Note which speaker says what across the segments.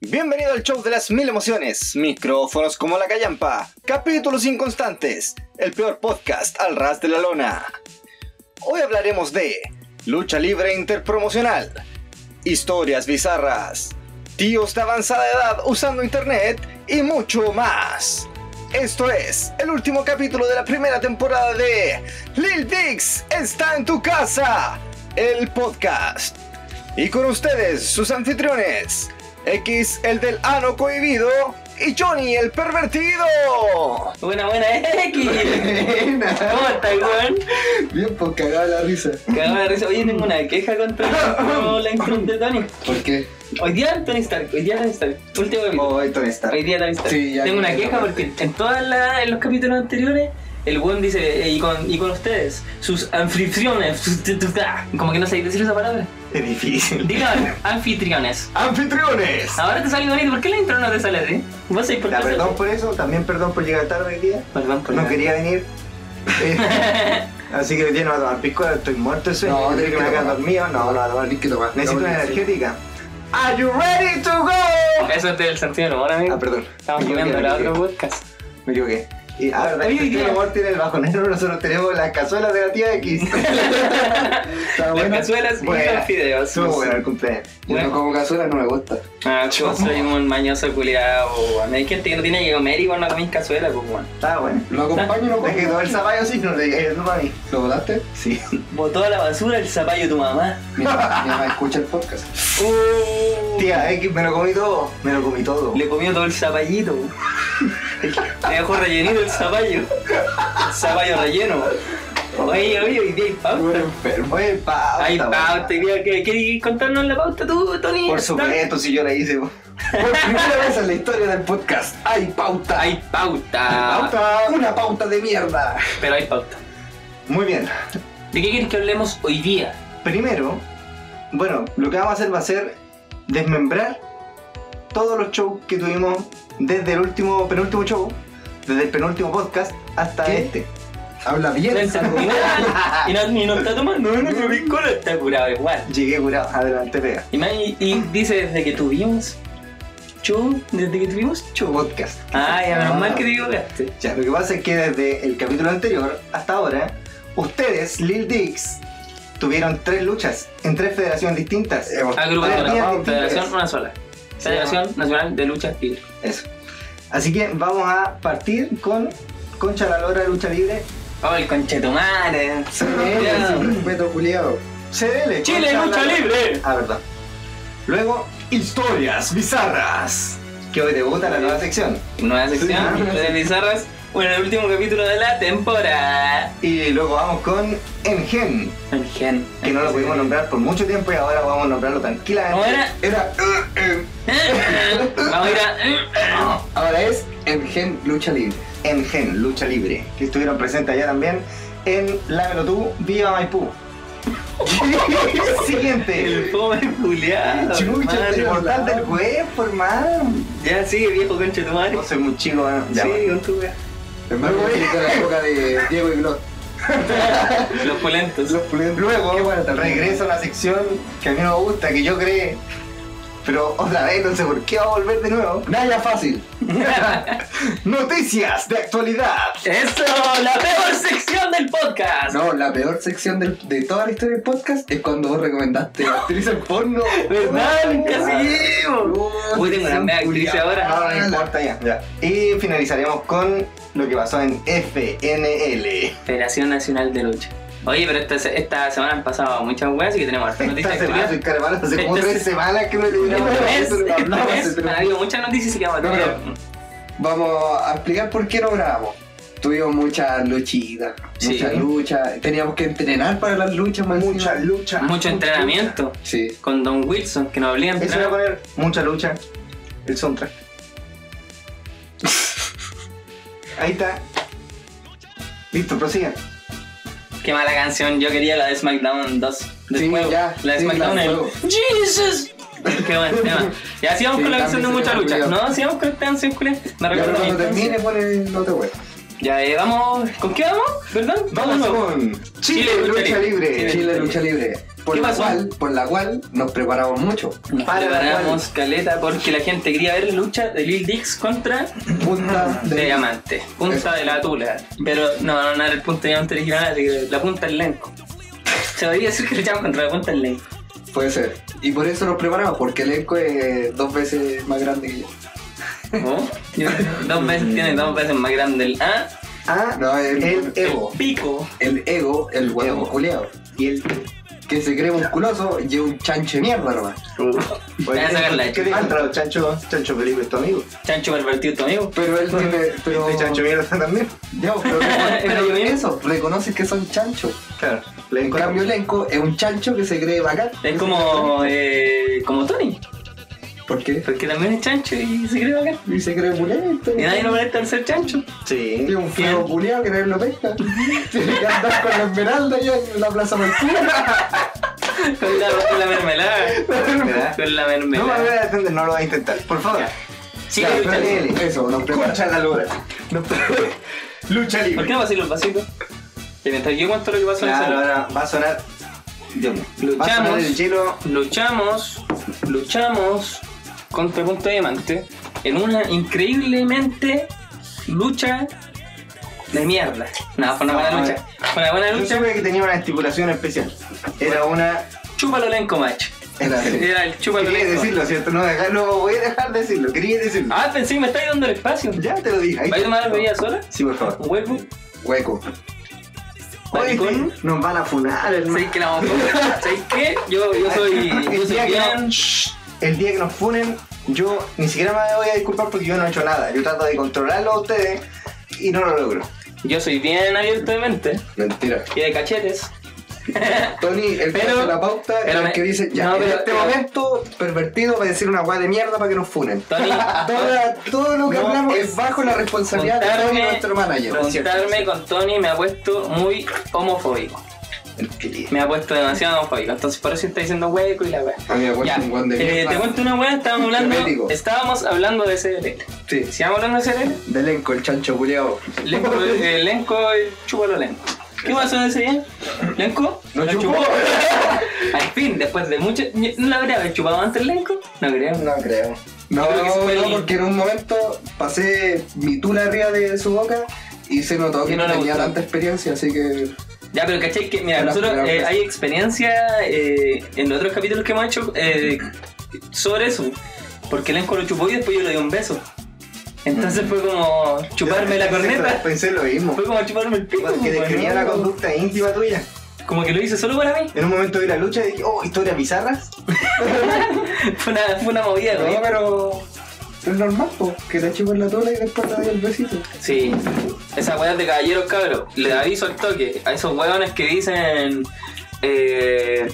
Speaker 1: Bienvenido al show de las mil emociones, micrófonos como la callampa, capítulos inconstantes, el peor podcast al ras de la lona. Hoy hablaremos de lucha libre interpromocional, historias bizarras, tíos de avanzada edad usando internet y mucho más. Esto es el último capítulo de la primera temporada de Lil Dix está en tu casa, el podcast. Y con ustedes, sus anfitriones, X el del ano cohibido y Johnny el pervertido.
Speaker 2: Buena, buena, X. ¿Cómo estás, weón?
Speaker 3: Bien, pues cagaba la risa.
Speaker 2: Cagado de risa. Oye, tengo una queja contra cómo la intro de Tony.
Speaker 3: ¿Por qué?
Speaker 2: Hoy día Tony Stark, hoy día Tony Stark. Último capítulo.
Speaker 1: Oh, Tony Stark.
Speaker 2: Hoy día Tony Stark.
Speaker 3: Sí, ya
Speaker 2: tengo
Speaker 3: me
Speaker 2: una queja
Speaker 3: acordaste.
Speaker 2: porque en todas las- en los capítulos anteriores. El buen dice, eh, y con, y con ustedes, sus anfitriones, sus- tu- tu- ta. como que no sé decir esa palabra.
Speaker 1: Es difícil.
Speaker 2: Digan anfitriones.
Speaker 1: Anfitriones.
Speaker 2: Ahora te sale bonito, ¿por qué la intro no te sale así? ¿Vos sabés por qué?
Speaker 1: La
Speaker 2: sale?
Speaker 1: Ah, perdón por eso, también perdón por llegar tarde hoy día. Pues
Speaker 2: Perdón por
Speaker 1: No
Speaker 2: la-
Speaker 1: quería venir. Eh, Así que hoy día no voy a tomar pisco, estoy muerto de sueño.
Speaker 3: No,
Speaker 1: Creo
Speaker 3: tenés
Speaker 1: que me
Speaker 3: que
Speaker 1: voy a quedar
Speaker 3: tomar.
Speaker 1: dormido. No, no, no.
Speaker 3: Tienes que tomar.
Speaker 1: Necesito una
Speaker 3: Ahora sí.
Speaker 1: energética. Are you ready to go?
Speaker 2: Eso es el sentido del humor, amigo.
Speaker 1: Ah, perdón.
Speaker 2: Estamos
Speaker 1: Me equivoqué,
Speaker 2: comiendo
Speaker 1: me
Speaker 2: la otro
Speaker 1: equivoqué.
Speaker 2: podcast.
Speaker 1: Me equivoqué. Y ah, verdad,
Speaker 2: Oye,
Speaker 1: el sentido
Speaker 2: ¿qué?
Speaker 1: del humor tiene el bajonero, nosotros tenemos las cazuelas de la tía X.
Speaker 3: Está
Speaker 2: Las
Speaker 3: bueno.
Speaker 2: cazuelas y
Speaker 1: Buena.
Speaker 2: los fideos.
Speaker 1: Estuvo bueno el cumpleaños.
Speaker 3: Yo no como cazuela, no me gusta.
Speaker 2: Ah, yo soy un mañoso culiado, weón. Hay gente que este no tiene que comer y bueno, no comís cazuela, pues, weón.
Speaker 1: Estaba bueno.
Speaker 3: Lo acompaño y lo
Speaker 1: Dejé todo
Speaker 3: como.
Speaker 1: el zapallo así, no le dije eso para mí.
Speaker 3: ¿Lo volaste?
Speaker 1: Sí.
Speaker 2: Botó a la basura el zapallo de tu mamá.
Speaker 3: Mi mamá, mi mamá escucha el podcast.
Speaker 2: Uh,
Speaker 1: Tía X, me lo comí todo. Me lo comí todo.
Speaker 2: Le comió todo el zapallito, weón. Le dejó rellenito el zapallo. El zapallo relleno, weón. Oye, oye, hoy día hay pauta.
Speaker 3: enfermo.
Speaker 1: Oye, pauta.
Speaker 2: Hay
Speaker 1: weón.
Speaker 2: pauta, hoy día. ¿Qué- ¿Quieres contarnos la pauta tú, Tony?
Speaker 1: Por
Speaker 2: ¿Estás?
Speaker 1: supuesto, si yo la hice. weón.
Speaker 3: Por primera vez en la historia del podcast hay pauta.
Speaker 2: Hay pauta.
Speaker 1: Pauta.
Speaker 3: Una pauta de mierda.
Speaker 2: Pero hay pauta.
Speaker 1: Muy bien.
Speaker 2: ¿De qué quieres que hablemos hoy día?
Speaker 1: Primero, bueno, lo que vamos a hacer va a ser desmembrar todos los shows que tuvimos desde el último, penúltimo show, desde el penúltimo podcast hasta
Speaker 3: ¿Qué?
Speaker 1: este.
Speaker 3: Habla
Speaker 2: No
Speaker 3: bien.
Speaker 2: está curado. Y no, y no está tomando una coca está curado igual.
Speaker 1: Llegué curado, adelante, pega.
Speaker 2: Y, man, y- y dice desde que tuvimos show, desde que tuvimos show.
Speaker 1: Podcast.
Speaker 2: Ah, ya menos
Speaker 3: Ah.
Speaker 2: mal que te equivocaste.
Speaker 1: Ya, lo que pasa es que desde el capítulo anterior hasta ahora, ustedes, Lil Dix, tuvieron tres luchas en tres federaciones distintas.
Speaker 3: Eh,
Speaker 2: Ah,
Speaker 1: Tres
Speaker 2: Agrupación, una
Speaker 1: días
Speaker 2: Federación
Speaker 1: distintas.
Speaker 2: una sola.
Speaker 1: Sí,
Speaker 2: Federación Nacional de Lucha Libre.
Speaker 1: Eso. Así que vamos a partir con Concha la Lora Lucha Libre.
Speaker 2: Oh, el conchetumare.
Speaker 3: Sin respeto, culiado.
Speaker 1: CDL.
Speaker 2: Chile
Speaker 1: Concha
Speaker 2: Lucha
Speaker 1: la Lora.
Speaker 2: Libre.
Speaker 1: Ah, verdad. Luego, historias bizarras. Que hoy debuta la nueva sección.
Speaker 2: Nueva
Speaker 3: Sí,
Speaker 2: sección
Speaker 3: sí.
Speaker 2: de Bizarras. Bueno, el último capítulo de la temporada.
Speaker 1: Y luego vamos con Engen,
Speaker 2: El gen.
Speaker 1: que no lo pudimos nombrar por mucho tiempo y ahora vamos a nombrarlo
Speaker 2: ¿Cómo
Speaker 1: tranquilamente.
Speaker 2: era?
Speaker 3: Era. uh, em.
Speaker 2: Vamos a ir a...
Speaker 1: Ah,
Speaker 3: Ahora es Engen Lucha Libre.
Speaker 1: Engen, lucha libre, que estuvieron presentes allá también en Lámelo tú, Viva Maipú.
Speaker 2: El
Speaker 1: Siguiente.
Speaker 2: pobre Julián.
Speaker 3: Chucha,
Speaker 1: El
Speaker 3: pero-
Speaker 1: portal del web, por man.
Speaker 2: Ya sigue, viejo conchetumare.
Speaker 1: No soy muy chico, ¿eh? Ya,
Speaker 2: Sí,
Speaker 1: bueno.
Speaker 2: con tu wea.
Speaker 3: Hermano,
Speaker 1: Luego-
Speaker 3: es la época de Diego y Glot.
Speaker 2: Los pulentos.
Speaker 3: Los pulentos. Qué buena
Speaker 1: Luego
Speaker 3: también.
Speaker 1: regreso a una sección que a mí no me gusta, que yo creé. Pero otra vez, no sé por qué va a volver de nuevo.
Speaker 3: Naya fácil.
Speaker 1: Noticias de actualidad.
Speaker 2: ¡Eso! ¡La peor sección del podcast!
Speaker 3: No, la peor sección del- de toda la historia del podcast es cuando vos recomendaste actrices porno.
Speaker 2: ¿Verdad? Nunca
Speaker 3: Ah,
Speaker 2: seguimos.
Speaker 3: no,
Speaker 2: Uy, tengo una
Speaker 3: sección
Speaker 2: mega actriz
Speaker 3: culiada.
Speaker 2: ahora.
Speaker 1: No, no importa ya, ya. Y finalizaremos con lo que pasó en FNL.
Speaker 2: Federación Nacional de Lucha. Oye, pero esta, se- esta semana han pasado muchas weas, así que tenemos harta
Speaker 1: Esta
Speaker 2: noticias.
Speaker 1: semana, soy
Speaker 2: que-
Speaker 1: Carvalho, hace como
Speaker 2: Este-
Speaker 1: tres semanas que me
Speaker 2: Este
Speaker 1: terminamos.
Speaker 2: mes, este
Speaker 3: no,
Speaker 2: mes,
Speaker 3: pero-
Speaker 2: han habido muchas noticias y que vamos a
Speaker 3: No,
Speaker 2: tener.
Speaker 3: pero- Vamos a explicar por qué no grabamos. Tuvimos muchas luchitas,
Speaker 2: Sí.
Speaker 3: muchas luchas. Teníamos que entrenar para las luchas más
Speaker 1: Mucha
Speaker 3: encima.
Speaker 1: lucha.
Speaker 2: Mucho entrenamiento
Speaker 3: Sí.
Speaker 2: con Don Wilson, que nos hablé
Speaker 1: Eso voy a
Speaker 2: entrar.
Speaker 1: poner mucha lucha. El soundtrack. Ahí está. Listo, prosiga.
Speaker 2: Qué mala canción, yo quería la de SmackDown 2. Del
Speaker 3: Sí,
Speaker 2: juego.
Speaker 3: ya,
Speaker 2: la de
Speaker 3: sí,
Speaker 2: SmackDown
Speaker 3: la del
Speaker 2: el-
Speaker 3: juego.
Speaker 2: ¡Jesus! Qué buen tema. Ya sigamos
Speaker 3: Sí,
Speaker 2: con la canción de
Speaker 3: también
Speaker 2: mucha
Speaker 3: se me
Speaker 2: lucha.
Speaker 3: olvidó.
Speaker 2: No, sigamos con esta canción, culia. Me
Speaker 3: Y ahora
Speaker 2: recuerda a mi
Speaker 3: cuando
Speaker 2: infancia.
Speaker 3: termine ponen no te vuelvo.
Speaker 2: Ya, eh, vamos. ¿Con qué vamos? ¿Perdón?
Speaker 1: Vamos
Speaker 2: Vamos.
Speaker 1: con Chile, lucha libre.
Speaker 2: Chile,
Speaker 3: Chile lucha libre. por
Speaker 2: ¿Qué
Speaker 3: la
Speaker 2: pasó?
Speaker 3: cual, por la cual nos preparamos mucho.
Speaker 2: Nos
Speaker 3: Para la cual,
Speaker 2: preparamos caleta porque la gente quería ver lucha de Lil Dix contra
Speaker 3: punta
Speaker 2: de
Speaker 3: de
Speaker 2: diamante, punta de la tula. Pero no, no, no era el punta de diamante original, así que la punta del lenco. Se podría decir que luchamos contra la punta del lenco.
Speaker 3: Puede ser. Y por eso nos preparamos, porque el elenco es dos veces más grande que yo.
Speaker 2: ¿No? Oh, dos veces tiene dos veces más grande el A,
Speaker 4: Ah,
Speaker 3: No,
Speaker 4: el
Speaker 3: el, el,
Speaker 1: E.
Speaker 4: Evo.
Speaker 2: pico.
Speaker 3: ego, el huevo
Speaker 4: Evo.
Speaker 3: culeado.
Speaker 4: Y
Speaker 1: E.
Speaker 4: el.
Speaker 3: Que se cree musculoso y es un chanche mierda nomás.
Speaker 2: Voy a sacar la
Speaker 4: ¿Qué te encontrado Chancho? Chancho Felipe es tu amigo.
Speaker 2: Chancho pervertido tu amigo.
Speaker 3: Pero él tiene. Pero,
Speaker 1: Este
Speaker 2: Este
Speaker 4: Y Chancho Mierda también.
Speaker 3: Ya, pero,
Speaker 2: Pero
Speaker 3: pero
Speaker 2: yo mismo.
Speaker 3: eso, reconoces que son chanchos.
Speaker 4: Claro. Le
Speaker 3: En
Speaker 4: encontramos.
Speaker 3: cambio, el elenco es un chancho que se cree bacán.
Speaker 2: Es como, eh, como Tony,
Speaker 3: ¿Por qué?
Speaker 2: porque también es chancho y se cree bacán.
Speaker 3: Y se cree opulento.
Speaker 2: Y nadie lo molesta al ser chancho.
Speaker 4: Sí.
Speaker 3: Tiene un feo culiado que nadie lo pesca. Tiene que andar con la esmeralda allá en la plaza Martina.
Speaker 2: Con la, con la mermelada.
Speaker 4: ¿Verdad?
Speaker 2: Con la
Speaker 4: No me voy
Speaker 2: mermelada.
Speaker 4: a defender, no lo vas a intentar. Por favor.
Speaker 2: Ya. Sí,
Speaker 3: Ya,
Speaker 2: lucha
Speaker 3: pero
Speaker 2: libre.
Speaker 3: él, Eso, nos preparamos.
Speaker 4: Concha la lora. No, Lucha
Speaker 2: ¿Por
Speaker 4: libre.
Speaker 2: qué no vacilan los vasitos? Y mientras yo cuento lo que pasó en
Speaker 4: Claro,
Speaker 2: esa
Speaker 4: ahora va a sonar. Dios mío. Va a sonar
Speaker 2: Luchamos.
Speaker 4: el hielo.
Speaker 2: Luchamos, luchamos contra Punta Diamante en una increíblemente lucha de mierda. No, fue una buena
Speaker 4: No,
Speaker 2: lucha. Fue una buena
Speaker 4: Yo
Speaker 2: lucha.
Speaker 4: sabía que tenía una estipulación especial. Era una.
Speaker 2: Chúpalo elenco, match.
Speaker 3: Era así.
Speaker 2: Era el chúpalo
Speaker 4: Quería
Speaker 2: elenco.
Speaker 4: decirlo, ¿cierto? No, dejar- no voy a dejar de decirlo. Quería decirlo.
Speaker 2: Ah, pensé que me estáis dando el espacio.
Speaker 4: Ya te lo dije. ahí
Speaker 2: ¿Vais a
Speaker 4: te-
Speaker 2: tomar bebida sola?
Speaker 4: Sí, por favor.
Speaker 2: ¿Un huevo?
Speaker 3: Hueco.
Speaker 4: Oye,
Speaker 2: ¿Maricón?
Speaker 3: Pues,
Speaker 4: sí, nos van a funar,
Speaker 2: ¿Sabéis
Speaker 4: hermano.
Speaker 2: que la vamos a comer? ¿Sabéis qué? Yo, yo soy, yo
Speaker 4: el,
Speaker 2: soy
Speaker 4: día que no-
Speaker 2: bien.
Speaker 4: Shh, el día que nos funen, yo ni siquiera me voy a disculpar porque yo no he hecho nada. Yo trato de controlarlo a ustedes y no lo logro.
Speaker 2: Yo soy bien abierto de mente
Speaker 3: Mentira.
Speaker 2: y de cachetes.
Speaker 3: Tony, el que
Speaker 2: Pero-
Speaker 3: hace la pauta es
Speaker 2: pero
Speaker 3: el
Speaker 2: me-
Speaker 3: que dice, ya,
Speaker 2: no, pero- eh,
Speaker 3: en este
Speaker 2: pero-
Speaker 3: momento, pervertido va a decir una guay de mierda para que nos funen.
Speaker 2: Tony,
Speaker 3: Toda- todo lo que
Speaker 4: No,
Speaker 3: hablamos
Speaker 4: es
Speaker 3: es bajo la responsabilidad de Tony,
Speaker 2: juntarme-
Speaker 3: nuestro manager.
Speaker 4: No es cierto, no es
Speaker 2: juntarme
Speaker 4: cierto.
Speaker 2: con Tony me ha puesto muy homofóbico. Me ha puesto demasiado homofóbico. Entonces por eso está diciendo hueco y la wea.
Speaker 3: A mí me
Speaker 2: Ya,
Speaker 3: cuesta un guan de
Speaker 2: eh,
Speaker 3: mierda.
Speaker 2: te cuento una wea, estábamos hablando,
Speaker 3: Diabético.
Speaker 2: estábamos hablando de CDL.
Speaker 3: Sí, sí,
Speaker 2: ¿Sigamos hablando de CDL?
Speaker 3: de elenco, el chancho culiao.
Speaker 2: Lenco, eh, Lenco, eh, chúpalo Lenco. ¿Qué pasó en ese día? ¿Lenco?
Speaker 3: No
Speaker 2: lo
Speaker 3: chupó.
Speaker 2: Al fin, después de mucho... ¿No lo habría haber chupado antes Lenco? No creo.
Speaker 4: No creo.
Speaker 3: No,
Speaker 2: Yo creo que se fue
Speaker 3: no,
Speaker 2: el-
Speaker 3: porque en un momento pasé mi tula arriba de su boca y se notó
Speaker 2: Y
Speaker 3: que
Speaker 2: no
Speaker 3: no
Speaker 2: le
Speaker 3: tenía
Speaker 2: gustó.
Speaker 3: tanta experiencia, así que
Speaker 2: Ya, pero ¿cachai? Que, mira,
Speaker 3: Hola,
Speaker 2: nosotros
Speaker 3: hola,
Speaker 2: eh,
Speaker 3: hola.
Speaker 2: hay experiencia eh, en los otros capítulos que hemos hecho eh, sobre eso. Porque Lenco lo chupó y después yo le di un beso. Entonces fue como chuparme la corneta.
Speaker 4: Pensé lo mismo.
Speaker 2: Fue como chuparme el pico.
Speaker 4: Porque
Speaker 2: pues,
Speaker 4: describía
Speaker 2: ¿no?
Speaker 4: la conducta íntima tuya.
Speaker 2: Como que lo hice solo para mí.
Speaker 4: En un momento de la lucha dije, oh, historias bizarras.
Speaker 2: Fue una, fue una movida,
Speaker 3: No,
Speaker 2: ¿no?
Speaker 3: pero es normal, po, que te chupen la tula y después te di el besito.
Speaker 2: Sí, esas weas de caballeros, cabros. Les aviso al toque a esos weones que dicen. Eh,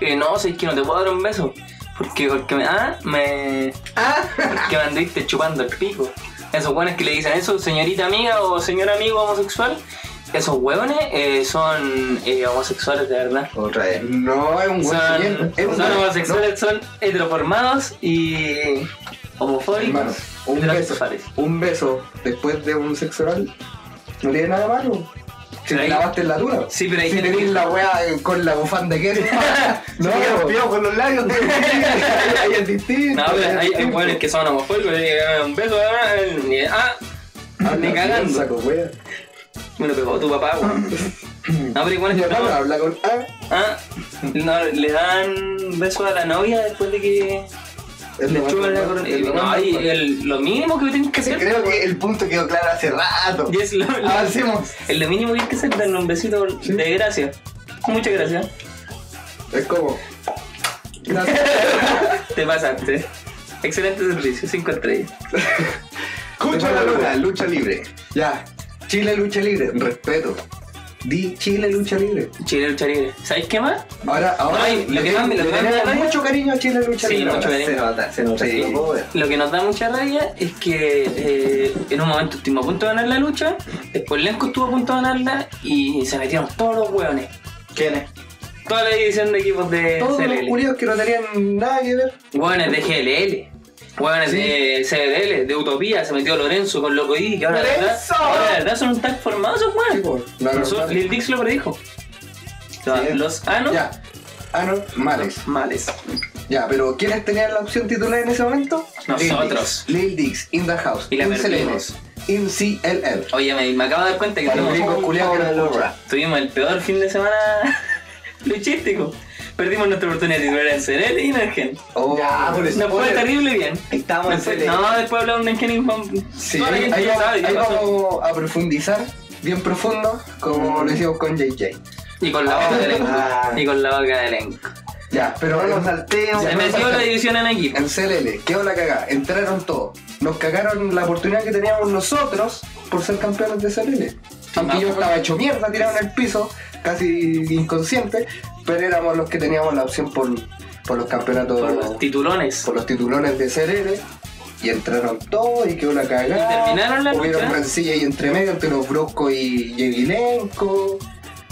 Speaker 2: eh, no, si es que no te puedo dar un beso. Porque, porque me. Ah, me.
Speaker 4: Ah.
Speaker 2: Porque me anduviste chupando el pico. Esos weones que le dicen eso, señorita amiga o señor amigo homosexual. Esos weones eh, son eh, homosexuales de verdad.
Speaker 4: Otra vez.
Speaker 3: No, es un
Speaker 2: Son,
Speaker 3: buen bien. Es un
Speaker 2: son
Speaker 3: buen-
Speaker 2: homosexuales, son heteroformados y
Speaker 3: no, hermano,
Speaker 2: homofóbicos.
Speaker 3: un beso,
Speaker 2: heterosexuales.
Speaker 3: un beso después de un sexo oral no tiene nada de malo. Si
Speaker 2: Pero
Speaker 3: te
Speaker 2: ahí-
Speaker 3: lavaste la tula.
Speaker 2: Sí, pero hay
Speaker 3: si
Speaker 2: gente-
Speaker 3: tenés la weá eh, con la bufanda que es. no, po.
Speaker 4: con los labios.
Speaker 3: Ahí es distinto.
Speaker 2: No, pero
Speaker 3: ahí
Speaker 2: hay,
Speaker 3: es
Speaker 2: hay
Speaker 3: distinto.
Speaker 2: hueones que son homofóbicos, le digan un beso, ah, ni- ah,
Speaker 3: Habla
Speaker 2: ni
Speaker 3: con
Speaker 2: cagando.
Speaker 3: saco, wea.
Speaker 2: me lo pegó tu papá, weón. No, pero igual
Speaker 3: Mi
Speaker 2: es que
Speaker 3: hermano
Speaker 2: no,
Speaker 3: habla con A.
Speaker 2: ah, no, le dan beso a la novia después de que
Speaker 3: Es
Speaker 2: le
Speaker 3: lo más
Speaker 2: chupan la
Speaker 3: normal,
Speaker 2: corona.
Speaker 3: es lo
Speaker 2: No,
Speaker 3: más
Speaker 2: ahí
Speaker 3: normal.
Speaker 2: el- lo mínimo que tienen que hacer,
Speaker 4: Creo que el punto quedó claro hace rato.
Speaker 2: y es lo, lo-
Speaker 1: Ah,
Speaker 4: Avancemos.
Speaker 2: el lo mínimo que tienen que hacer, darle un besito
Speaker 3: Sí.
Speaker 2: de gracia. Muchas gracias,
Speaker 3: Es como.
Speaker 2: te pasaste. Excelente servicio, 5 estrellas.
Speaker 4: Escucha la luna, lucha libre.
Speaker 3: Ya, Chile lucha libre, respeto. Di Chile lucha libre.
Speaker 2: Chile, lucha libre. ¿Sabes qué más?
Speaker 3: Ahora, ahora
Speaker 2: Ay, lo
Speaker 3: le
Speaker 2: que
Speaker 3: ten-
Speaker 2: más me- lo
Speaker 3: le
Speaker 2: que más me
Speaker 3: tenemos
Speaker 2: da rabia-
Speaker 3: mucho cariño a Chile lucha
Speaker 2: Sí,
Speaker 3: libre.
Speaker 2: mucho.
Speaker 3: ahora.
Speaker 4: Se nota, se nota.
Speaker 3: Sí.
Speaker 4: no puedo ver.
Speaker 2: Lo que nos da mucha rabia es que eh, en un momento estuvimos a punto de ganar la lucha, después Lenco estuvo a punto de ganarla y se metieron todos los hueones.
Speaker 4: ¿Quién es?
Speaker 2: Toda la división de equipos de
Speaker 3: Todos los
Speaker 2: CLL.
Speaker 3: curiosos que no tenían nada que ver.
Speaker 2: Hueones de GLL. Hueones
Speaker 3: Sí.
Speaker 2: de CDL, de Utopía, se metió Lorenzo con Loco I, que ahora la verdad,
Speaker 4: ¡Lorenzo!
Speaker 2: ahora la verdad son un tag formado esos
Speaker 3: Sí,
Speaker 2: hueones.
Speaker 3: por- no, no,
Speaker 2: Eso
Speaker 3: no.
Speaker 2: Lil Dix lo predijo. O sea,
Speaker 4: Sí.
Speaker 2: Los Anos
Speaker 3: Ya, anormales.
Speaker 2: Males.
Speaker 3: Ya, pero ¿quiénes tenían la opción titular en ese momento?
Speaker 2: Nosotros.
Speaker 3: Lil Dix, Lil Dix In The House.
Speaker 2: Y la
Speaker 3: In
Speaker 2: perdimos.
Speaker 3: CLL, In CLL.
Speaker 2: Oye, me, me acabo de dar cuenta que
Speaker 3: Para los
Speaker 2: tuvimos,
Speaker 3: gringos culiados que no escuchan.
Speaker 2: tuvimos el peor fin de semana luchístico. Perdimos nuestra oportunidad de titular en Cerel y en Argen.
Speaker 3: Oh,
Speaker 4: Ya, por eso.
Speaker 2: Nos fue
Speaker 4: Spoiler.
Speaker 2: terrible bien.
Speaker 4: Estábamos en
Speaker 2: Después-
Speaker 4: CLL.
Speaker 2: No, después hablamos de Argen y
Speaker 3: Sí,
Speaker 2: Toda la
Speaker 3: ahí,
Speaker 2: gente ya
Speaker 3: vamos-
Speaker 2: sabe qué
Speaker 3: ahí
Speaker 2: pasó.
Speaker 3: vamos a profundizar bien profundo,
Speaker 4: Mm.
Speaker 3: como lo hicimos con JJ.
Speaker 2: Y con la boca de
Speaker 4: Ah.
Speaker 2: elenco. Y con la boca de elenco.
Speaker 3: Ya, pero
Speaker 4: No
Speaker 3: en,
Speaker 4: nos saltemos.
Speaker 3: Ah, Ya,
Speaker 2: Se
Speaker 3: no
Speaker 2: metió
Speaker 3: pasa.
Speaker 2: la división en equipo.
Speaker 3: en CLL, quedó la cagada, entraron todos. Nos cagaron la oportunidad que teníamos nosotros por ser campeones de CLL. Aunque yo estaba hecho mierda, tirado en el piso, casi inconsciente, pero éramos los que teníamos la opción por, por los campeonatos,
Speaker 2: Por
Speaker 3: por
Speaker 2: los
Speaker 3: los,
Speaker 2: titulones.
Speaker 3: titulones de CLL. Y entraron todos y quedó la cagada.
Speaker 2: Y terminaron la
Speaker 3: Hubieron
Speaker 2: lucha.
Speaker 3: rencilla ahí entre medio entre los Brosco y Yeguilenco.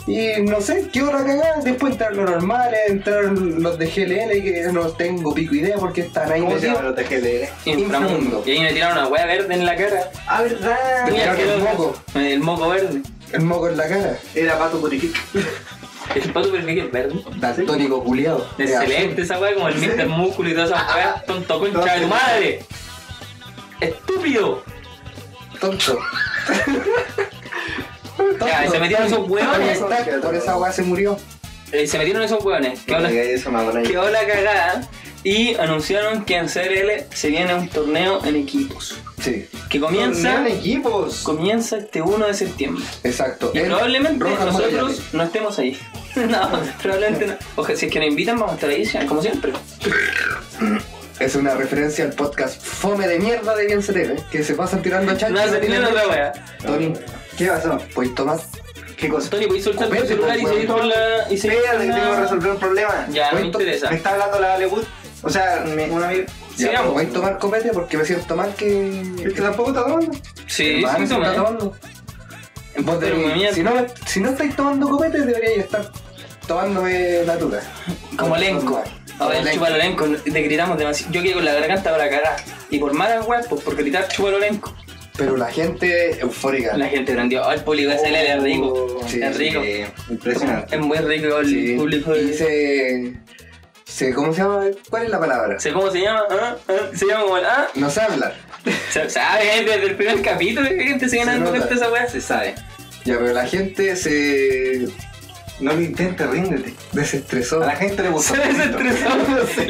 Speaker 3: Y no sé, qué hora cagada. Después entraron los normales, entraron los de GLL, que no tengo pico idea porque están ahí
Speaker 4: ¿Cómo se
Speaker 3: metidos.
Speaker 4: llaman los de GLL?
Speaker 3: Inframundo.
Speaker 2: Y ahí me tiraron una hueá verde en la cara.
Speaker 4: Ah, verdad.
Speaker 3: Tenía
Speaker 2: Mira,
Speaker 3: que el
Speaker 2: creo-
Speaker 3: moco.
Speaker 2: El moco verde.
Speaker 3: El moco en la cara.
Speaker 4: Era Pato Purific.
Speaker 2: El pato perfil es verde.
Speaker 3: Daltónico culiado.
Speaker 2: Excelente esa weá, como el Mr. Músculo y toda esa weá. Tonto concha de tu madre. Estúpido.
Speaker 3: Tonto.
Speaker 2: Ya, se metieron esos hueones.
Speaker 3: Está- Por esa weá se murió.
Speaker 2: Eh, se metieron esos hueones. Que
Speaker 4: No
Speaker 2: ahora
Speaker 4: me digáis eso, me acordáis.
Speaker 2: quedó la cagada y anunciaron que en CRL se viene un torneo en equipos.
Speaker 3: Sí,
Speaker 2: Que comienza,
Speaker 4: Torneo en equipos.
Speaker 2: comienza este 1 de septiembre.
Speaker 3: exacto.
Speaker 2: Y
Speaker 3: En
Speaker 2: probablemente
Speaker 3: Rojas
Speaker 2: nosotros
Speaker 3: Magallanes.
Speaker 2: no estemos ahí. No, probablemente no. Ojalá, si es que nos invitan, vamos a estar ahí, ya, como siempre.
Speaker 3: Es una referencia al podcast Fome de Mierda de Bien Celeste, que se pasan tirando chanchas.
Speaker 2: Nada, se tiene otra wea.
Speaker 3: Tony,
Speaker 4: ¿Qué pasó?
Speaker 3: pues Tomás,
Speaker 4: ¿Qué cosa?
Speaker 2: Tony, ¿puedes soltar tu
Speaker 3: Vete,
Speaker 2: celular
Speaker 3: pues,
Speaker 2: y seguir
Speaker 3: weón.
Speaker 2: por la. y seguir
Speaker 4: Espérate,
Speaker 2: por
Speaker 4: que
Speaker 2: la-
Speaker 4: tengo que resolver un problema.
Speaker 2: Ya, no me
Speaker 3: Cuento-
Speaker 2: interesa.
Speaker 4: Me está hablando la Hollywood. O sea, me- un amigo.
Speaker 3: ya,
Speaker 2: Sigamos.
Speaker 3: pero voy a tomar copete porque me siento mal
Speaker 4: Es que
Speaker 3: que...
Speaker 4: tampoco está tomando.
Speaker 2: Sí,
Speaker 3: Hermano,
Speaker 2: sí,
Speaker 3: se está
Speaker 2: toma.
Speaker 3: tomando. Vos
Speaker 2: Pero,
Speaker 3: deberíais-
Speaker 2: mía,
Speaker 3: si, no, me- si no estáis tomando copete, deberíais estar tomándome natura.
Speaker 2: Como elenco. A ver,
Speaker 3: Como
Speaker 2: chupa el elenco, le gritamos demasiado. Yo quedé con la garganta para cagar. Y por malas weas, pues por gritar chupa el elenco.
Speaker 3: Pero la gente eufórica.
Speaker 2: La gente prendió. Ay, el público de CLL es rico.
Speaker 3: Sí,
Speaker 2: es rico.
Speaker 4: Eh, impresionante.
Speaker 2: Es muy rico el
Speaker 3: Oh. Sí.
Speaker 2: público de.
Speaker 3: Y se... se- ¿Cómo se llama? ¿Cuál es la palabra?
Speaker 2: ¿Sé ¿Cómo se llama? ¿Ah? ¿Ah? Se llama como el. ¿Ah?
Speaker 3: No sé hablar.
Speaker 2: Se sabe, desde el primer capítulo que gente se viene
Speaker 3: Se
Speaker 2: dando
Speaker 3: nota.
Speaker 2: cuenta de esa weá.
Speaker 4: Se sabe.
Speaker 3: Ya, pero la gente se
Speaker 4: No lo intentes, ríndete.
Speaker 3: desestresó.
Speaker 4: A la gente le gustó.
Speaker 2: Se desestresó.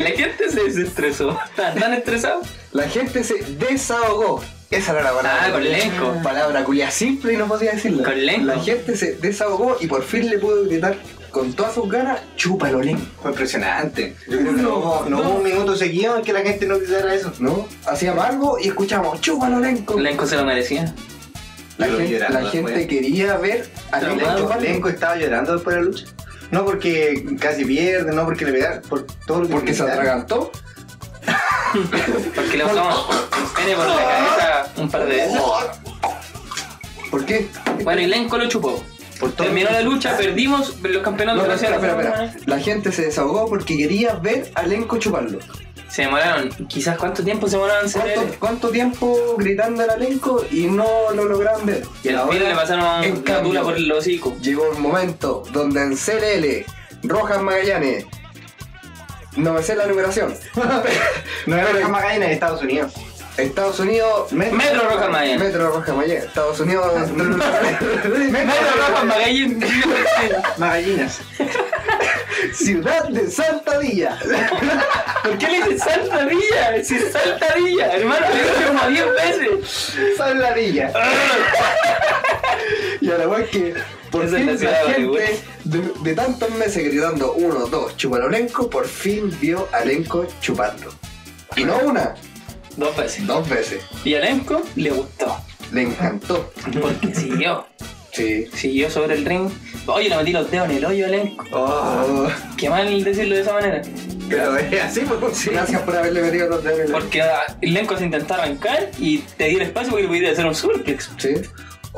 Speaker 2: La gente se desestresó. ¿Están tan estresados?
Speaker 3: La gente se desahogó. Esa era la palabra.
Speaker 2: Ah, con lenco.
Speaker 3: Palabra culia simple y no podía decirla.
Speaker 2: Con lenco.
Speaker 3: La gente se desahogó y por fin le pudo gritar con todas sus ganas, chúpalo lenco.
Speaker 4: Fue impresionante. Yo creo que no, hubo- no hubo un minuto seguido en que la gente no quisiera eso.
Speaker 3: ¿No? Hacíamos algo y escuchamos, chúpalo lenco.
Speaker 2: El elenco se lo merecía.
Speaker 3: La,
Speaker 4: Yo
Speaker 3: gente,
Speaker 4: llorando
Speaker 3: la gente
Speaker 4: después.
Speaker 3: quería ver a
Speaker 2: Pero
Speaker 3: Lenco
Speaker 2: bueno,
Speaker 3: chupar
Speaker 4: Lenco,
Speaker 3: lenco.
Speaker 4: Lenco estaba llorando después de la lucha. No porque casi pierde, no porque le pegaron, por todo lo que
Speaker 3: Porque se
Speaker 4: gritaron.
Speaker 3: atragantó.
Speaker 2: Porque le usamos un pene por la cabeza un par de
Speaker 3: Oh.
Speaker 2: veces.
Speaker 3: ¿Por qué?
Speaker 2: Bueno, y Lenco lo chupó.
Speaker 4: Por todo
Speaker 2: Terminó la
Speaker 4: lo que-
Speaker 2: lucha, perdimos los campeonatos
Speaker 3: No,
Speaker 2: de
Speaker 3: pero
Speaker 2: la
Speaker 3: espera, espera,
Speaker 2: ciudad.
Speaker 3: espera. La gente se desahogó porque quería ver a Lenco chuparlo.
Speaker 2: Se demoraron, quizás cuánto tiempo se demoraron en
Speaker 3: ¿Cuánto,
Speaker 2: salir.
Speaker 3: cuánto tiempo gritando al Lenco y no lo lograron ver?
Speaker 2: Y al
Speaker 3: Ahora,
Speaker 2: fin le pasaron
Speaker 3: en
Speaker 2: una tula
Speaker 3: cambio,
Speaker 2: por el hocico.
Speaker 3: Llegó un momento donde en CLL, Rojas Magallanes, no me sé la numeración,
Speaker 4: No era Rojas Magallanes de Estados Unidos.
Speaker 3: Estados Unidos,
Speaker 2: Metro Rojas Magallanes.
Speaker 3: Metro Rojas Magallanes, Estados Unidos,
Speaker 2: Metro Rojas Magallanes.
Speaker 4: Magallanes.
Speaker 3: Ciudad de Santadilla.
Speaker 2: ¿Por qué le dicen saltadilla? Si es saltadilla, hermano, le dije como 10 veces.
Speaker 4: Saladilla.
Speaker 3: Y a la vez que, por
Speaker 2: Esa es
Speaker 3: fin
Speaker 2: la
Speaker 3: la
Speaker 2: ciudad de Hollywood.
Speaker 3: gente de, de tantos meses gritando uno, dos, chupalo Lenco, por fin vio a Lenco chupando. Y no una,
Speaker 2: Dos veces.
Speaker 3: dos veces.
Speaker 2: Y a Lenco le gustó.
Speaker 3: Le encantó.
Speaker 2: Porque siguió.
Speaker 3: Sí.
Speaker 2: Siguió sobre el ring. Oye, le metí los dedos en el hoyo a Lenco.
Speaker 4: Oh,
Speaker 2: Qué mal decirlo de esa manera.
Speaker 4: pero es así, pues. sí.
Speaker 3: Gracias por haberle metido los dedos en el-
Speaker 2: Porque ah, Lenco se intentó arrancar y te dio el espacio porque le pudiste hacer un suplex.
Speaker 3: Sí.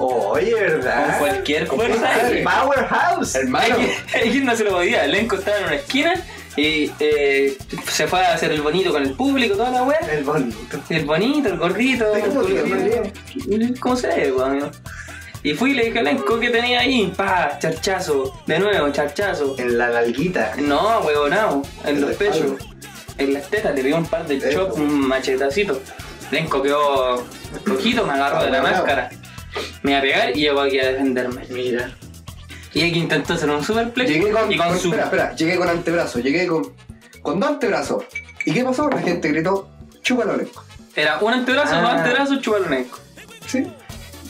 Speaker 4: Oye,
Speaker 2: Con
Speaker 4: ¿verdad?
Speaker 2: cualquier fuerza.
Speaker 4: El
Speaker 2: y-
Speaker 4: Powerhouse.
Speaker 3: Hermano.
Speaker 2: Alguien no se lo podía. Lenco estaba en una esquina y eh, se fue a hacer el bonito con el público, toda la wea.
Speaker 4: El bonito.
Speaker 2: El bonito, el gordito.
Speaker 4: Tengo
Speaker 2: el
Speaker 4: bonito,
Speaker 2: ¿Cómo se ve, weón, amigo? Y fui y le dije, Lenco, ¿qué tenía ahí? Pa, charchazo. De nuevo, charchazo.
Speaker 3: En la nalguita.
Speaker 2: No, huevonao. En
Speaker 3: En
Speaker 2: los
Speaker 3: la
Speaker 2: pechos.
Speaker 3: espalda.
Speaker 2: En las tetas le dio un par de
Speaker 3: Eso.
Speaker 2: chops, un machetacito. Lenco quedó rojito, me agarró de la
Speaker 3: Ahueonao.
Speaker 2: máscara. Me iba a pegar y llegó aquí a defenderme.
Speaker 3: Mira.
Speaker 2: Y aquí intentó hacer un superplex.
Speaker 3: Llegué con,
Speaker 2: y con,
Speaker 3: con-
Speaker 2: su.
Speaker 3: espera, espera, llegué con antebrazo, llegué con, con dos antebrazos. ¿Y qué pasó? La gente gritó, chúpalo Lenco.
Speaker 2: Era un antebrazo,
Speaker 3: Ah.
Speaker 2: dos antebrazos, chuparlo Lenco.
Speaker 3: ¿Sí?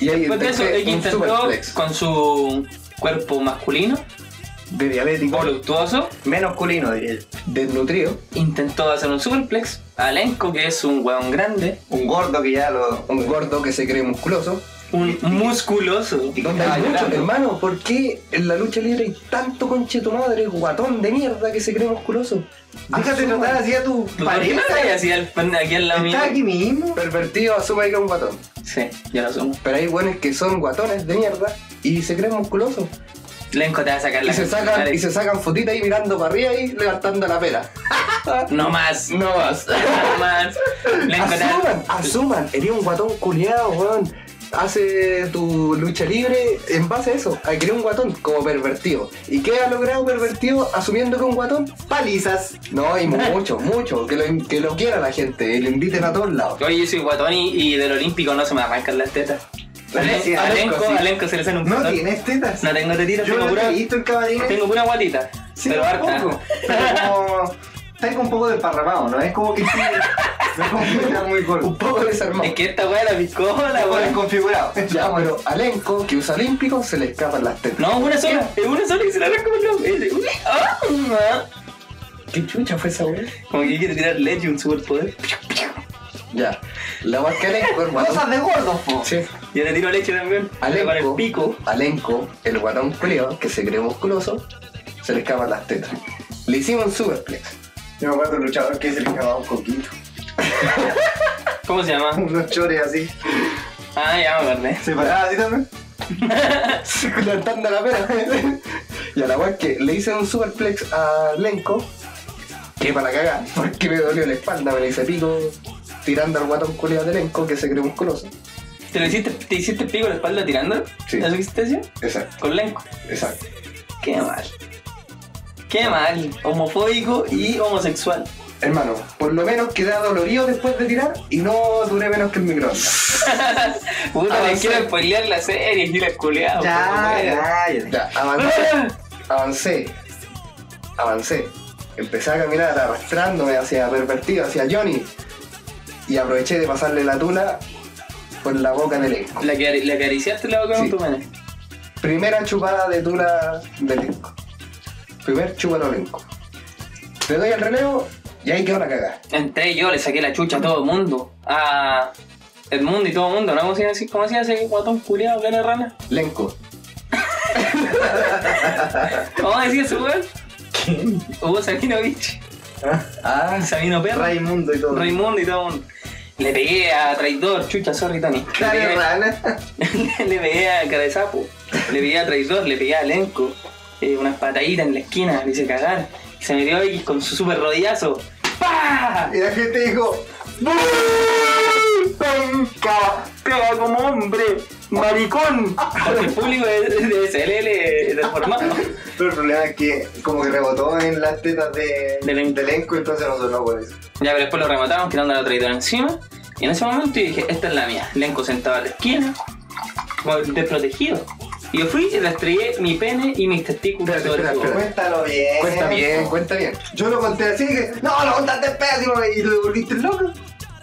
Speaker 3: Y ahí
Speaker 2: Después de eso,
Speaker 3: empecé
Speaker 2: X
Speaker 3: un
Speaker 2: intentó
Speaker 3: superplex
Speaker 2: con su cuerpo masculino,
Speaker 3: de diabético,
Speaker 2: voluptuoso,
Speaker 1: Menos culino, diría yo.
Speaker 3: desnutrido.
Speaker 2: intentó hacer un superplex a Lenko, que es un hueón grande,
Speaker 1: Un gordo que ya lo.
Speaker 3: Un gordo que se cree musculoso.
Speaker 2: un musculoso.
Speaker 3: Donde
Speaker 2: Ah,
Speaker 3: hay mucho,
Speaker 2: llorando.
Speaker 3: hermano, ¿por qué en la lucha libre hay tanto conche tu madre, guatón de mierda que se cree musculoso?
Speaker 1: Déjate
Speaker 3: Asuma.
Speaker 1: tratar así a tu
Speaker 2: ¿Tú ¿Por qué
Speaker 1: pareja.
Speaker 2: no estás así al aquí al lado mío?
Speaker 1: Está aquí mismo.
Speaker 3: Pervertido asume que es un guatón.
Speaker 2: Sí, ya lo somos.
Speaker 3: Pero hay buenos que son guatones de mierda y se creen musculosos.
Speaker 2: Lenko te va a sacar la
Speaker 3: Y se sacan,
Speaker 2: dale.
Speaker 3: y se sacan fotitas ahí mirando para arriba y levantando la pera.
Speaker 2: No más,
Speaker 3: No más.
Speaker 2: no más. Lenko te
Speaker 3: Asuman, asuman, eres un guatón culiado, weón. Hace tu lucha libre en base a eso, a que eres un guatón como pervertido. ¿Y qué ha logrado pervertido asumiendo que es un guatón?
Speaker 1: Palizas.
Speaker 3: No, y mucho, mucho. Que lo, que lo quiera la gente, y lo inviten a todos lados.
Speaker 2: Oye, yo soy guatón y, y del olímpico no se me arrancan las tetas. A Len-
Speaker 1: Sí,
Speaker 2: a
Speaker 1: a
Speaker 2: Lenko,
Speaker 1: Lenko, sí.
Speaker 2: a Lenko se le sale un
Speaker 1: No
Speaker 2: pezón.
Speaker 1: tienes tetas.
Speaker 2: No tengo tetitas,
Speaker 1: Yo
Speaker 2: tengo
Speaker 1: no te
Speaker 2: pura,
Speaker 1: he visto en camarines.
Speaker 2: tengo pura guatita.
Speaker 1: Sí,
Speaker 2: pero harta.
Speaker 1: tampoco. Pero como. Está como un poco desparramado, ¿no? Es como que sí. No es como que está muy
Speaker 3: Un
Speaker 1: gordo.
Speaker 3: poco desarmado.
Speaker 2: Es que esta weá era mi cola,
Speaker 1: Está
Speaker 2: weón.
Speaker 1: desconfigurado.
Speaker 3: Ya, pero al enco que usa olímpico se le escapan las tetas.
Speaker 2: No, una sola, es una sola y se la arranca por los meses. Uy, ah, ah.
Speaker 3: ¿Qué chucha fue esa weón?
Speaker 2: Como que quiere tirar leche, un superpoder.
Speaker 3: Ya. La marca Alenco, el
Speaker 1: Cosas
Speaker 3: guatón.
Speaker 1: de gordos, po.
Speaker 3: Sí.
Speaker 2: Y ahora tiro leche también. Pero Con el
Speaker 3: Alenco,
Speaker 2: pico.
Speaker 3: Alenco, el guatón culiado que se cree musculoso, se le escapan las tetas. Le hicimos un superplex.
Speaker 1: Yo me acuerdo de un luchador que se le acababa un coquito.
Speaker 2: ¿Cómo se llama?
Speaker 1: Unos chores así.
Speaker 2: Ah, ya me acordé.
Speaker 1: Se paraba así también.
Speaker 3: Levantando la pera. y a la weón que le hice un superplex a Lenco, que para cagar, porque me dolió la espalda, me la hice pico, tirando al guatón culiado de Lenco que se cree musculoso.
Speaker 2: ¿Te, lo hiciste, ¿Te hiciste pico en la espalda tirándolo?
Speaker 3: Sí.
Speaker 2: ¿Eso hiciste así?
Speaker 3: Exacto,
Speaker 2: Con lenco.
Speaker 3: exacto.
Speaker 2: Qué mal. Qué mal. Homofóbico y homosexual.
Speaker 3: Hermano, por lo menos quedé dolorido después de tirar y no duré menos que el microondas.
Speaker 2: Puta,
Speaker 3: Avancé.
Speaker 2: les quiero spoilear la serie, y la culiado.
Speaker 1: Ah, Ya, ya, ya.
Speaker 3: Ya, avancé, avancé, avancé. Empecé a caminar arrastrándome hacia pervertido, hacia Johnny. Y aproveché de pasarle la tula por la boca del elenco.
Speaker 2: La que, la acariciaste la boca con
Speaker 3: Sí.
Speaker 2: tu mano.
Speaker 3: Primera chupada de tula del elenco. Primer chupado elenco. Le doy el relevo y ahí quedó la cagada.
Speaker 2: Entré yo, le saqué la chucha a todo el mundo. A Edmundo y todo el mundo, ¿no? ¿Cómo se decía, cómo se ese guatón culiado que era rana?
Speaker 3: Lenco.
Speaker 2: ¿Cómo decía ese weón? Hugo Sabinovich,
Speaker 3: Ah,
Speaker 2: Sabino Perra,
Speaker 1: Raimundo y todo.
Speaker 2: Raimundo y todo el mundo. Le pegué a Traidor, chucha, sorry Tony. Le
Speaker 1: Dale,
Speaker 2: pegué-
Speaker 1: rana.
Speaker 2: le pegué a cara de sapo, le pegué a traidor, le pegué a Lenco, eh, unas pataditas en la esquina, le hice cagar, y se metió X con su super rodillazo. ¡Pah!
Speaker 1: Y la gente dijo. "¡Bú! ¡Penca!
Speaker 2: ¡Pega como hombre! ¡Maricón! Porque el público de, de SLL deformado.
Speaker 1: Pero el problema es que como que rebotó en las tetas de,
Speaker 2: De Lenco.
Speaker 1: de Lenco, entonces no sonó por eso.
Speaker 2: Ya, pero después lo rematamos tirando a la traidora encima. Y en ese momento yo dije, esta es la mía. Lenco sentado a la esquina, como desprotegido. Y yo fui y le estregué mi pene y mis testículos
Speaker 3: Espérate,
Speaker 2: sobre
Speaker 3: espérate,
Speaker 2: su boca.
Speaker 1: Cuéntalo bien.
Speaker 3: cuenta bien, cuenta bien.
Speaker 1: Yo lo conté así que. No, lo contaste pésimo y lo devolviste loco.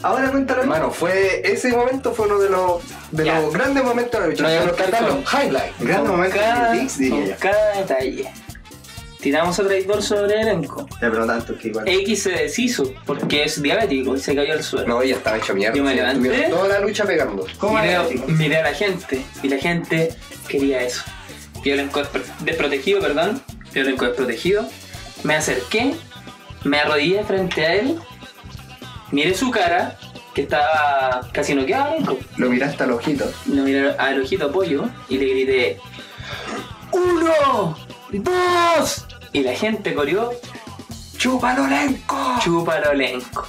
Speaker 1: Ahora cuéntalo bien.
Speaker 3: Hermano, fue ese momento fue uno de los de
Speaker 2: Ya.
Speaker 3: los grandes momentos de la lucha.
Speaker 2: Lo voy a
Speaker 3: Pero
Speaker 2: buscar
Speaker 3: cantarlo,
Speaker 2: con-
Speaker 3: highlight.
Speaker 1: Gran
Speaker 2: Con
Speaker 1: momento
Speaker 2: cada,
Speaker 1: de Dix, diría
Speaker 2: con
Speaker 1: yo.
Speaker 2: cada detalle. Tiramos a traidor sobre elenco.
Speaker 1: Ya, pero no tanto que igual.
Speaker 2: X se deshizo porque es diabético y se cayó al suelo.
Speaker 3: No, ya estaba hecho mierda.
Speaker 2: Yo me
Speaker 3: Sí,
Speaker 2: levanté.
Speaker 3: estuvieron toda la lucha pegando.
Speaker 1: ¿Cómo
Speaker 2: miré,
Speaker 1: era? chico?
Speaker 2: miré a la gente y la gente quería eso. Yo elenco despre- desprotegido, perdón. Yo elenco desprotegido. Me acerqué, me arrodillé frente a él, miré su cara, que estaba casi noqueado elenco.
Speaker 3: Lo miraste al ojito.
Speaker 2: Lo miré al ojito pollo y le grité ¡Uno! ¡Dos! Y la gente corrió
Speaker 3: ¡Chúpalo, Lenco!
Speaker 2: Chúpalo Lenco.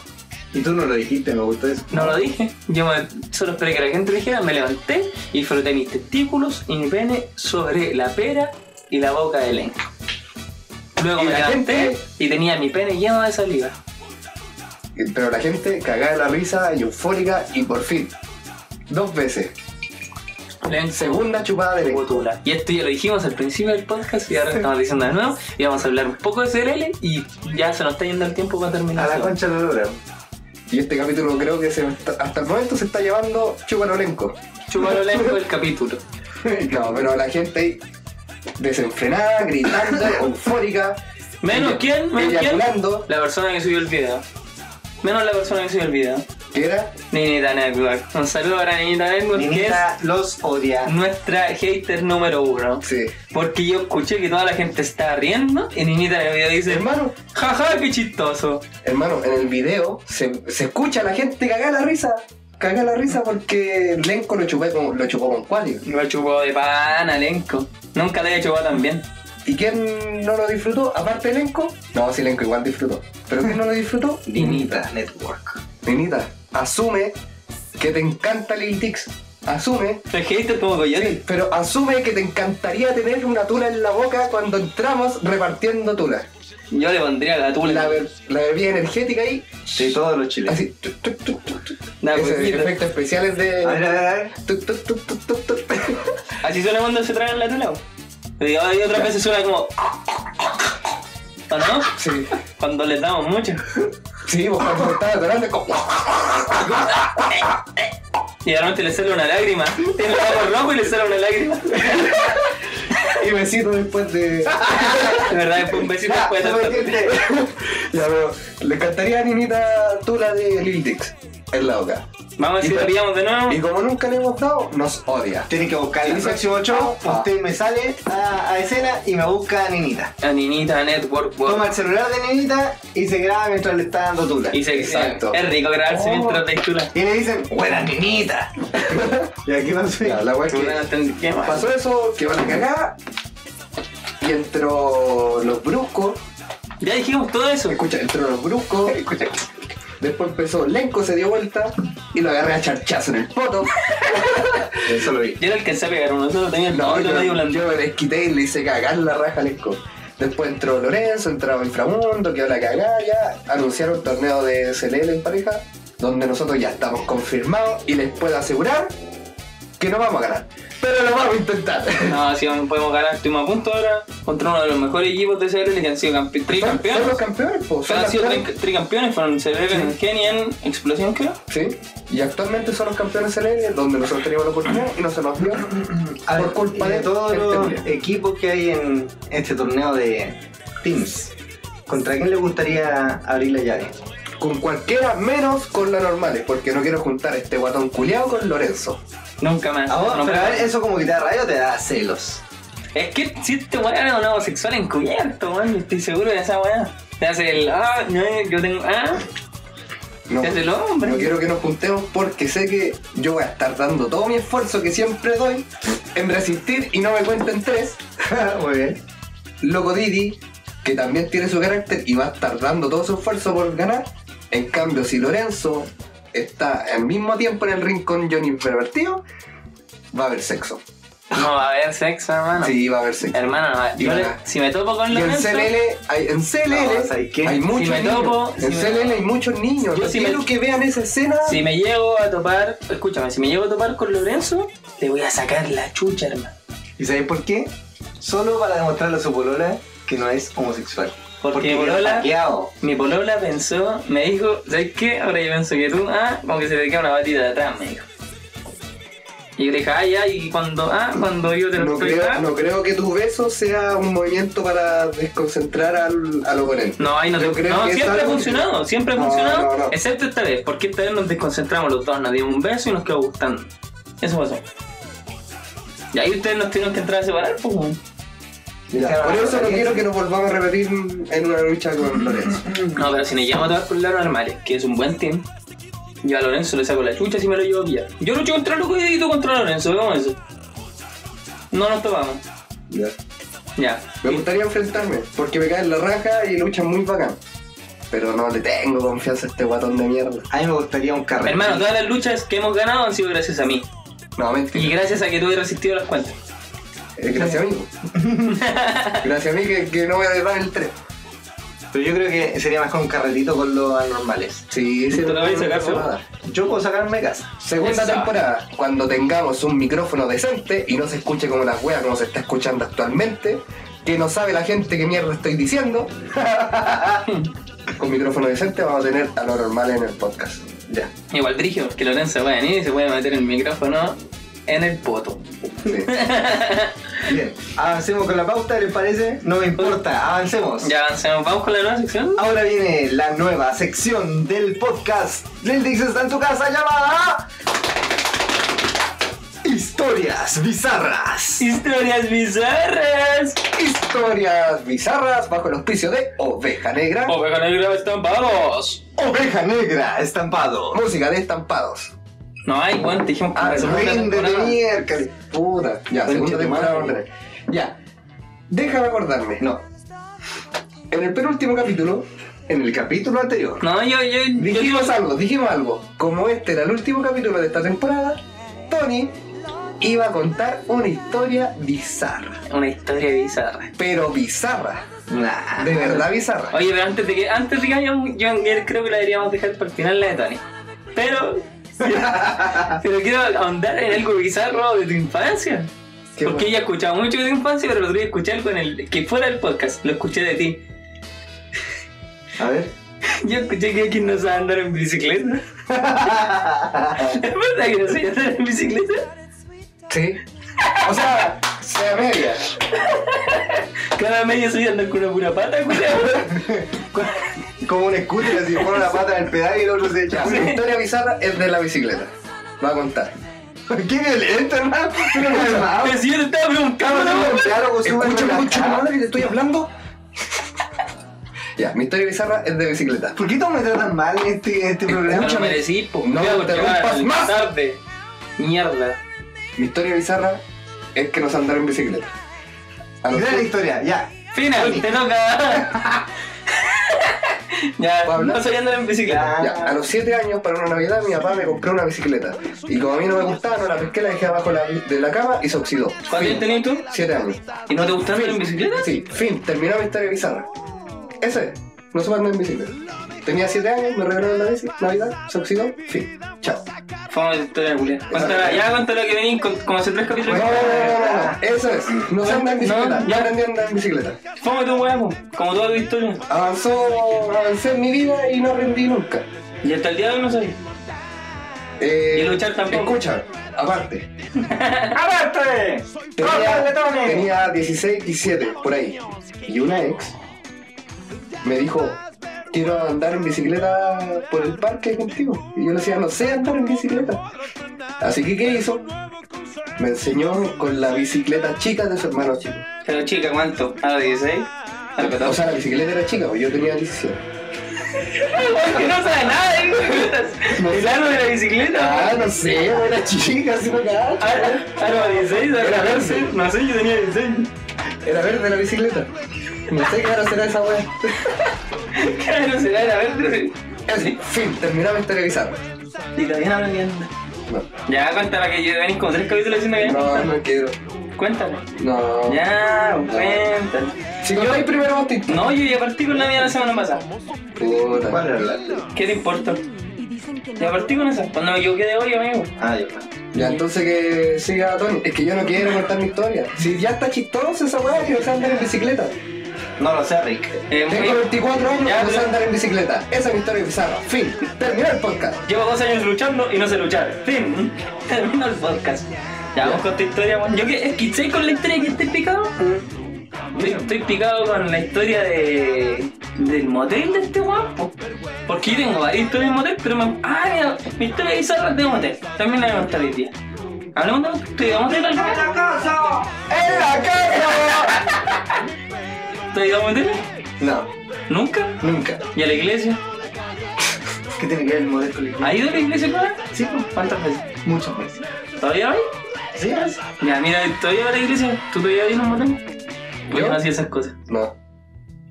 Speaker 1: Y tú no lo dijiste, me gustó eso.
Speaker 2: No lo dije, yo me- solo esperé que la gente lo dijera, me levanté y froté mis testículos y mi pene sobre la pera y la boca de Len. Luego
Speaker 3: ¿Y
Speaker 2: me
Speaker 3: la
Speaker 2: levanté
Speaker 3: gente?
Speaker 2: y tenía mi pene lleno de saliva.
Speaker 3: eh, Pero la gente cagada de la risa y eufórica y por fin. Dos veces.
Speaker 2: Len
Speaker 3: Segunda chupada de lengua.
Speaker 2: Botula. Y esto ya lo dijimos al principio del podcast y ahora estamos diciendo de nuevo y vamos a hablar un poco de CLL y ya se nos está yendo el tiempo para
Speaker 1: A
Speaker 2: terminar.
Speaker 1: la
Speaker 2: esto.
Speaker 1: concha de la lora.
Speaker 3: Y este capítulo creo que se me está- hasta el momento se está llevando chupanolenco.
Speaker 2: Chúpalo lento el capítulo.
Speaker 3: No, pero la gente ahí desenfrenada, gritando, eufórica,
Speaker 2: Menos
Speaker 3: ella-
Speaker 2: quién, menos quién.
Speaker 3: eyaculando,
Speaker 2: La persona que subió el video. Menos la persona que subió el video.
Speaker 3: que era
Speaker 2: Ninita Network. Un saludo para Ninita Network que es
Speaker 1: Ninita los odia.
Speaker 2: nuestra hater número uno.
Speaker 3: Sí.
Speaker 2: Porque yo escuché que toda la gente estaba riendo y Ninita en el video dice,
Speaker 3: Hermano,
Speaker 2: jaja, qué chistoso.
Speaker 3: hermano, en el video se, se escucha a la gente cagar la risa. Cagar la risa porque Lenco lo, chupé con, lo chupó con Quadio.
Speaker 2: Lo chupó de pan, Alenco. Nunca le había chupado tan bien.
Speaker 3: ¿Y quién no lo disfrutó? Aparte de Lenco. No, sí, Lenco igual disfrutó. ¿Pero quién no lo disfrutó?
Speaker 1: Ninita Network.
Speaker 3: Nenita, asume que te encanta Lil Dix. Asume
Speaker 2: El hater como coyote.
Speaker 3: Pero asume que te encantaría tener una tula en la boca cuando entramos repartiendo tula.
Speaker 2: Yo le pondría la tula.
Speaker 3: La, be- la bebida energética ahí,
Speaker 1: De todos los chilenos.
Speaker 3: así. tuc, tuc, tuc, tuc, tuc.
Speaker 2: La
Speaker 3: Esos
Speaker 2: cuequita.
Speaker 3: efectos especiales de.
Speaker 1: pues, A ver, a ver, a ver.
Speaker 3: tuc, tuc, tuc, tuc, tuc, tuc.
Speaker 2: Así suena cuando se tragan la tula. Y y otras veces suena como... ¿O no?
Speaker 3: Sí,
Speaker 2: Cuando le damos mucho.
Speaker 3: sí, vos cuando estaba atorando, como.
Speaker 2: Y de repente le sale una lágrima. Tiene el ojo rojo y le sale una lágrima.
Speaker 3: Y besito después de.
Speaker 2: De verdad, después un besito después de tanto-
Speaker 3: ya, pero le encantaría a Ninita tula de Lil Dix en la boca.
Speaker 2: Vamos a ver si
Speaker 3: Y-
Speaker 2: lo pillamos de nuevo.
Speaker 3: Y como nunca le hemos dado, nos odia.
Speaker 1: Tienen que buscar el
Speaker 3: Sí.
Speaker 1: próximo show.
Speaker 3: Ah.
Speaker 1: Usted me sale a, a escena y me busca a Ninita.
Speaker 2: A Ninita Network. wow.
Speaker 1: Toma el celular de Nenita y se graba mientras le está dando tula.
Speaker 2: Y se
Speaker 3: Exacto.
Speaker 2: Es rico grabarse
Speaker 3: Oh.
Speaker 2: mientras te tula.
Speaker 1: Y le dicen, buena Nenita. y aquí no sé.
Speaker 3: Ya, la wea es
Speaker 2: Que
Speaker 3: que-
Speaker 2: uno no entendí- ¿Qué más?
Speaker 3: Pasó eso, que van a cagar. Y entró los bruscos.
Speaker 2: Ya dijimos todo eso.
Speaker 3: Escucha, entró los bruscos. Después empezó Lenco, se dio vuelta y lo agarré a charchazo en el poto.
Speaker 1: Eso lo vi.
Speaker 2: Yo no alcancé a pegar uno, solo tenía el
Speaker 3: No,
Speaker 2: poquito medio
Speaker 3: yo,
Speaker 2: blandito.
Speaker 3: yo me desquité y le hice cagar la raja a Lenco. Después entró Lorenzo, entraba Inframundo, quedó la cagada ya. Anunciaron torneo de CLL en pareja, donde nosotros ya estamos confirmados y les puedo asegurar que no vamos a ganar. Pero lo vamos a intentar.
Speaker 2: No, si aún podemos ganar, estuvimos a punto ahora contra uno de los mejores equipos de CRL que han sido campe-
Speaker 3: Son, son los
Speaker 2: tricampeones.
Speaker 3: campeones, Ah, po, son
Speaker 2: Han
Speaker 3: las
Speaker 2: sido
Speaker 3: tres-
Speaker 2: tri- tricampeones, fueron CRL en Geni en Explosión, creo.
Speaker 3: Sí, y actualmente son los campeones CLL donde nosotros teníamos la oportunidad y no se nos dio
Speaker 1: A eh,
Speaker 3: por culpa de
Speaker 1: todos
Speaker 3: este
Speaker 1: los
Speaker 3: día.
Speaker 1: equipos que hay en este torneo de Teams. ¿Contra quién le gustaría abrir la llave?
Speaker 3: Con cualquiera menos con la normales, porque no quiero juntar a este guatón culiado con Lorenzo.
Speaker 2: Nunca más.
Speaker 3: Ah,
Speaker 1: A vos,
Speaker 2: Ah, No,
Speaker 1: Ah, pero a
Speaker 2: pero-
Speaker 1: ver, eso como que te da rabia o te da celos.
Speaker 2: Es que si este weón era un homosexual encubierto, weón, yo estoy seguro de esa weá. Te hace el ah, no, yo tengo ah,
Speaker 3: No,
Speaker 2: te hace el hombre.
Speaker 3: no quiero que nos juntemos porque sé que yo voy a estar dando todo mi esfuerzo que siempre doy en resistir y no me cuenten tres.
Speaker 1: Muy bien.
Speaker 3: Loco Didi, que también tiene su carácter y va a estar dando todo su esfuerzo por ganar. En cambio, si Lorenzo está al mismo tiempo en el ring con Johnny Pervertido, va a haber sexo.
Speaker 2: No va a haber sexo, hermano.
Speaker 3: Sí, va a haber sexo.
Speaker 2: Hermano, no, va- yo
Speaker 3: Y
Speaker 2: le-
Speaker 3: nada.
Speaker 2: si me topo con
Speaker 3: Y en
Speaker 2: Lorenzo,
Speaker 3: CLL hay, en
Speaker 1: No,
Speaker 3: CLL
Speaker 1: ¿sabes qué?
Speaker 3: hay
Speaker 1: Si
Speaker 3: muchos
Speaker 2: me
Speaker 3: niños.
Speaker 2: topo, si
Speaker 3: en
Speaker 2: me-
Speaker 3: CLL hay muchos niños.
Speaker 2: Yo
Speaker 3: Yo
Speaker 2: si me-
Speaker 3: quiero que vean esa escena.
Speaker 2: si me llego a topar, escúchame, si me llego a topar con Lorenzo, le voy a sacar la chucha, hermano.
Speaker 1: ¿Y sabes por qué? Solo para demostrarle a su polola que no es homosexual.
Speaker 2: Porque
Speaker 1: queda
Speaker 2: polola-
Speaker 1: paqueado.
Speaker 2: Mi polola pensó, me dijo, ¿sabes qué? Ahora yo pienso que tú, ah, como que se te queda una batida de atrás, me dijo. Y yo le dije, ah, ya, y cuando, ah, cuando yo te lo
Speaker 3: No
Speaker 2: estoy ah,
Speaker 3: creo, no creo que tu beso sea un movimiento para desconcentrar al, al oponente.
Speaker 2: No, ahí no,
Speaker 3: Yo
Speaker 2: te-
Speaker 3: creo
Speaker 2: no,
Speaker 3: que es
Speaker 2: siempre ha
Speaker 3: algo que-
Speaker 2: funcionado, siempre ha
Speaker 3: No,
Speaker 2: funcionado,
Speaker 3: no, no.
Speaker 2: excepto esta vez, porque esta vez nos desconcentramos los dos, nos dimos un beso y nos quedó gustando. Eso pasó. Y ahí ustedes nos tuvieron que entrar a separar, pues. weón.
Speaker 3: Ya, Por eso no quiero que nos volvamos a repetir en una lucha con Lorenzo.
Speaker 2: No, pero si nos llevamos a tocar con Laro Armales, que es un buen team, yo a Lorenzo le saco la chucha si me lo llevo a pillar. Yo lucho contra Luco y tú contra Lorenzo, veamos eso. No nos topamos.
Speaker 3: Ya.
Speaker 2: Ya.
Speaker 3: Me gustaría enfrentarme, porque me caen la raja y luchan muy bacán. Pero no le tengo confianza a este guatón de mierda.
Speaker 1: A mí me gustaría un carrete.
Speaker 2: Hermano, todas las luchas que hemos ganado han sido gracias a mí.
Speaker 3: No, mentira.
Speaker 2: Y gracias a que tú has resistido las cuentas.
Speaker 3: Eh, gracias a mí. gracias a mí que, que no voy a derramar el 3.
Speaker 1: Pero yo creo que sería mejor un carretito con los anormales.
Speaker 3: Sí, sí,
Speaker 2: ¿Tú lo vas a sacar,
Speaker 3: no pasa
Speaker 2: no?
Speaker 3: nada.
Speaker 1: Yo puedo sacarme casa.
Speaker 3: Segunda
Speaker 2: Exacto.
Speaker 3: temporada, cuando tengamos un micrófono decente y no se escuche como la wea como se está escuchando actualmente, que no sabe la gente qué mierda estoy diciendo. Con micrófono decente vamos a tener a lo normal en el podcast.
Speaker 1: Ya.
Speaker 2: Igual brigio, porque Lorenzo puede venir y se puede meter el micrófono en el poto.
Speaker 3: Sí.
Speaker 1: Bien. Avancemos con la pauta, ¿les parece? No me importa, avancemos.
Speaker 2: Ya avancemos, vamos con la nueva sección.
Speaker 1: Ahora viene la nueva sección del podcast. Del Dix está en tu casa llamada. Historias bizarras.
Speaker 2: Historias bizarras.
Speaker 3: Historias bizarras bajo el auspicio de Oveja Negra,
Speaker 2: Oveja negra estampados.
Speaker 1: Oveja negra estampado.
Speaker 3: música de estampados.
Speaker 2: No hay, bueno, te dijimos que
Speaker 1: Ah,
Speaker 2: empezamos la
Speaker 1: rinde de
Speaker 2: temporada.
Speaker 1: miércoles.
Speaker 3: Puta, ya,
Speaker 1: Concha
Speaker 3: segunda
Speaker 1: tu
Speaker 3: temporada.
Speaker 1: madre.
Speaker 3: vamos a tener. Ya, déjame acordarme.
Speaker 1: No,
Speaker 3: En el penúltimo capítulo,
Speaker 1: en el capítulo anterior.
Speaker 2: No, yo, yo, yo digo,
Speaker 3: Dijimos algo, dijimos algo. Como este era el último capítulo de esta temporada, Tony iba a contar una historia bizarra.
Speaker 2: una historia bizarra.
Speaker 3: Pero bizarra.
Speaker 1: Nah.
Speaker 3: De verdad bizarra.
Speaker 2: Oye, pero antes de que, antes de que haya un- yo, yo creo que la deberíamos dejar para el final la de Tony. Pero, pero quiero ahondar en algo bizarro de tu infancia.
Speaker 3: Qué
Speaker 2: Porque ella escuchaba mucho de tu infancia, pero lo quería escuchar con el que fuera el podcast. Lo escuché de ti.
Speaker 1: A ver.
Speaker 2: Yo escuché que aquí no sabe andar en bicicleta. ¿Es verdad que no sabe andar en bicicleta?
Speaker 3: Sí. O sea, sea media.
Speaker 2: Cada media soy andar con una pura pata, culiao.
Speaker 1: Como un scooter, así pone la pata en el pedal y el otro se echa.
Speaker 3: Una historia bizarra es de la bicicleta. Va a contar.
Speaker 1: ¡Qué violento, hermano! Tú no me mames.
Speaker 2: Pero si yo te estaba preguntando,
Speaker 1: Estamos
Speaker 2: ¿no?
Speaker 1: haciendo un diálogo súper
Speaker 3: Escucha, escucha,
Speaker 1: relajado.
Speaker 3: madre, te estoy hablando. Ya, mi historia bizarra es de bicicleta.
Speaker 1: ¿Por qué todos me tratan mal en este, en este programa?
Speaker 2: No lo merecí, po,
Speaker 3: No
Speaker 2: culiao,
Speaker 3: te
Speaker 2: te va
Speaker 3: rompas
Speaker 2: a-
Speaker 3: más.
Speaker 2: tarde. Mierda.
Speaker 3: Mi historia bizarra es que no sé andar en bicicleta. A los
Speaker 1: Gran
Speaker 3: tres-
Speaker 1: historia, ya.
Speaker 2: Final, te toca. ya,
Speaker 3: ¿Puedo hablar?
Speaker 2: no sabía andar en bicicleta.
Speaker 3: Ya, a los 7 años, para una Navidad, mi papá me compró una bicicleta. Y como a mí no me gustaba, no la pesqué, la dejé abajo la- de la cama y se oxidó.
Speaker 2: ¿Cuántos
Speaker 3: Fin.
Speaker 2: años tenías tú?
Speaker 3: Siete años.
Speaker 2: ¿Y no te gustaba andar en
Speaker 3: Fin.
Speaker 2: bicicleta?
Speaker 3: Sí, fin, terminó mi historia bizarra. Ese, no supe andar en bicicleta. Tenía 7 años, me regalaron la bici, Navidad, se oxidó, fin, chao.
Speaker 2: Fue una historia, culiao. Cuéntala, ya cuéntala que venís con- como hace tres
Speaker 3: No,
Speaker 2: capítulos.
Speaker 3: no, no, no, no, eso es, no sé andar en bicicleta,
Speaker 2: No,
Speaker 3: ya
Speaker 2: ya.
Speaker 3: aprendí a andar en bicicleta.
Speaker 2: Fome tu huevo, pues. como toda tu historia.
Speaker 3: Avanzó, avancé en mi vida y no rendí nunca.
Speaker 2: Y hasta el día de hoy no sabía.
Speaker 3: Eh,
Speaker 2: Y luchar tampoco.
Speaker 3: Escucha, aparte,
Speaker 2: ¡Aparte!
Speaker 3: tenía, tenía 16, 17, por ahí. Y una ex me dijo, quiero andar en bicicleta por el parque contigo. Y yo le decía, no sé andar en bicicleta. Así que, ¿qué hizo? Me enseñó con la bicicleta chica de su hermano chico.
Speaker 2: Pero chica, ¿cuánto? ¿A los 16? ¿A los
Speaker 3: O
Speaker 2: 14?
Speaker 3: sea, la bicicleta era chica, pues yo tenía 17.
Speaker 2: que no sabe nada, hijo de putas. El ano de la bicicleta.
Speaker 3: Ah, no sé, era chica, así no cacho.
Speaker 2: A a los 16, a los
Speaker 3: Era
Speaker 2: 14.
Speaker 3: verde.
Speaker 2: No sé, yo tenía 16.
Speaker 3: Era verde la bicicleta. No sé qué ahora será esa wea.
Speaker 2: Claro, no será, era verde.
Speaker 3: En fin, terminaba historia bizarra.
Speaker 2: Y todavía no aprendiendo.
Speaker 3: No,
Speaker 2: Ya, cuéntala que yo venís como tres capítulos diciendo que
Speaker 3: no, no quiero.
Speaker 2: Cuéntala.
Speaker 3: No.
Speaker 2: Ya, cuéntala.
Speaker 3: Si yo ahí primero vos te-
Speaker 2: No, yo ya partí con la mía la semana pasada.
Speaker 3: Puta.
Speaker 1: ¿Cuál era la?
Speaker 2: ¿Qué te importa? Ya partí con esa. Pues Cuando me equivoqué de hoy, amigo.
Speaker 1: Ah, yo.
Speaker 3: Ya, entonces que siga Tony. Es que yo no quiero contar mi historia. Si ya está chistosa esa weá, que no sé andar en bicicleta.
Speaker 1: No lo sé, Rick.
Speaker 2: Eh,
Speaker 3: Tengo
Speaker 2: muy...
Speaker 3: 24 años
Speaker 2: Ya,
Speaker 3: y no sé
Speaker 2: pero-
Speaker 3: andar en bicicleta. Esa es mi historia bizarra. Fin. Terminó el podcast.
Speaker 2: Llevo dos años luchando y no sé luchar. Fin. Termino el podcast. Ya, vamos con tu historia, Juan. Yo que es que ¿sabes con la historia que estoy picado.
Speaker 3: Mm.
Speaker 2: Estoy, estoy picado con la historia de. del motel de este guapo. Porque yo tengo varias historias de motel, pero me. Ah, mira, mi historia bizarra es de motel. También la voy a contar hoy día. Hablemos de motel. ¿Estoy de motel al
Speaker 3: ¡En la casa!
Speaker 2: ¿Estoy de motel?
Speaker 3: No,
Speaker 2: ¿Nunca?
Speaker 3: nunca.
Speaker 2: ¿Y a la iglesia?
Speaker 1: ¿Qué tiene que ver el modelo con el
Speaker 2: ¿Ha ido a la iglesia, Juan?
Speaker 1: Sí, pues,
Speaker 2: ¿Cuántas veces?
Speaker 1: muchas veces.
Speaker 2: ¿Todavía hoy?
Speaker 1: ¿Sí? pues.
Speaker 2: Ya, mira, estoy a la iglesia. ¿Tú todavía vienes a un motel? Pues
Speaker 3: ¿Yo?
Speaker 2: yo no hacía esas cosas.
Speaker 3: No,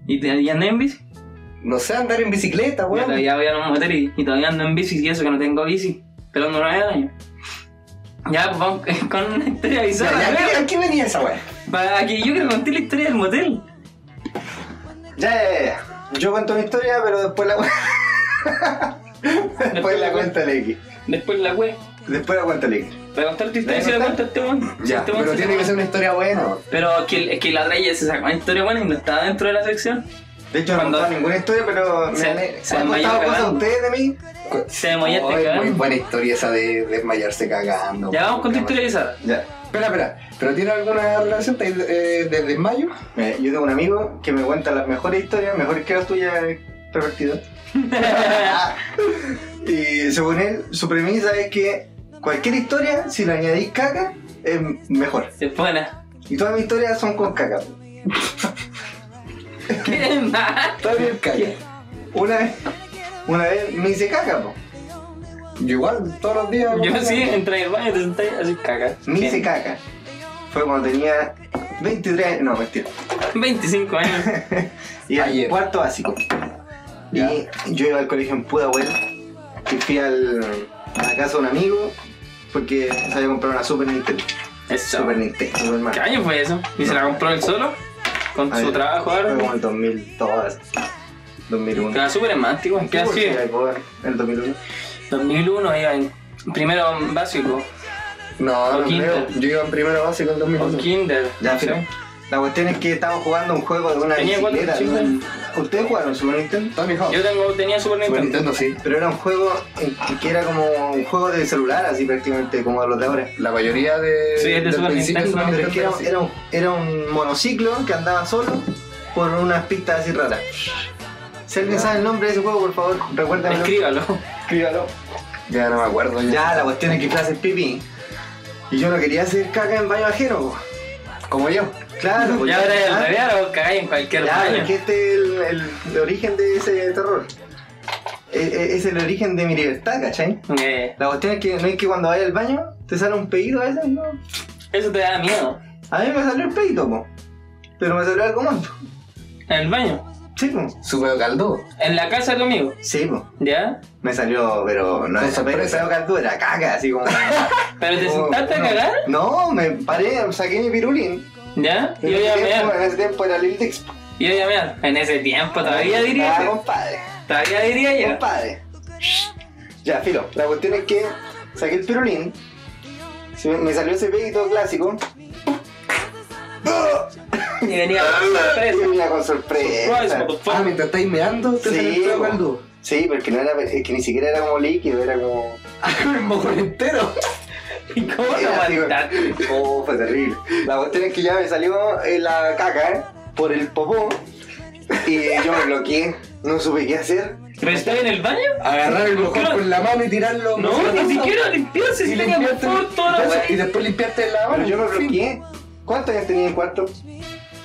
Speaker 2: ¿Y, te, y andé en bici?
Speaker 3: No sé, andar en bicicleta,
Speaker 2: Yo
Speaker 3: weón.
Speaker 2: todavía voy a un motel y, y todavía ando en bici y eso que no tengo bici. Pelando nueve años. Ya, pues vamos con la historia
Speaker 3: Ya,
Speaker 2: bizarra.
Speaker 3: ya,
Speaker 2: weón.
Speaker 3: ¿qué- ¿A qué venía esa weá?
Speaker 2: Para que yo quiero contar la historia del motel.
Speaker 1: Ya, ya, ya. Yo cuento mi historia, pero después la Después la cuenta el X.
Speaker 2: Después la web.
Speaker 1: Después la cuenta el X.
Speaker 2: Para contar tu historia
Speaker 1: ¿La
Speaker 2: si la
Speaker 1: contar?
Speaker 2: cuentas este weón. Si
Speaker 3: Ya,
Speaker 2: este weón
Speaker 3: pero
Speaker 2: se
Speaker 3: tiene
Speaker 2: llama-
Speaker 3: que ser una historia buena.
Speaker 2: Pero es que, es que la Reyes se sacó una historia buena y no estaba dentro de la sección.
Speaker 1: De hecho, no he
Speaker 2: Cuando-
Speaker 1: contado ninguna historia, pero me
Speaker 2: Se-
Speaker 1: han-
Speaker 2: se
Speaker 1: ¿han
Speaker 2: desmayó
Speaker 1: contado cosas
Speaker 2: cagando.
Speaker 1: ustedes de mí?
Speaker 2: Se desmayaste
Speaker 3: Ay,
Speaker 2: cagando.
Speaker 3: Muy buena historia esa de desmayarse cagando.
Speaker 2: Ya vamos con tu
Speaker 3: Puta
Speaker 2: historia bizarra.
Speaker 1: Ya.
Speaker 3: madre. Espera, espera. ¿Pero tiene alguna relación de, eh, de desmayo?
Speaker 1: Mira, yo tengo un amigo que me cuenta las mejores historias, mejores que las tuyas, eh, pervertido. y según él, su premisa es que cualquier historia, si le añadís caca, es mejor.
Speaker 2: Es buena.
Speaker 1: Y todas mis historias son con caca.
Speaker 2: ¿Qué más?
Speaker 3: Está bien, caca.
Speaker 1: Una vez, una vez me hice caca, po.
Speaker 3: Yo igual, todos los días.
Speaker 2: Yo
Speaker 3: weón.
Speaker 2: sí, entré al baño, te senté así caca.
Speaker 1: Me hice
Speaker 2: Bien.
Speaker 1: caca. Fue cuando tenía 23, no, mentira.
Speaker 2: 25 años.
Speaker 1: Y
Speaker 3: Ayer.
Speaker 1: al cuarto básico.
Speaker 3: Ya.
Speaker 1: Y yo iba al colegio en puta buena. Y fui al, a la casa de un amigo porque se había comprado una Super Nintendo.
Speaker 2: Eso.
Speaker 1: Super Nintendo, Super
Speaker 2: ¿Qué
Speaker 1: Mario.
Speaker 2: año fue eso? ¿Y se la compró él solo? Con
Speaker 1: A
Speaker 2: su
Speaker 1: ver,
Speaker 2: trabajo
Speaker 1: Fue
Speaker 2: ahora.
Speaker 1: como el 2002, 2001.
Speaker 2: Estaba súper en más, tío. ¿Qué
Speaker 1: Sí,
Speaker 2: hacía?
Speaker 1: ahí, pues, En el 2001.
Speaker 2: 2001 iba en primero básico.
Speaker 3: No,
Speaker 2: O
Speaker 3: no creo.
Speaker 2: kinder.
Speaker 3: Yo iba en primero básico en
Speaker 2: O
Speaker 3: 2011.
Speaker 2: kinder.
Speaker 1: Ya,
Speaker 2: no sé.
Speaker 1: pero la cuestión es que estaba jugando un juego de una
Speaker 2: Tenía cuatro
Speaker 1: bicicleta.
Speaker 2: chicos.
Speaker 1: ¿no? ¿Ustedes jugaron Super Nintendo?
Speaker 3: Tony Hawk.
Speaker 2: Yo tengo, tenía Super
Speaker 3: Super
Speaker 2: Nintendo.
Speaker 3: Nintendo, sí.
Speaker 1: Pero era un juego en- que era como un juego de celular, así prácticamente, como los de ahora.
Speaker 3: La mayoría de.
Speaker 2: Sí, es de
Speaker 3: del
Speaker 2: Super
Speaker 3: principio
Speaker 2: Nintendo,
Speaker 3: Super
Speaker 1: Pero es que era,
Speaker 3: Nintendo, sí.
Speaker 1: era un, era un monociclo que andaba solo por unas pistas así raras. Si alguien sabe el nombre de ese juego, por favor, recuérdamelo.
Speaker 2: Escríbalo.
Speaker 1: Escríbalo.
Speaker 3: Ya no me acuerdo. ya.
Speaker 1: Ya, la cuestión es que fui a hacer pipí. Y yo no quería hacer caca en baño ajeno, po.
Speaker 3: Como yo.
Speaker 1: Claro, po,
Speaker 2: Ya ahora el
Speaker 1: ya.
Speaker 2: reviar o cagáis en cualquier
Speaker 1: Ya,
Speaker 2: baño.
Speaker 1: es que este es el, el- el origen de ese terror. E- e- Es, el origen de mi libertad, ¿cachai?
Speaker 2: Eh,
Speaker 1: La cuestión es que no es que cuando vayas al baño te sale un pedido a veces, no.
Speaker 2: eso te da miedo.
Speaker 1: A mí me salió el pedito, po. Pero me salió algo más.
Speaker 2: En el baño.
Speaker 1: Sí, po.
Speaker 3: Super caldo.
Speaker 2: En la casa de tu amigo.
Speaker 1: Sí, po.
Speaker 2: ¿Ya?
Speaker 1: Me salió, pero no
Speaker 3: Con
Speaker 1: era
Speaker 3: sorpresa.
Speaker 1: sorpresa, pero era caca, así como.
Speaker 2: ¿Pero te
Speaker 1: como-
Speaker 2: sentaste a cagar?
Speaker 1: Oh, No, me paré, saqué mi pirulín.
Speaker 2: ¿Ya?
Speaker 1: En
Speaker 2: Y voy
Speaker 1: ese
Speaker 2: a
Speaker 1: tiempo-
Speaker 2: mear.
Speaker 1: en ese tiempo era Lil Dix.
Speaker 2: Y voy a mear. En ese tiempo todavía diría.
Speaker 1: Ah,
Speaker 2: yo.
Speaker 1: compadre.
Speaker 2: Todavía diría ya.
Speaker 1: Compadre. Ya, filo. La cuestión es que saqué el pirulín. se me, me salió ese pedito clásico.
Speaker 2: Y venía la
Speaker 1: Y
Speaker 2: sorpresa.
Speaker 1: mira con sorpresa.
Speaker 2: Surprise,
Speaker 3: Ah, mientras estáis meando, te
Speaker 1: Sí,
Speaker 3: sale el pelo
Speaker 1: po.
Speaker 3: caldo.
Speaker 1: Sí, porque no era, es que ni siquiera era como líquido, era como.
Speaker 3: Ah, El mojón entero.
Speaker 2: ¿Y cómo lo
Speaker 1: Era así,
Speaker 2: aguantaste?
Speaker 1: Oh, fue terrible. La cuestión es que ya me salió eh, la caca ¿eh? por el popó y yo me bloqueé, no supe qué hacer.
Speaker 2: ¿Pero estaba en el baño?
Speaker 3: Agarrar el mojón
Speaker 2: Claro.
Speaker 3: con la mano y tirarlo.
Speaker 2: No, ni siquiera limpiarse.
Speaker 3: Y
Speaker 2: Si tenía
Speaker 3: limpiarte-
Speaker 2: por toda la
Speaker 3: y
Speaker 2: wea.
Speaker 3: después limpiarte la mano.
Speaker 1: Pero yo me
Speaker 3: Sí.
Speaker 1: bloqueé. ¿Cuántos años tenía en cuarto?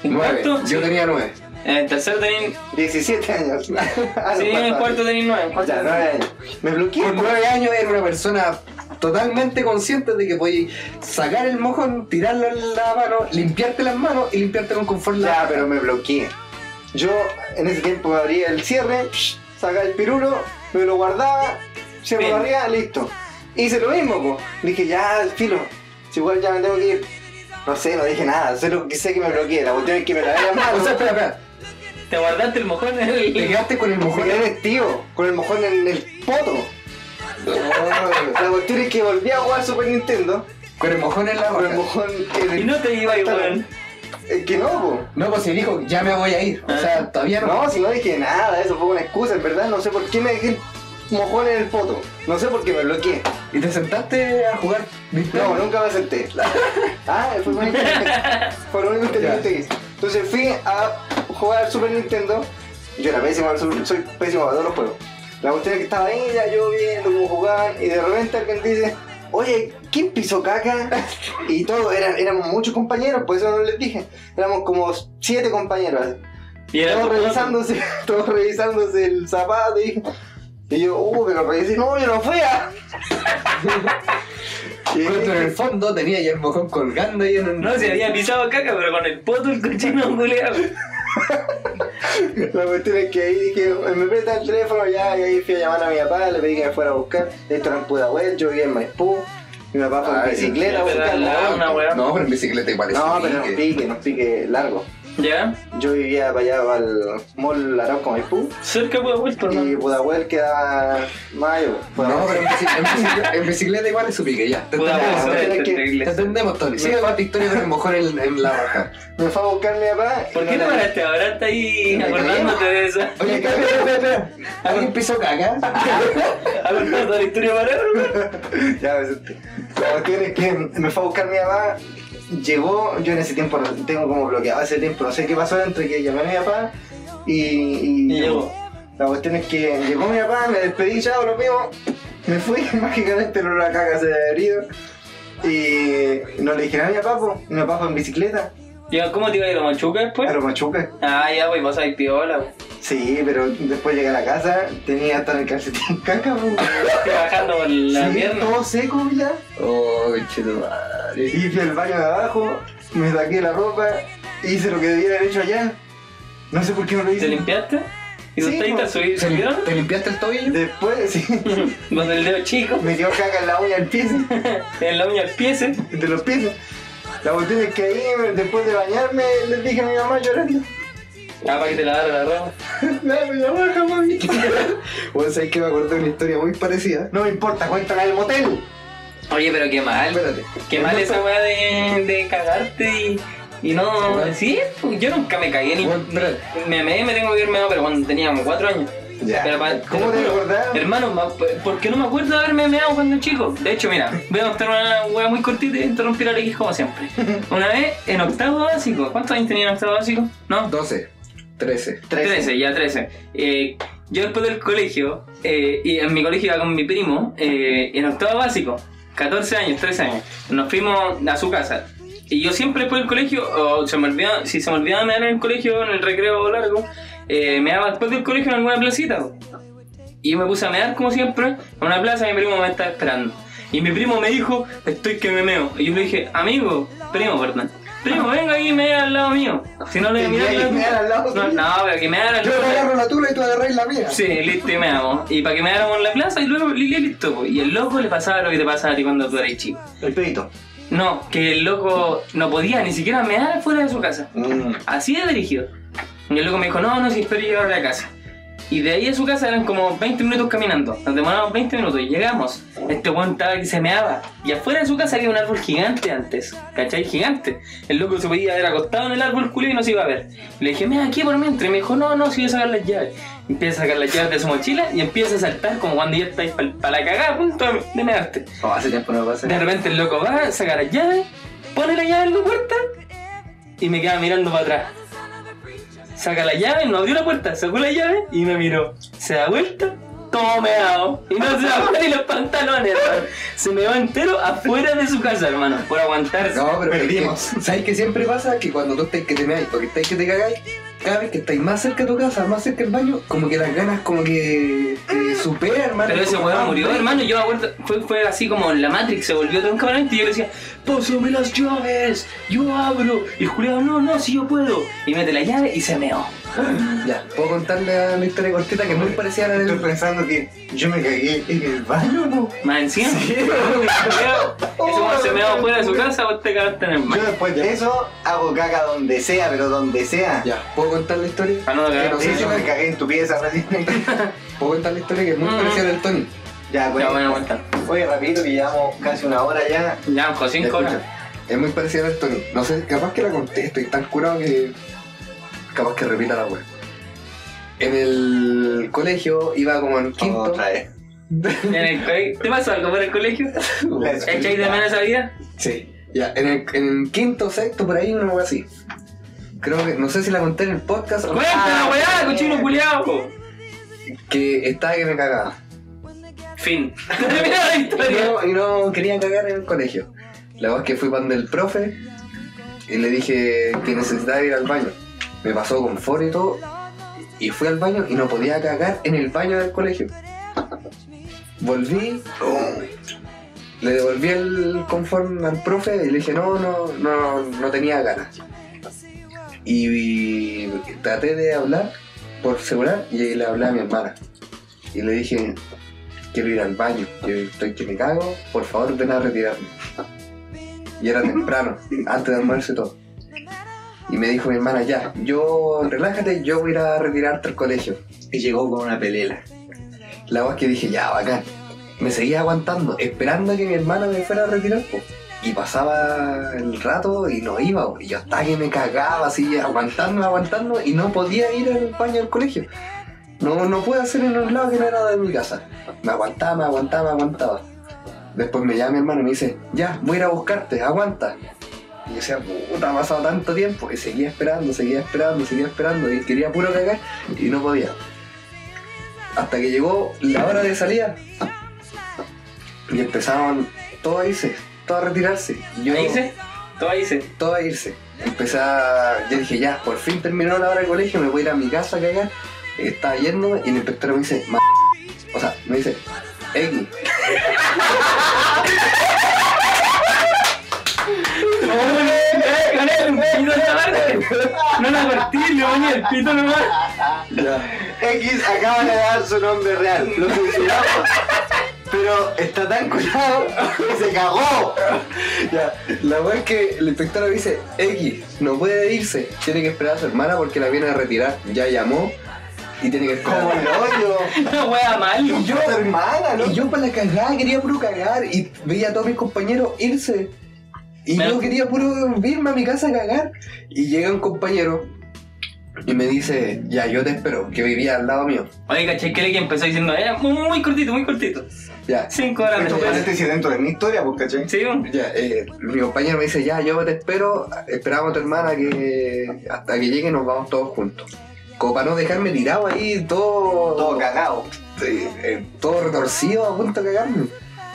Speaker 3: Nueve.
Speaker 2: ¿Cuarto?
Speaker 3: Yo
Speaker 2: Sí.
Speaker 3: tenía nueve.
Speaker 2: En el tercer tenín.
Speaker 1: 17 años. Ah, sí,
Speaker 2: Sí, en el cuarto tenín nueve. en cuarto
Speaker 1: Ya, 9 años. eh, Me bloqueé.
Speaker 3: Por nueve años era una persona totalmente consciente de que podías sacar el mojón, tirarlo en la mano, limpiarte las manos y limpiarte con confort la
Speaker 1: Ya, pero me bloqueé. Yo en ese tiempo abría el cierre, sacaba el pirulo, me lo guardaba, se me
Speaker 2: Bien.
Speaker 1: barría, listo. Hice lo mismo, po. Dije, ya, filo, si igual ya me tengo que ir. No sé, no dije nada, solo que sé que me bloqueé, la cuestión es que me lavé las
Speaker 3: O
Speaker 1: manos.
Speaker 3: sea, espera, espera.
Speaker 2: Te guardaste el mojón en
Speaker 3: Te
Speaker 2: el.
Speaker 3: quedaste con el
Speaker 1: Me
Speaker 3: mojón.
Speaker 1: quedé vestido, con el mojón en el poto. La cuestión es que volví a jugar Super Nintendo,
Speaker 3: Con el mojón en la
Speaker 1: con el
Speaker 3: boca.
Speaker 1: mojón en el...
Speaker 2: Y no te iba igual.
Speaker 1: Es que no, po.
Speaker 3: No, pues si dijo, ya me voy a ir. O sea, todavía no.
Speaker 1: Ah. No, si no dije nada, eso fue una excusa, en verdad no sé por qué me dejé el mojón en el poto. No sé por qué me bloqueé.
Speaker 3: Y te sentaste a jugar.
Speaker 1: No, nunca me senté. Ah, fue lo único fue lo único inteligente que hice. Entonces fui a jugar al Super Nintendo. Yo era pésimo, al Super- soy pésimo para todos los juegos. La cuestión es que estaba ahí, ya yo viendo cómo jugaban, y de repente alguien dice, oye, ¿quién pisó caca? Y todos, eran, éramos muchos compañeros, por eso no les dije. Éramos como siete compañeros. así.
Speaker 2: Y era
Speaker 1: Todos
Speaker 2: tu-
Speaker 1: revisándose, todos revisándose el zapato y, y yo, uh, pero revisé, no, yo no fui a. Y-
Speaker 3: Cuando en el fondo tenía ya el mojón colgando y en un...
Speaker 2: No, se había pisado caca, pero con el poto el cochino culeado.
Speaker 1: La cuestión es que ahí dije, me presta el teléfono ya, y ahí fui a llamar a mi papá, le pedí que me fuera a buscar. Esto era en Pudahuel, yo vivía en Maipú. Mi papá fue en
Speaker 3: Ay,
Speaker 1: bicicleta a
Speaker 2: ya, pero la-
Speaker 1: buscarla.
Speaker 2: una weá.
Speaker 3: No, pero en bicicleta igual es
Speaker 1: No,
Speaker 3: un
Speaker 1: pero no
Speaker 3: pique.
Speaker 1: pique, no pique largo.
Speaker 2: ¿Ya?
Speaker 1: Yo vivía para allá, para el mall Arauco Maipú.
Speaker 2: Cerca puedo vuelto,
Speaker 1: Y
Speaker 2: hermano.
Speaker 1: Pudahuel quedaba mayo.
Speaker 3: No, pero en bici- en bicicleta, en bicicleta igual es su pique, ya. Te
Speaker 2: Puta,
Speaker 1: Ya,
Speaker 2: pues,
Speaker 3: entendemos,
Speaker 1: pero es
Speaker 2: es
Speaker 1: que-
Speaker 3: Te
Speaker 2: terrible.
Speaker 3: entendemos, Tony. Sigue con tu historia con el mojón en, en la baja.
Speaker 1: Me fue a buscar mi papá. y
Speaker 2: ¿Por
Speaker 1: no
Speaker 2: qué
Speaker 1: la-
Speaker 2: te paraste ahora? Está ahí
Speaker 1: Me caí.
Speaker 2: acordándote de eso.
Speaker 3: Oye, espera, espera, espera, espera. ¿Alguien pisó caca?
Speaker 2: ¿Acordás de la historia para ahora, hermano?
Speaker 1: Ya, pues, este, la cuestión es que me fue a buscar mi papá, llegó, yo en ese tiempo no- tengo como bloqueado ese tiempo, no sé qué pasó entre que llamé a mi papá y, y-
Speaker 2: Y llegó.
Speaker 1: La cuestión es que llegó mi papá, me despedí, chao, lo mismo, me fui, mágicamente el olor a caca se había herido y no le dije nada a mi papá, po. mi papá fue en bicicleta,
Speaker 2: Ya, ¿Cómo te iba a ir a Machuca después?
Speaker 1: pero machuca.
Speaker 2: Ah, ya, pues vas a ir piola, güey.
Speaker 1: Sí, pero después llegué a la casa, tenía hasta en el calcetín caca, po.
Speaker 2: Estoy bajando por la
Speaker 1: Sí,
Speaker 2: pierna.
Speaker 1: todo seco, ya.
Speaker 3: Oh, chido madre.
Speaker 1: Y fui al baño de abajo, me saqué la ropa, hice lo que debía haber hecho allá. No sé por qué no lo
Speaker 2: ¿Te
Speaker 1: hice.
Speaker 2: limpiaste? ¿Y
Speaker 1: Sí,
Speaker 2: tus teitas
Speaker 1: pues.
Speaker 2: subí-
Speaker 3: ¿Te lim-
Speaker 2: subieron?
Speaker 3: ¿Te limpiaste el tobillo?
Speaker 1: Después, sí,
Speaker 2: Con el dedo chico,
Speaker 1: me quedó caca en la uña del pie, sí,
Speaker 2: en la uña al pie, sí.
Speaker 1: de los pies. sí. La cuestión es que ahí, después de bañarme, le dije a mi mamá llorando.
Speaker 2: Ah, para que te lavara la ropa.
Speaker 1: Dame la baja, mami.
Speaker 3: Bueno, sabes que me acordé de una historia muy parecida.
Speaker 1: No me importa, cuéntame el motel.
Speaker 2: Oye, pero qué mal.
Speaker 3: Espérate.
Speaker 2: Qué mal esa weá de, de cagarte y, y no decir. Yo nunca me cagué ni.
Speaker 3: Bueno, espérate.
Speaker 2: Me meé, me tengo que irme, pero cuando teníamos cuatro años.
Speaker 1: Ya.
Speaker 2: Pero pa-
Speaker 1: ¿Cómo te
Speaker 2: lo juro,
Speaker 1: acordás?
Speaker 2: Hermano, ma- ¿por qué no me acuerdo de haberme meado cuando chico? De hecho, mira, voy a mostrar una hueá muy cortita y interrumpir a X como siempre. Una vez en octavo básico, ¿cuántos años tenía en octavo básico? No,
Speaker 3: 12, 13.
Speaker 2: 13, ya 13. Eh, yo después del colegio, eh, y en mi colegio iba con mi primo, eh, en octavo básico, 14 años, 13 años, nos fuimos a su casa. Y yo siempre después del colegio, o se me olvidaba, si se me olvidaba mear en el colegio, en el recreo largo, eh, me daba después del colegio en alguna placita. po. Y yo me puse a mear como siempre, en una plaza y mi primo me estaba esperando. Y mi primo me dijo, estoy que me meo. Y yo le dije, amigo, primo, perdón. Primo, venga aquí y mea al lado mío. Si no le
Speaker 1: Tenía
Speaker 2: mira
Speaker 1: que mear al lado
Speaker 2: no,
Speaker 1: tuyo.
Speaker 2: no, pero Ah, que me hagan al
Speaker 3: Yo te agarro la tula y tú agarras la mía.
Speaker 2: Sí, listo, y me amo. Y para que me hagamos en la plaza y luego li- li- listo. po. Y el loco le pasaba lo que te pasaba a ti cuando tú eras chico.
Speaker 1: El pedito.
Speaker 2: No, que el loco no podía ni siquiera mear fuera de su casa. Así de dirigido. Y el loco me dijo, no, no, si espero llegar a la casa. Y de ahí a su casa eran como 20 minutos caminando. Nos demoramos 20 minutos y llegamos. Este weón estaba que se meaba. Y afuera de su casa había un árbol gigante antes. ¿Cachai? Gigante. El loco se podía haber acostado en el árbol culo y no se iba a ver. Le dije, mira, aquí por mientras. Y me dijo, no, no, si voy a sacar las llaves. Empieza a sacar las llaves de su mochila y empieza a saltar como cuando ya estáis para la cagada, a punto de mearte.
Speaker 3: No, Oh, hace tiempo no pasa.
Speaker 2: De repente el loco va, saca la llave, pone la llave en la puerta y me queda mirando para atrás. Saca la llave, no abrió la puerta, sacó la llave y me miró. Se da vuelta, todo meado. Y no se da ni los pantalones, hermano. Se me va entero afuera de su casa, hermano, por aguantarse.
Speaker 3: No, pero
Speaker 1: Perdimos.
Speaker 3: es que, ¿Sabes qué siempre pasa? Que cuando tú estáis que te meáis o que estáis que te cagáis, cada vez que estáis más cerca de tu casa, más cerca del baño, como que las ganas como que te superan, hermano.
Speaker 2: Pero ese
Speaker 3: Como,
Speaker 2: weón
Speaker 3: ah,
Speaker 2: murió,
Speaker 3: hombre.
Speaker 2: hermano. Yo me acuerdo, fue, fue así como en la Matrix, se volvió tan cabrón y yo le decía, pásame las llaves, yo abro. Y Julián, no, no, si yo puedo. Y mete la llave y se meó.
Speaker 3: Ya, puedo contarle a la historia cortita que es muy parecida a la
Speaker 1: Estoy
Speaker 3: del.
Speaker 1: pensando que yo me cagué en el baño, po.
Speaker 2: Más encima. Ese weón se me va fuera de su casa, vos te cagaste en el mar.
Speaker 1: Yo después de eso hago caca donde sea, pero donde sea.
Speaker 3: Ya, puedo contar la historia.
Speaker 2: Ah, no, la
Speaker 3: Pero
Speaker 2: cagaste.
Speaker 1: Sí,
Speaker 3: sí,
Speaker 1: yo me
Speaker 3: no.
Speaker 1: cagué en tu pieza recién.
Speaker 3: Puedo contar la historia que es muy
Speaker 2: Mm.
Speaker 3: parecida a la del Tony.
Speaker 1: ya,
Speaker 2: Ya,
Speaker 1: bueno.
Speaker 2: bueno, aguanta.
Speaker 1: Oye, rapidito que llevamos casi una hora ya.
Speaker 2: Ya, Anjo, cinco
Speaker 3: Escucha,
Speaker 2: horas.
Speaker 3: Es muy parecida al Tony. No sé, capaz que la conté, estoy tan curado que. Capaz que repita la web. En el colegio iba como en quinto.
Speaker 1: Otra vez.
Speaker 2: En el colegio. ¿Te pasó algo por el colegio? ¿Echáis de menos esa vida?
Speaker 3: sí, ya, en el, en el quinto, sexto, por ahí, una web así. Creo que, no sé si la conté en el podcast o
Speaker 2: ¡Cuéntala, weá, cochino
Speaker 1: bien.
Speaker 2: culiao!
Speaker 3: que estaba que me cagaba.
Speaker 2: Fin. Termina la
Speaker 3: Y
Speaker 2: historia.
Speaker 3: no, y no quería cagar en el colegio. La verdad es que fui para donde el profe y le dije que necesitaba ir al baño. Me pasó con foro y todo. Y fui al baño y no podía cagar en el baño del colegio. Volví, le devolví el confort al profe y le dije no, no, no, no tenía ganas. Y, y traté de hablar por celular y ahí le hablé a mi hermana. Y le dije, quiero ir al baño, yo estoy que me cago, por favor ven a retirarme. Y era temprano, antes de almuerzo y todo. Y me dijo mi hermana, ya, yo relájate, yo voy a ir a retirarte al colegio.
Speaker 1: Y llegó con una pelela.
Speaker 3: La voz que dije, ya, bacán. Me seguía aguantando, esperando a que mi hermana me fuera a retirar. po. Y pasaba el rato y no iba. po. Y yo hasta que me cagaba así, aguantando, aguantando. Y no podía ir al baño del colegio. No, no pude hacer en un lado que no era de mi casa. Me aguantaba, me aguantaba, me aguantaba. Después me llama mi hermano y me dice, ya, voy a ir a buscarte, aguanta. Y yo decía, puta, ha pasado tanto tiempo. Y seguía esperando, seguía esperando, seguía esperando. Y quería puro cagar y no podía. Hasta que llegó la hora de salida. Y empezaron todos a irse, todos a retirarse. Y yo,
Speaker 2: ¿Ahí hice? ¿Todo ahí hice?
Speaker 3: todo a irse. Empecé a... Yo dije, ya, por fin terminó la hora de colegio, me voy a ir a mi casa a cagar. Estaba yendo y el inspector me dice, "Ma- o sea, me dice, X.
Speaker 2: No la partí, le bañé el pito nomás.
Speaker 3: Ya.
Speaker 1: X acaba de dar su nombre real, lo censuramos. Pero está tan curado que se cagó.
Speaker 3: Ya, la wea es que el inspector me dice, X, no puede irse, tiene que esperar a su hermana porque la viene a retirar. Ya llamó y tiene que esperar.
Speaker 1: Como el hoyo.
Speaker 2: No wea mal.
Speaker 3: Y yo,
Speaker 1: Tu hermana, ¿no?
Speaker 3: y yo para la cagada quería puro cagar y veía a todos mis compañeros irse. Y
Speaker 2: Me-
Speaker 3: yo quería puro irme a mi casa a cagar. Y llega un compañero y me dice, ya, yo te espero, que vivía al lado mío.
Speaker 2: Oye, caché que le que empezó diciendo, era muy, muy cortito, muy cortito.
Speaker 3: Ya,
Speaker 2: Cinco horas
Speaker 1: Esto
Speaker 2: después.
Speaker 1: paréntesis dentro de mi historia, pues, ¿cachai?
Speaker 2: Sí, un-
Speaker 3: Ya, eh, mi compañero me dice, ya, yo te espero, esperamos a tu hermana que hasta que llegue nos vamos todos juntos. Como para no dejarme tirado ahí, todo,
Speaker 1: Todo cagado.
Speaker 3: eh, eh, todo retorcido, a punto de cagarme.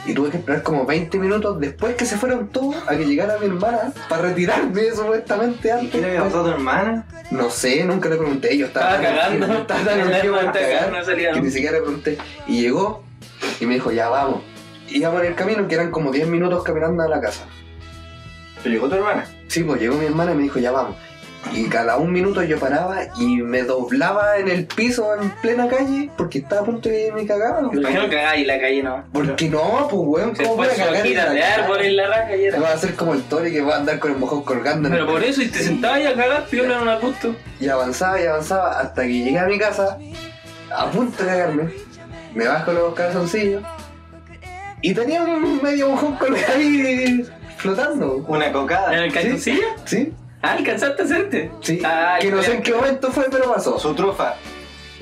Speaker 3: Y tuve que esperar como 20 minutos después que se fueron todos a que llegara mi hermana para retirarme supuestamente
Speaker 1: ¿Y quién le
Speaker 3: antes.
Speaker 1: pasó a tu hermana?
Speaker 3: No sé, nunca le pregunté, yo estaba,
Speaker 2: Estaba cagando.
Speaker 3: Estaba tan enojado por
Speaker 2: Estaba
Speaker 3: cagar
Speaker 2: cagando, no salía,
Speaker 3: que
Speaker 2: ¿no?
Speaker 3: ni siquiera le pregunté. Y llegó y me dijo, ya vamos. Íbamos en el camino, que eran como 10 minutos caminando a la casa.
Speaker 1: Pero llegó tu hermana.
Speaker 3: Sí, pues llegó mi hermana y me dijo, ya vamos. Y cada un minuto yo paraba y me doblaba en el piso en plena calle porque estaba a punto de que me cagaba.
Speaker 2: ¿Por qué Pues no cagáis la calle no?
Speaker 3: Porque no, pues weón,
Speaker 2: Se
Speaker 3: ¿cómo voy
Speaker 2: fue
Speaker 3: a
Speaker 2: su
Speaker 3: cagar? en
Speaker 2: hojita
Speaker 3: la
Speaker 2: de
Speaker 3: calle?
Speaker 2: árbol en la raja y
Speaker 3: Me
Speaker 2: era.
Speaker 3: va a hacer como el Tori que va a andar con el mojón colgando. en el
Speaker 2: Pero por
Speaker 3: pelo.
Speaker 2: eso, y te sentabas y a cagar, piola en un arbusto.
Speaker 3: Y avanzaba y avanzaba hasta que llegué a mi casa, a punto de cagarme. Me bajo los calzoncillos y tenía un medio mojón colgado ahí flotando.
Speaker 1: Una cocada.
Speaker 2: ¿En el calzoncillo?
Speaker 3: ¿Sí?
Speaker 2: Ah, alcanzaste a hacerte.
Speaker 3: Sí.
Speaker 2: Ah,
Speaker 3: que no sé
Speaker 2: ya.
Speaker 3: en qué momento fue, pero pasó.
Speaker 1: Su trufa.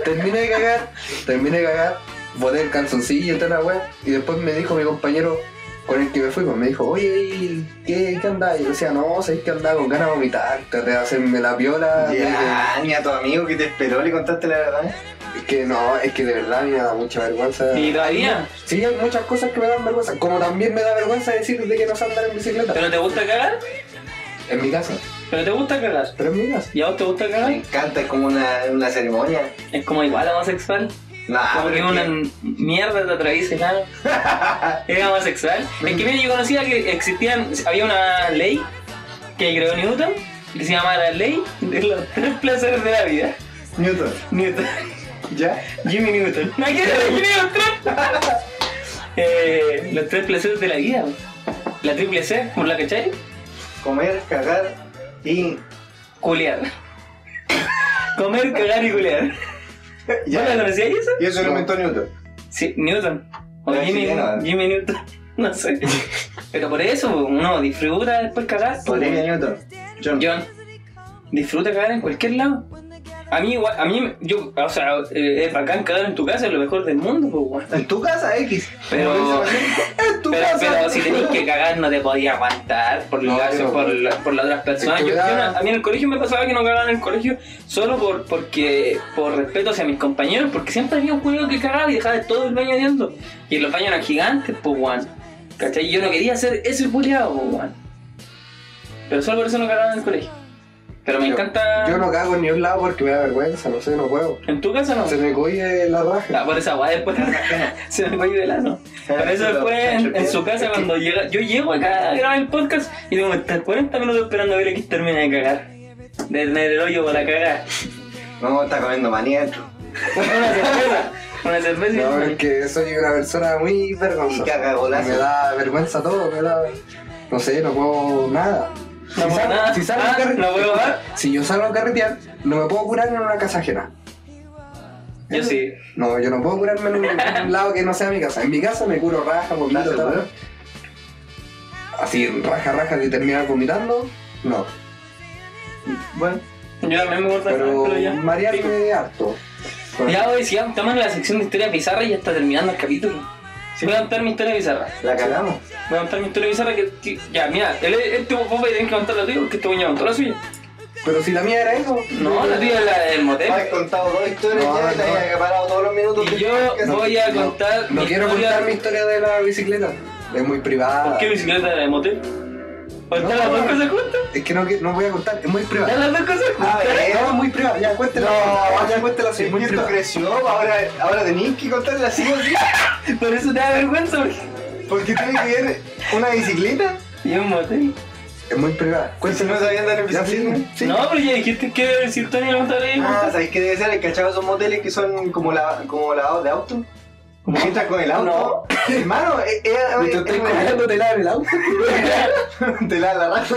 Speaker 3: Terminé de cagar, terminé de cagar, boté el calzoncillo y toda la weá, y después me dijo mi compañero con el que me fui, pues me dijo, oye, ¿y ¿qué, qué andás? Y yo decía, no, sé que andaba con ganas de vomitar, traté de hacerme la viola,
Speaker 1: Ya, ni a tu amigo que te esperó le contaste la verdad.
Speaker 3: es que no, es que de verdad me da mucha vergüenza.
Speaker 2: ¿Y todavía?
Speaker 3: Sí, hay muchas cosas que me dan vergüenza, como también me da vergüenza decir de que no sé andar en bicicleta.
Speaker 2: ¿Pero te gusta cagar?
Speaker 3: En mi casa,
Speaker 2: ¿Pero te gusta cagar?
Speaker 3: pero en mi casa.
Speaker 2: ¿Y a vos te gusta
Speaker 1: Me
Speaker 2: cagar?
Speaker 1: encanta, es como una, una ceremonia.
Speaker 2: Es como igual a homosexual.
Speaker 1: Nah,
Speaker 2: Como Ah, que
Speaker 1: pero
Speaker 2: una
Speaker 1: es
Speaker 2: mierda te atraviesa nada. Era homosexual. Es que mira, yo conocía que existían, había una ley que creó Newton, que se llamaba la ley de los tres placeres de la vida.
Speaker 1: que- Newton.
Speaker 2: Newton.
Speaker 1: ¿Ya?
Speaker 2: Jimmy Newton. ¿No quiero los tres? eh, los tres placeres de la vida. La triple C, ¿por la cachai?
Speaker 1: Comer, cagar y.
Speaker 2: Culear. Comer, cagar y culear. ¿Ya
Speaker 1: Ya.
Speaker 2: la conocías eso?
Speaker 1: Y eso lo
Speaker 3: No.
Speaker 1: inventó Newton.
Speaker 2: Sí, Newton. O
Speaker 1: Pero
Speaker 2: Jimmy,
Speaker 1: sí, no.
Speaker 2: Jimmy Newton. No sé. Pero por eso uno disfruta después cagar.
Speaker 1: Olivia Newton. John.
Speaker 2: John, disfruta cagar en cualquier lado. A mí, igual- a mí, yo, o sea, eh, es bacán cagar en tu casa, es lo mejor del mundo, pues, weón.
Speaker 1: En tu casa, eh. X.
Speaker 2: Pero-
Speaker 1: En tu
Speaker 2: Pero,
Speaker 1: casa.
Speaker 2: pero si tenéis que cagar no te podías aguantar por,
Speaker 3: No,
Speaker 2: lo
Speaker 3: pero-
Speaker 2: por, la- por las otras personas.
Speaker 3: Es que
Speaker 2: Yo- yo
Speaker 3: da-
Speaker 2: no- a mí en el colegio me pasaba que no cagaban en el colegio solo por porque por respeto hacia mis compañeros, porque siempre había un juego que cagaba y dejaba todo el baño adentro. Y los baños eran gigantes, pues weón. ¿Cachai? Y Yo no quería hacer ese culiado, pues weón. Pero solo por eso no cagaban en el colegio. Pero me
Speaker 3: Yo-
Speaker 2: encanta.
Speaker 3: Yo no cago en ni un lado porque me da vergüenza, no sé, no puedo.
Speaker 2: En tu casa no.
Speaker 3: Se me coye la raja.
Speaker 2: Ah, por esa weá después. Se me fue de lado. Por eso después en, en su casa cuando llega, yo llego acá a grabar el podcast y tengo que estar 40 minutos esperando a ver a que termine de cagar. de tener el hoyo para cagar.
Speaker 1: No, está comiendo maníaco.
Speaker 2: Una cerveza. Una cerveza y
Speaker 3: No,
Speaker 2: una-
Speaker 3: es que soy una persona muy vergonzosa.
Speaker 1: Y caga golazo.
Speaker 3: Me da vergüenza todo, me da. No sé, no puedo nada.
Speaker 2: No puedo nada.
Speaker 3: si salgo
Speaker 2: Ah,
Speaker 3: a carre-
Speaker 2: no puedo nada.
Speaker 3: Si yo salgo a carretear, no me puedo curar en una casa ajena.
Speaker 2: Yo sí.
Speaker 3: No, yo no puedo curarme en un, en un lado que no sea mi casa. En mi casa me curo raja, vomito,
Speaker 1: ¿Estás seguro?
Speaker 3: todo. Así, raja, raja, de terminar vomitando, no.
Speaker 1: Bueno,
Speaker 2: Yo también me gusta
Speaker 3: Pero
Speaker 2: pero ya.
Speaker 3: marearme harto.
Speaker 2: Ya hoy si ya estamos en la sección de historia bizarra y ya está terminando el capítulo. Voy a contar mi historia bizarra.
Speaker 1: la cagamos.
Speaker 2: Voy a contar mi historia bizarra que. que- ya, mira, el, este vos vais a tener que contar la tuya porque este ya contó la suya.
Speaker 3: Pero si la mía era eso.
Speaker 2: No, la tuya es la del motel.
Speaker 1: Has contado dos historias
Speaker 3: No,
Speaker 1: ya y te
Speaker 3: no.
Speaker 1: has acaparado todos los minutos.
Speaker 2: Eh. Y
Speaker 1: del
Speaker 2: yo
Speaker 1: podcast.
Speaker 2: voy a contar.
Speaker 3: No
Speaker 2: mi
Speaker 3: quiero
Speaker 2: historia-
Speaker 3: contar mi historia de la bicicleta. Es muy privada.
Speaker 2: ¿Por qué bicicleta era de motel? ¿Contar las dos cosas juntas?
Speaker 3: Es que no, que- no voy a contar, es muy
Speaker 2: ¿Dar
Speaker 3: privada.
Speaker 2: las dos cosas
Speaker 1: A
Speaker 2: juntas?
Speaker 1: ver.
Speaker 3: No, es muy privada, ya cuéntela.
Speaker 1: Ah, eh, No,
Speaker 3: ya cuéntela, sí, es muy
Speaker 1: Esto
Speaker 3: privada.
Speaker 1: creció, pues ahora, ahora tenéis que contarla así o así.
Speaker 2: Por eso te da vergüenza porque.
Speaker 1: Porque tiene que ver una bicicleta.
Speaker 2: Y un motel.
Speaker 3: Es muy privada.
Speaker 1: Pues si no
Speaker 3: Cuéntela.
Speaker 1: sabía andar en
Speaker 3: Ya, sí,
Speaker 1: bicicleta.
Speaker 3: sí.
Speaker 2: No, pero ya dijiste que era decir Tony no te había
Speaker 1: Ah,
Speaker 2: contado.
Speaker 1: ¿sabéis qué debe ser? ¿El cachado esos moteles que son como la como lavados de auto? ¿Como que entras con el auto? Hermano, es eh,
Speaker 3: Y tú estás comiéndote la en el auto.
Speaker 1: Te la la raja.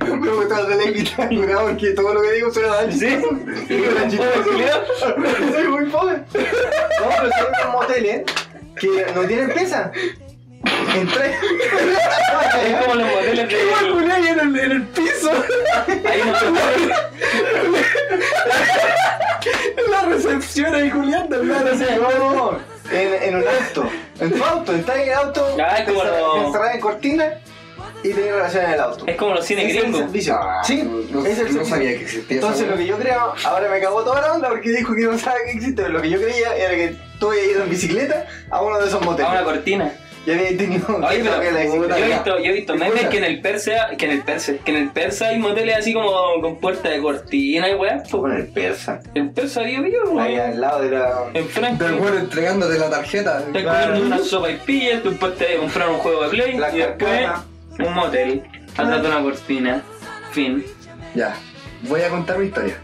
Speaker 1: Me gusta hacer la invitadura porque todo lo que digo suena tan
Speaker 2: Sí.
Speaker 1: chistoso. Digo, tan chistoso. Soy muy pobre. No, pero son unos moteles ¿eh? que no tienen pesa. Entré.
Speaker 2: Es como los moteles de.
Speaker 3: culé ahí en el, en el piso!
Speaker 2: Ahí no te
Speaker 3: En la recepción ahí culiando, hermano.
Speaker 2: sé.
Speaker 1: No, en, en un auto. En tu auto, entras en el auto,
Speaker 2: Ya, es
Speaker 1: te
Speaker 2: como
Speaker 1: encerra-
Speaker 2: lo-
Speaker 1: te encerras en cortina y tenés relación en el auto.
Speaker 2: Es como los cine
Speaker 1: Ese es el
Speaker 2: gringos.
Speaker 1: servicio. sí,
Speaker 3: Ah, no,
Speaker 1: ese es el
Speaker 3: no
Speaker 1: servicio.
Speaker 3: sabía que existía
Speaker 1: Entonces
Speaker 3: esa
Speaker 1: lo que yo creo, ahora me cagó toda la onda porque dijo que no sabe que existe, pero lo que yo creía era que tú habías ido en bicicleta a uno de esos
Speaker 2: A una
Speaker 1: moteles.
Speaker 2: cortina.
Speaker 1: Y habías tenido
Speaker 2: Oye, pero
Speaker 1: que la
Speaker 2: yo
Speaker 1: bicicleta.
Speaker 2: he visto, yo he visto memes
Speaker 3: Escucha.
Speaker 2: que en el persa, que en el persa, que en el persa hay moteles así como con puerta de cortina y weá. po.
Speaker 1: Con el persa.
Speaker 2: El persa vivo vivo,
Speaker 1: Ahí
Speaker 2: weón.
Speaker 1: al lado de la.
Speaker 2: En Francia.
Speaker 3: Del bueno entregándote la tarjeta.
Speaker 2: Te
Speaker 1: Claro.
Speaker 2: comiendo una sopa y pilla, tú después te comprar un juego de play
Speaker 1: La
Speaker 2: y después
Speaker 1: carcana.
Speaker 2: un motel. Atrás de una cortina. Fin.
Speaker 3: Ya, voy a contar mi historia.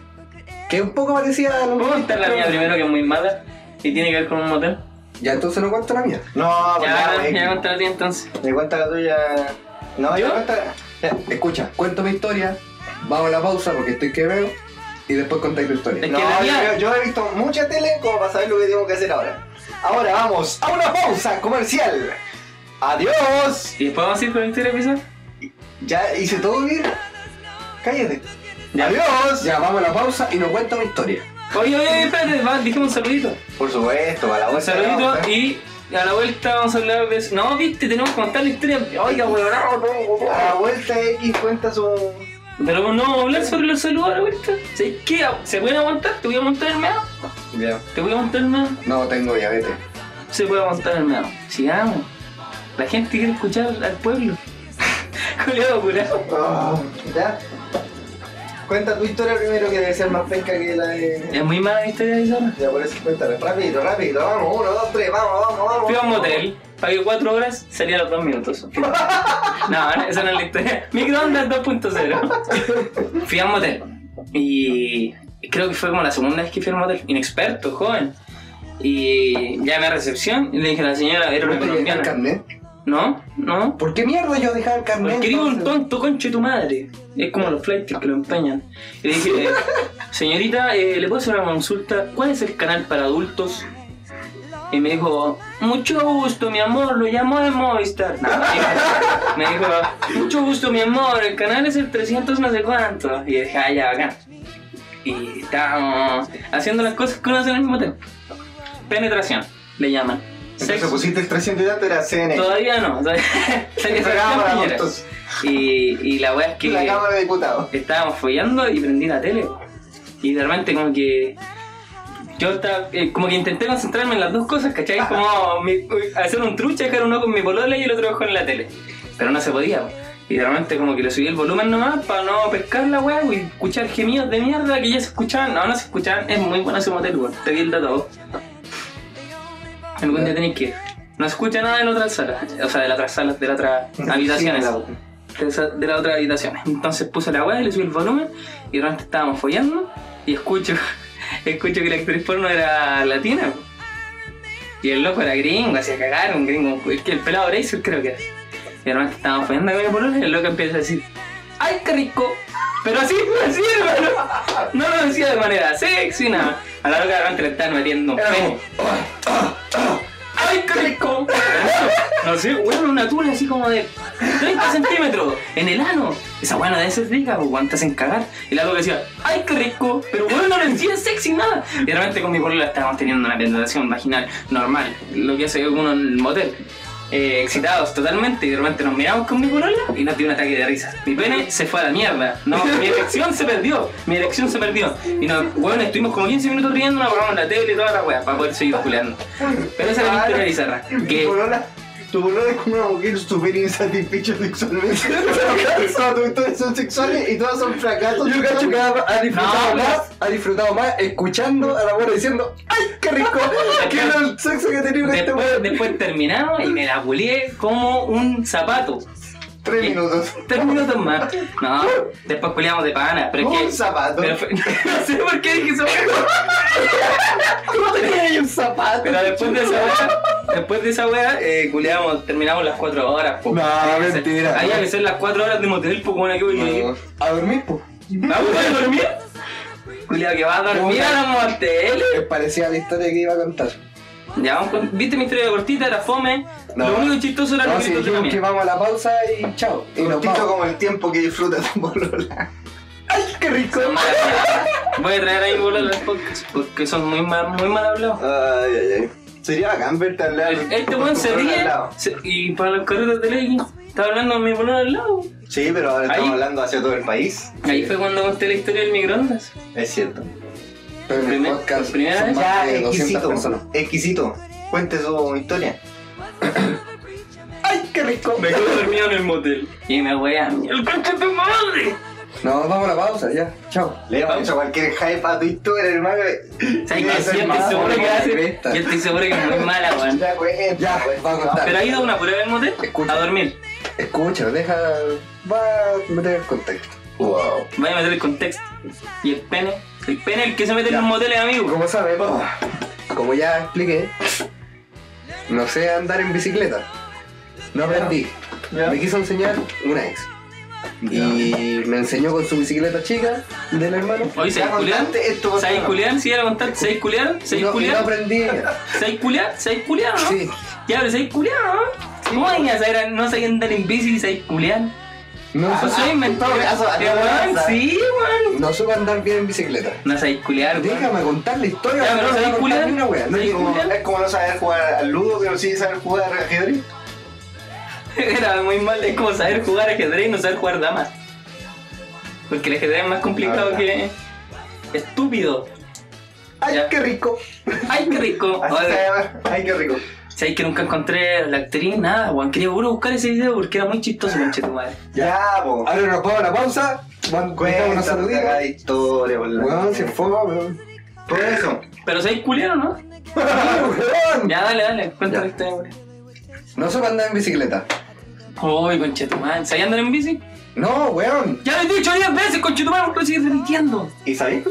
Speaker 3: Que es un poco parecida a lo
Speaker 2: ¿Puedo contar la mía primero que es muy mala? Y tiene que ver con un motel.
Speaker 3: Ya, entonces no cuento la mía.
Speaker 1: No, pues
Speaker 2: Ya,
Speaker 1: nada,
Speaker 2: ya,
Speaker 1: eh.
Speaker 2: contar la tía entonces.
Speaker 1: Me cuenta la tuya. No,
Speaker 2: ¿Yo?
Speaker 1: ya cuenta.
Speaker 3: Escucha, cuento mi historia, vamos a la pausa porque estoy que veo y después contáis tu historia.
Speaker 2: Es
Speaker 1: No,
Speaker 2: que la
Speaker 1: yo,
Speaker 2: mía-
Speaker 1: creo- yo he visto mucha tele como para saber lo que tengo que hacer ahora. Ahora vamos a una pausa comercial. Adiós.
Speaker 2: ¿Y después vamos a ir con el historia pizza?
Speaker 1: Ya hice todo bien. Cállate.
Speaker 2: Ya.
Speaker 1: Adiós.
Speaker 3: Ya, vamos a la pausa y no cuento mi historia.
Speaker 2: Oye, oye, oye, espérate, va, dijimos un saludito.
Speaker 1: Por supuesto, a la
Speaker 2: Un
Speaker 1: vuelta.
Speaker 2: saludito
Speaker 1: pues.
Speaker 2: y a la vuelta vamos a hablar de eso. No, viste, tenemos que contar la historia. Oiga, weón,
Speaker 1: ah, A la vuelta X cuenta su.
Speaker 2: Pero no vamos a hablar sobre los saludos a la vuelta. ¿Sabes qué? ¿Se pueden aguantar? ¿Te voy a montar el meado?
Speaker 1: Ya.
Speaker 2: ¿Te voy a montar el meado?
Speaker 3: No tengo diabetes.
Speaker 2: Se puede montar el meado. Sigamos. La gente quiere escuchar al pueblo. Culeado curado.
Speaker 1: Ah, ya. Cuenta tu historia primero que debe ser más penca que la de.
Speaker 2: Es muy mala la historia de Zorra.
Speaker 1: Ya por eso cuéntala. Rápido, rápido. Vamos, uno, dos, tres. Vamos, vamos, vamos.
Speaker 2: Fui a un motel, pagué 4 horas, salí a los 2 minutos. No, no, esa no es la historia. Microondas 2.0. Fui a un motel. Y creo que fue como la segunda vez que fui a un motel. Inexperto, joven. Y llamé a recepción y le dije a la señora, era una
Speaker 3: ¿Por qué yo dejaba el
Speaker 2: colombiana.
Speaker 3: carnet?
Speaker 2: No, no.
Speaker 3: ¿Por qué mierda yo dejaba el carnet?
Speaker 2: Porque eres Pues, un
Speaker 3: entonces?
Speaker 2: tonto, conche tu madre. Es como los flights que lo empeñan. Y le dije, eh, señorita, eh, ¿le puedo hacer una consulta? ¿Cuál es el canal para adultos? Y me dijo, mucho gusto, mi amor, lo llamo de Movistar. No, me dijo, me dijo, mucho gusto, mi amor, el canal es el 300 no sé cuánto. Y dije, ah, ya, bacán. Y estábamos haciendo las cosas que uno hace en el mismo tiempo. Penetración, le llaman.
Speaker 1: Entonces
Speaker 2: Sexo.
Speaker 1: pusiste el 300 y tanto era CN.
Speaker 2: Todavía no. todavía- todavía
Speaker 1: Esa
Speaker 2: faltan
Speaker 1: cámara,
Speaker 2: piñeras.
Speaker 1: entonces.
Speaker 2: Y, y la wea es
Speaker 1: La
Speaker 2: que
Speaker 1: Cámara de Diputados.
Speaker 2: estábamos follando y prendí la tele. Y de repente como que... Yo estaba, eh, como que intenté concentrarme en las dos cosas, ¿cachai? Como mi- hacer un trucha, dejar un ojo en mi polola y el otro ojo en la tele. Pero no se podía. po. Y de repente como que le subí el volumen nomás para no pescar la wea y escuchar gemidos de mierda que ya se escuchaban. No, no se escuchaban. Es muy bueno ese motel, weón. Te vi el dato. a vos. Algún día tenéis que ir. No se escucha nada de la otra sala. O sea, de la otra sala, de la otra habitación.
Speaker 1: Sí,
Speaker 2: esa.
Speaker 1: la-
Speaker 2: de, esa- de la otra habitación. Entonces puse la weá y le subí el volumen y realmente estábamos follando y escucho, escucho que la actriz porno era latina. po. Y el loco era gringo, hacía cagar, un gringo, un- el pelado Bracer creo que era. Y realmente estábamos follando con el volumen y el loco empieza a decir, ¡ay, qué rico! Pero así, así, hermano. No lo decía de manera sexy, nada. A la larga realmente le estaban metiendo un
Speaker 3: Era
Speaker 2: pene.
Speaker 3: como,
Speaker 2: ¡Ay, qué rico! Pero No sé, weón, una tula así como de 30 centímetros en el ano. Esa weá no debe ser rica, o te hacen cagar. Y la loca decía, ¡ay, qué rico! Pero weón, no lo decía sexy nada. Y de repente con mi polola estábamos teniendo una penetración vaginal normal, lo que hace uno en el motel. Eh, excitados totalmente y de repente nos miramos con mi polola y nos dio un ataque de risa. Mi pene se fue a la mierda. No, mi erección se perdió. Mi erección se perdió. Y nos, weón, estuvimos como 15 minutos riendo, nos apagamos la tele y toda la weá para poder seguir culeando. Pero esa era mi historia bizarra.
Speaker 1: Tu
Speaker 2: Que
Speaker 1: polola- Tu polola es como una mujer súper insatisfecha sexualmente. Todas tus historias son sexuales y todas son fracasos.
Speaker 3: Yo cacho que ha, ha disfrutado
Speaker 2: No,
Speaker 3: más, ha disfrutado más escuchando a la abuela diciendo ¡Ay, qué rico! ¡Qué era el sexo que tenía con este
Speaker 2: después,
Speaker 3: weón!
Speaker 2: después terminamos y me la culié como un zapato.
Speaker 1: Tres minutos.
Speaker 2: Tres minutos más. No, después culiamos de pana. Pero es
Speaker 1: Como
Speaker 2: que.
Speaker 1: un zapato.
Speaker 2: pero fue- no sé por qué dije zapato.
Speaker 3: ¿Cómo tenía ahí un zapato?
Speaker 2: Pero después de esa weá, después de esa weá, eh, culiamos, terminamos las cuatro horas, po.
Speaker 3: No,
Speaker 2: Había que ser-
Speaker 3: mentira.
Speaker 2: Había que ser las cuatro horas de motel, po, con aquí voy
Speaker 3: No. A dormir, pues.
Speaker 2: ¿Vamos a dormir? Culiado que va a dormir a la motel.
Speaker 3: Me parecía la historia que iba a contar.
Speaker 2: Ya, vamos con- viste mi historia cortita, era fome.
Speaker 3: No.
Speaker 2: Lo único chistoso era
Speaker 3: No,
Speaker 2: lo
Speaker 3: si
Speaker 2: que tú
Speaker 3: dijimos que vamos a la pausa y chao. Y nos
Speaker 1: Cortito
Speaker 3: vamos.
Speaker 1: como el tiempo que disfruta tu polola.
Speaker 3: ¡Qué rico!
Speaker 2: Voy a traer ahí bolas las podcasts porque son muy mal, muy mal hablados.
Speaker 1: Ay, ay, ay. Sería bacán verte al lado.
Speaker 2: Este weón se ríe se- y para los carreros de ley estaba hablando a mi bolón al lado.
Speaker 1: Sí, pero ahora estamos
Speaker 2: Ahí.
Speaker 1: hablando hacia todo el país.
Speaker 2: Ahí fue cuando conté la historia del microondas.
Speaker 1: Es cierto.
Speaker 3: Pero en el
Speaker 2: Primer-
Speaker 3: podcast
Speaker 2: primera
Speaker 3: son
Speaker 2: vez
Speaker 3: más
Speaker 1: Ya,
Speaker 3: de 200
Speaker 1: exquisito.
Speaker 3: personas.
Speaker 1: Exquisito. Cuente su historia.
Speaker 3: ¡Ay, qué rico!
Speaker 2: Me quedé dormido en el motel. Y me wean. ¡El concha de tu madre!
Speaker 3: No, vamos a la pausa, ya. Chao.
Speaker 1: Le hemos
Speaker 2: Vamos.
Speaker 3: eh,
Speaker 1: hecho cualquier hype a tu historia, hermano.
Speaker 2: ¿Sabes
Speaker 1: Iba a
Speaker 2: qué?
Speaker 1: ser
Speaker 2: Sí, Yo
Speaker 1: más
Speaker 2: estoy seguro que
Speaker 3: bueno,
Speaker 2: hace.
Speaker 3: cresta.
Speaker 2: Yo estoy seguro que es muy mala, weón.
Speaker 1: Ya, güey,
Speaker 3: Ya,
Speaker 1: güey.
Speaker 3: va a contar.
Speaker 2: Pero ha ido una prueba del motel
Speaker 3: Escucha.
Speaker 2: a dormir.
Speaker 3: Escucha, deja. Va a meter el contexto. Wow.
Speaker 2: Vaya a meter el contexto. Y el pene. El pene el que se mete en los moteles, amigo.
Speaker 3: Como sabemos, como ya expliqué, no sé andar en bicicleta. No aprendí.
Speaker 1: Ya.
Speaker 3: Me quiso enseñar una ex. Y me enseñó con su bicicleta chica del hermano.
Speaker 2: Hoy se
Speaker 1: Ya
Speaker 2: culiar.
Speaker 1: contaste esto, por
Speaker 2: ¿Sabes
Speaker 1: favor.
Speaker 2: culiar? Sí, era contar. ¿Sabes culiar?
Speaker 3: Y
Speaker 2: ¿Sabes
Speaker 3: no, y no
Speaker 2: culiar?
Speaker 3: aprendí.
Speaker 2: ¿Sabes culiar? ¿Sabes culiar, no?
Speaker 3: Sí.
Speaker 2: Ya, pero ¿sabes culiar, no? ¿Cómo van a saber, no sabía andar en bici y sabes culiar?
Speaker 3: No, ah,
Speaker 2: Eso
Speaker 3: supe-
Speaker 2: soy inventado.
Speaker 1: todo caso,
Speaker 2: Eh,
Speaker 1: a todo
Speaker 2: weón,
Speaker 1: caso.
Speaker 2: Sí, weón.
Speaker 3: no supe andar bien en bicicleta.
Speaker 2: No sabes culiar, weón.
Speaker 3: Déjame contar la historia.
Speaker 2: Ya, pero
Speaker 3: no
Speaker 2: ¿sabes
Speaker 3: voy a
Speaker 2: culiar?
Speaker 3: contar ni una wea. No,
Speaker 2: ¿Sabes
Speaker 3: digo,
Speaker 2: culiar?
Speaker 1: Es como no saber jugar al ludo, pero sí saber jugar al ajedrez.
Speaker 2: Era muy mal, es como saber jugar ajedrez y no saber jugar damas. Porque el ajedrez es más complicado
Speaker 3: La
Speaker 2: que. Estúpido.
Speaker 3: ¡Ay,
Speaker 2: Ya.
Speaker 3: qué rico!
Speaker 2: Ay, qué rico.
Speaker 1: Así
Speaker 2: Oye,
Speaker 1: se llama. Ay, qué rico.
Speaker 2: ¿Sabes que nunca encontré a la actriz? Nada, weón. Quería puro buscar ese video porque era muy chistoso, conche tu madre.
Speaker 1: Ya, po.
Speaker 3: Ahora nos vamos a la pausa. Van-
Speaker 1: Cuenta
Speaker 3: dejamos
Speaker 1: una
Speaker 3: unos saluditos.
Speaker 1: saludita. historia, por la-
Speaker 3: Weón, se fue, weón.
Speaker 1: Por eso.
Speaker 2: Pero ¿sabes culiar o no?
Speaker 3: Weón.
Speaker 2: Ya, dale, dale. Cuenta
Speaker 3: Ya.
Speaker 2: la historia, weón.
Speaker 3: No supe andar en bicicleta.
Speaker 2: Uy, conche tu madre. ¿Sabías andar en bici?
Speaker 3: No, weón.
Speaker 2: Ya lo he dicho 10 veces, conche tu madre, ¿por qué lo sigues repitiendo?
Speaker 1: ¿Y sabéis?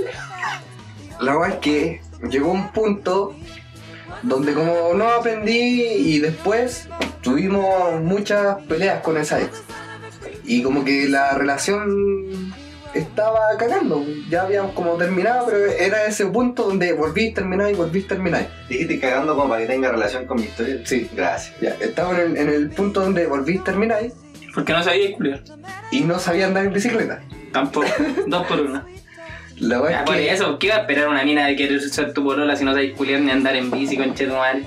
Speaker 3: La verdad es que llegó un punto donde como no aprendí y después tuvimos muchas peleas con esa ex. Y como que la relación estaba cagando. Ya habíamos como terminado, pero era ese punto donde volví, terminar y volví, terminar.
Speaker 1: Dijiste cagando como para que tenga relación con mi historia.
Speaker 3: Sí.
Speaker 1: Gracias.
Speaker 3: Ya, estaba en el, en el punto donde volví, terminar
Speaker 2: Porque no sabía culiar.
Speaker 3: y no sabía andar en bicicleta.
Speaker 2: Tampoco. Dos por una.
Speaker 3: La verdad
Speaker 2: Ya,
Speaker 3: es
Speaker 2: por
Speaker 3: que...
Speaker 2: eso, ¿qué va a esperar una mina de querer ser tu polola si no sabes culiar ni andar en bici, conche tu madre?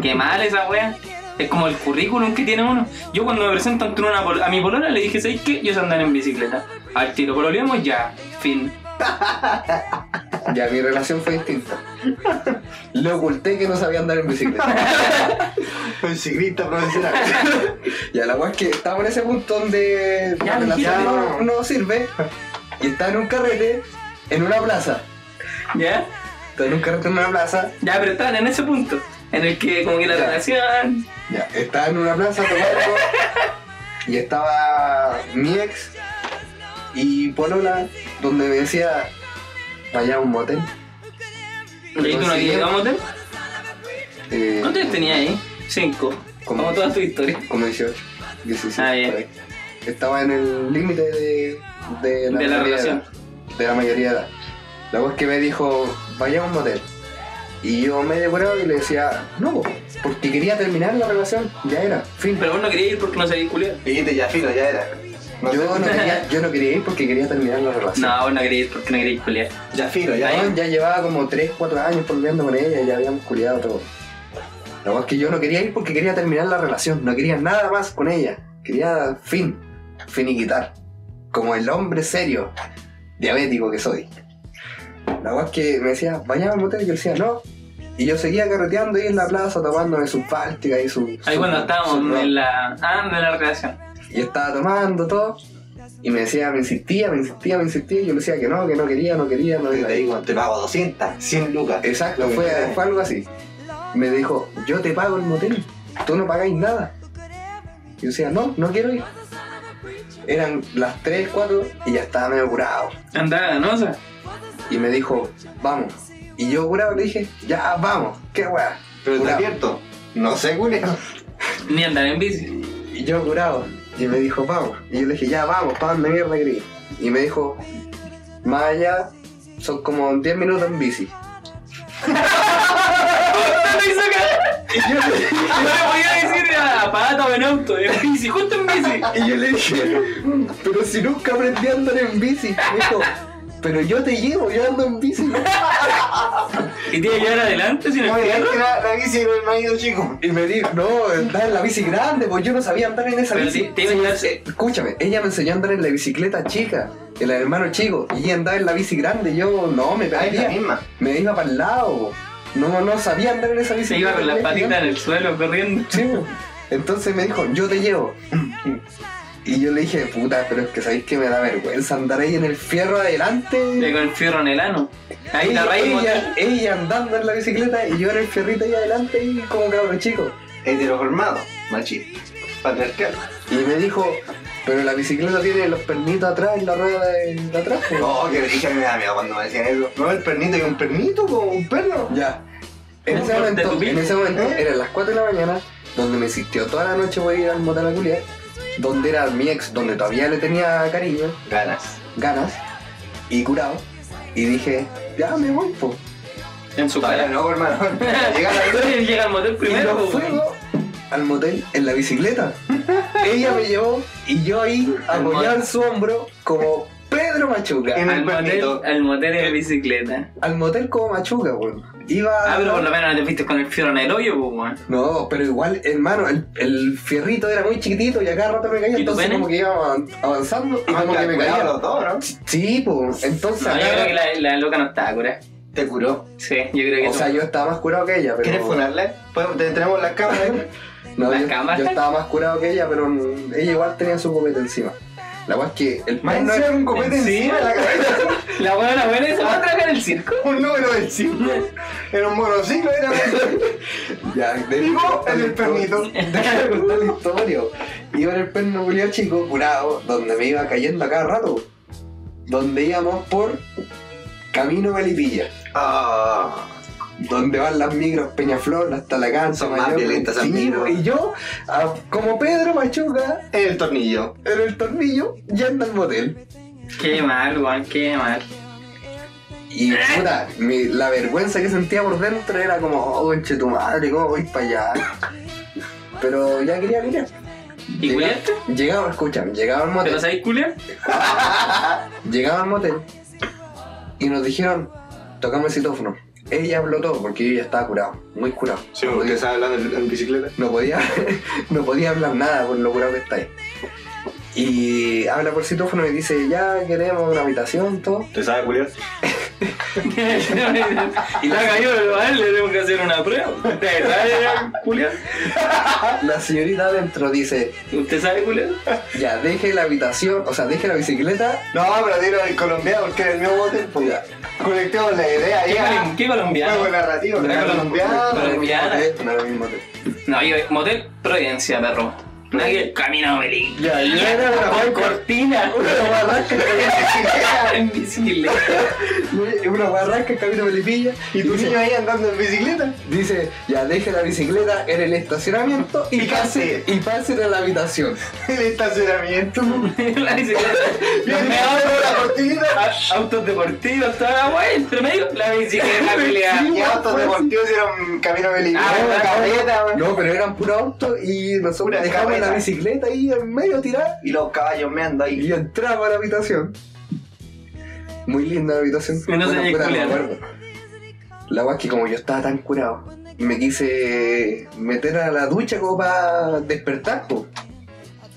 Speaker 2: Qué mal esa wea. Es como el currículum que tiene uno. Yo cuando me presento ante una pol- a mi polola le dije, ¿sabes qué? Yo sé andar en bicicleta. Al tiro, pololeamos ya. Fin.
Speaker 3: Ya, mi relación fue distinta. Le oculté que no sabía andar en bicicleta.
Speaker 1: Soy
Speaker 3: Pues
Speaker 1: ciclista profesional.
Speaker 3: Ya, la weá es que estaba en ese punto donde
Speaker 2: Ya,
Speaker 3: la relación
Speaker 2: dijiste.
Speaker 3: no, no sirve. Y estaba en un carrete, en una plaza.
Speaker 2: ¿Ya?
Speaker 3: Estaba en un carrete en una plaza.
Speaker 2: Ya, pero estaban en ese punto. En el que como que la
Speaker 3: Ya.
Speaker 2: relación...
Speaker 3: Ya, estaba en una plaza tomando. y estaba mi ex y Polola, donde me decía, vaya a un motel.
Speaker 2: ¿Y tú no
Speaker 3: Entonces,
Speaker 2: habías ido a motel?
Speaker 3: eh,
Speaker 2: ¿Cuántos tenía ahí? Cinco.
Speaker 3: Como-
Speaker 2: Como toda tu historia.
Speaker 3: Como 18, 17,
Speaker 2: Ah, ya.
Speaker 3: por ahí. Estaba en el límite de, de la,
Speaker 2: De la
Speaker 3: mayoría
Speaker 2: relación.
Speaker 3: de edad, de la mayoría de edad. La voz que me dijo, vaya a un motel. Y yo me devoraba y le decía, no, porque quería terminar la relación, ya era, fin.
Speaker 2: Pero vos no querías ir porque no sabías culiar.
Speaker 1: Dijiste, ya filo, ya era. No sé.
Speaker 3: yo, no quería, yo no quería ir porque quería terminar la relación.
Speaker 2: No, vos no querías ir porque no querías culiar.
Speaker 1: Ya filo, ya
Speaker 3: Weón,
Speaker 2: ¿Ah?
Speaker 1: era.
Speaker 3: ya llevaba como 3, 4 años volviendo con ella, ya habíamos culiado todo. La voz que yo no quería ir porque quería terminar la relación, no quería nada más con ella. Quería fin, finiquitar. Como el hombre serio, diabético que soy. La voz que me decía, vayamos al motel, y yo decía, no. Y yo seguía carreteando ahí en la plaza tomándome su báltica y su.
Speaker 2: Ahí
Speaker 3: su-
Speaker 2: cuando estábamos
Speaker 3: su-
Speaker 2: en la. Ah, de la relación.
Speaker 3: y estaba tomando todo. Y me decía, me insistía, me insistía, me insistía. Y yo le decía que no, que no quería, no quería, no
Speaker 1: Te
Speaker 3: quería.
Speaker 1: digo, te pago 200, 100 lucas.
Speaker 3: Exacto,
Speaker 1: Lo que
Speaker 3: fue,
Speaker 1: quieras.
Speaker 3: fue algo así. Me dijo, yo te pago el motel, tú no pagáis nada. Yo decía, no, no quiero ir. Eran las 3, 4 y ya estaba medio curado.
Speaker 2: Andaba ganosa.
Speaker 3: Y me dijo, vamos. Y yo curado le dije, ya, vamos, qué weá.
Speaker 1: Pero está
Speaker 3: curado.
Speaker 1: abierto. No sé, culero.
Speaker 2: Ni andar en bici.
Speaker 3: Y yo curado. Y me dijo, vamos. Y yo le dije, ya, vamos, ¿para dónde mierda querés? Y me dijo, más allá son como 10 minutos en bici.
Speaker 2: ¡No hizo cagar! No le podía decir a Pato en auto, en bici, justo en bici.
Speaker 3: Y yo le dije, pero si nunca aprendí a andar en bici. Me dijo, pero yo te llevo, yo ando en bici.
Speaker 2: ¿Y tiene que llevar adelante sin el
Speaker 1: Oye, es
Speaker 2: fierro?
Speaker 1: que la, la bici no no ha ido, chico.
Speaker 3: Y me dijo, no, andar en la bici grande, pues yo no sabía andar en esa
Speaker 2: Pero
Speaker 3: bici.
Speaker 2: te- te iba a llevar-
Speaker 3: Eh, Escúchame, ella me enseñó a andar en la bicicleta chica, el hermano chico, y ella andaba en la bici grande, yo no, me
Speaker 1: Ahí la
Speaker 3: perdía,
Speaker 1: misma.
Speaker 3: me iba para el lado, no, no sabía andar en esa bici.
Speaker 2: Se iba con las patitas en el suelo corriendo.
Speaker 3: Sí, po. Entonces me dijo, yo te llevo. Y yo le dije, puta, pero es que sabéis que me da vergüenza andar ahí en el fierro adelante.
Speaker 2: Y con el fierro en el ano. Ahí la
Speaker 3: ella,
Speaker 2: raíz.
Speaker 3: ella, ella andando en la bicicleta y yo en el fierrito ahí adelante y como cabrón chico.
Speaker 1: Heteroformado, machista. Patriarcal.
Speaker 3: Y me dijo, pero la bicicleta tiene los pernitos atrás y la rueda de, de atrás. pues".
Speaker 1: No, que dije a mí Oh, me da miedo cuando me decían eso. No, el pernito y un pernito con un perro.
Speaker 3: Ya. En
Speaker 2: ¿Un
Speaker 3: ese
Speaker 2: Oh. corte
Speaker 3: momento,
Speaker 2: tu pico?
Speaker 3: en ese momento
Speaker 1: ¿Eh?
Speaker 3: eran las 4 de la mañana, donde me insistió toda la noche voy a ir al motel a culiar, donde era mi ex, donde todavía le tenía cariño,
Speaker 1: Ganas.
Speaker 3: ganas y curado. Y dije, ya me voy, po.
Speaker 2: En su
Speaker 1: Todavía
Speaker 2: cara.
Speaker 1: no, hermano. Llega la bici.
Speaker 2: Entonces llega al motel
Speaker 3: Y
Speaker 2: primero. pues,
Speaker 3: nos
Speaker 2: po.
Speaker 3: fuimos al motel en la bicicleta. Ella me llevó y yo ahí apoyado en su hombro como Pedro Machuca.
Speaker 1: En el
Speaker 2: Al motel,
Speaker 1: pernito.
Speaker 2: al motel en bicicleta.
Speaker 3: Al motel como Machuca, weón. Iba.
Speaker 2: Ah, pero por lo menos no te fuiste con el fierro en el hoyo, pues, weón.
Speaker 3: No, pero igual, hermano, el, el fierrito era muy chiquitito y a cada rato me caía,
Speaker 2: ¿Y tu
Speaker 3: entonces
Speaker 2: pene?
Speaker 3: como que iba avan- avanzando y
Speaker 1: Ah,
Speaker 3: como que me
Speaker 1: calculado
Speaker 3: caía.
Speaker 1: los dos, ¿no?
Speaker 3: Sí, pues, entonces.
Speaker 2: No,
Speaker 3: a
Speaker 2: yo
Speaker 3: cada
Speaker 2: creo que
Speaker 3: rato-
Speaker 2: la, la loca no estaba curada.
Speaker 1: Te curó.
Speaker 2: Sí, yo creo que
Speaker 3: O sea, yo estaba más curado que ella, pero.
Speaker 1: ¿Quieres funarle? Podemos- te- Tenemos la cámara. ahí.
Speaker 3: No,
Speaker 2: ¿Las
Speaker 3: yo,
Speaker 2: cámaras?
Speaker 3: yo estaba más curado que ella, pero mm, ella igual tenía su copete encima. La cual es que el
Speaker 1: Más
Speaker 3: porno es-
Speaker 1: encima un copete encima de la cabeza.
Speaker 2: La buena, buena, esa va a trabajar en el circo.
Speaker 1: Un número del 5. Era un monociclo, era
Speaker 3: Ya, de
Speaker 1: Digo,
Speaker 3: de-
Speaker 1: en el
Speaker 3: de-
Speaker 1: perrito.
Speaker 3: Déjame contar la historia. Iba en el perno culiao chico, curado, donde me iba cayendo a cada rato. Donde íbamos por Camino Melipilla.
Speaker 1: Ah.
Speaker 3: Donde van las micros Peñaflor, las Talacanza,
Speaker 1: Son más violentas esas
Speaker 3: Sí,
Speaker 1: micros.
Speaker 3: Y yo, a- como Pedro Machuca,
Speaker 1: El tornillo.
Speaker 3: en el tornillo, yendo al motel.
Speaker 2: Qué mal, weón, qué mal.
Speaker 1: ¿Eh?
Speaker 3: Y puta, mi- la vergüenza que sentía por dentro era como, oh, conche tu madre, ¿cómo voy para allá? Pero ya quería mirar.
Speaker 2: ¿Y
Speaker 3: Llega-
Speaker 2: culiaste?
Speaker 3: Llegaba, escúchame, llegaba al motel.
Speaker 2: ¿Pero sabéis culiar?
Speaker 3: Llegaba al motel y nos dijeron, tocamos el citófono. Ella habló todo porque yo ya estaba curado, muy curado. no, podía,
Speaker 1: estaba hablando en, en bicicleta.
Speaker 3: no, podía, no podía hablar nada por lo curado que está ahí. Y habla por citófono y dice, ya queremos una habitación, todo.
Speaker 1: ¿Te sabe culiar?
Speaker 2: y la cayó de le tenemos que hacer una prueba. ¿Usted sabe culiar?
Speaker 3: La señorita adentro dice,
Speaker 2: ¿Usted sabe culiar?
Speaker 3: ya deje la habitación, o sea, deje la bicicleta.
Speaker 1: No, pero dieron el colombiano porque era el mismo bote. Pues ya. Conectamos la idea
Speaker 2: ¿Qué,
Speaker 1: ya.
Speaker 2: colom- qué colombiano?
Speaker 1: Juego narrativo,
Speaker 2: Era
Speaker 1: era
Speaker 2: colom-
Speaker 1: colombiano.
Speaker 3: No era el mismo
Speaker 2: Colombiana.
Speaker 3: motel, no era el mismo motel.
Speaker 2: No, yo, motel Providencia, perro. Nugget, camino feliz.
Speaker 3: Ya, y era una
Speaker 2: Con
Speaker 3: guay
Speaker 2: cortina.
Speaker 3: Una guarrasca
Speaker 2: En bicicleta.
Speaker 3: en una guarrasca en camino a Melipilla
Speaker 1: Y tu
Speaker 3: dice-
Speaker 1: niño ahí andando en bicicleta.
Speaker 3: Dice, ya deje la bicicleta en el estacionamiento y
Speaker 1: Y
Speaker 3: pase, y pase a la habitación.
Speaker 1: El estacionamiento.
Speaker 2: La bicicleta. Los
Speaker 1: Viene
Speaker 2: meados,
Speaker 1: abriendo la cortinita.
Speaker 2: a- Autos deportivos, toda la guay, entre medio, la bicicleta pelea.
Speaker 1: Ah, Y pues, autos deportivos eran camino belicoso.
Speaker 2: Ah,
Speaker 1: una
Speaker 2: ¿verdad?
Speaker 1: carreta, weón.
Speaker 3: No, pero eran puro auto y nosotros
Speaker 1: Pura
Speaker 3: dejamos la
Speaker 1: escapeta.
Speaker 3: bicicleta ahí en medio tirada
Speaker 1: Y los caballos meando ahí.
Speaker 3: y entraba a la habitación. Muy linda la habitación.
Speaker 2: Y no se veía
Speaker 3: me
Speaker 2: culiar.
Speaker 3: acuerdo. La guay es que como yo estaba tan curado, me quise meter a la ducha como para despertar. po.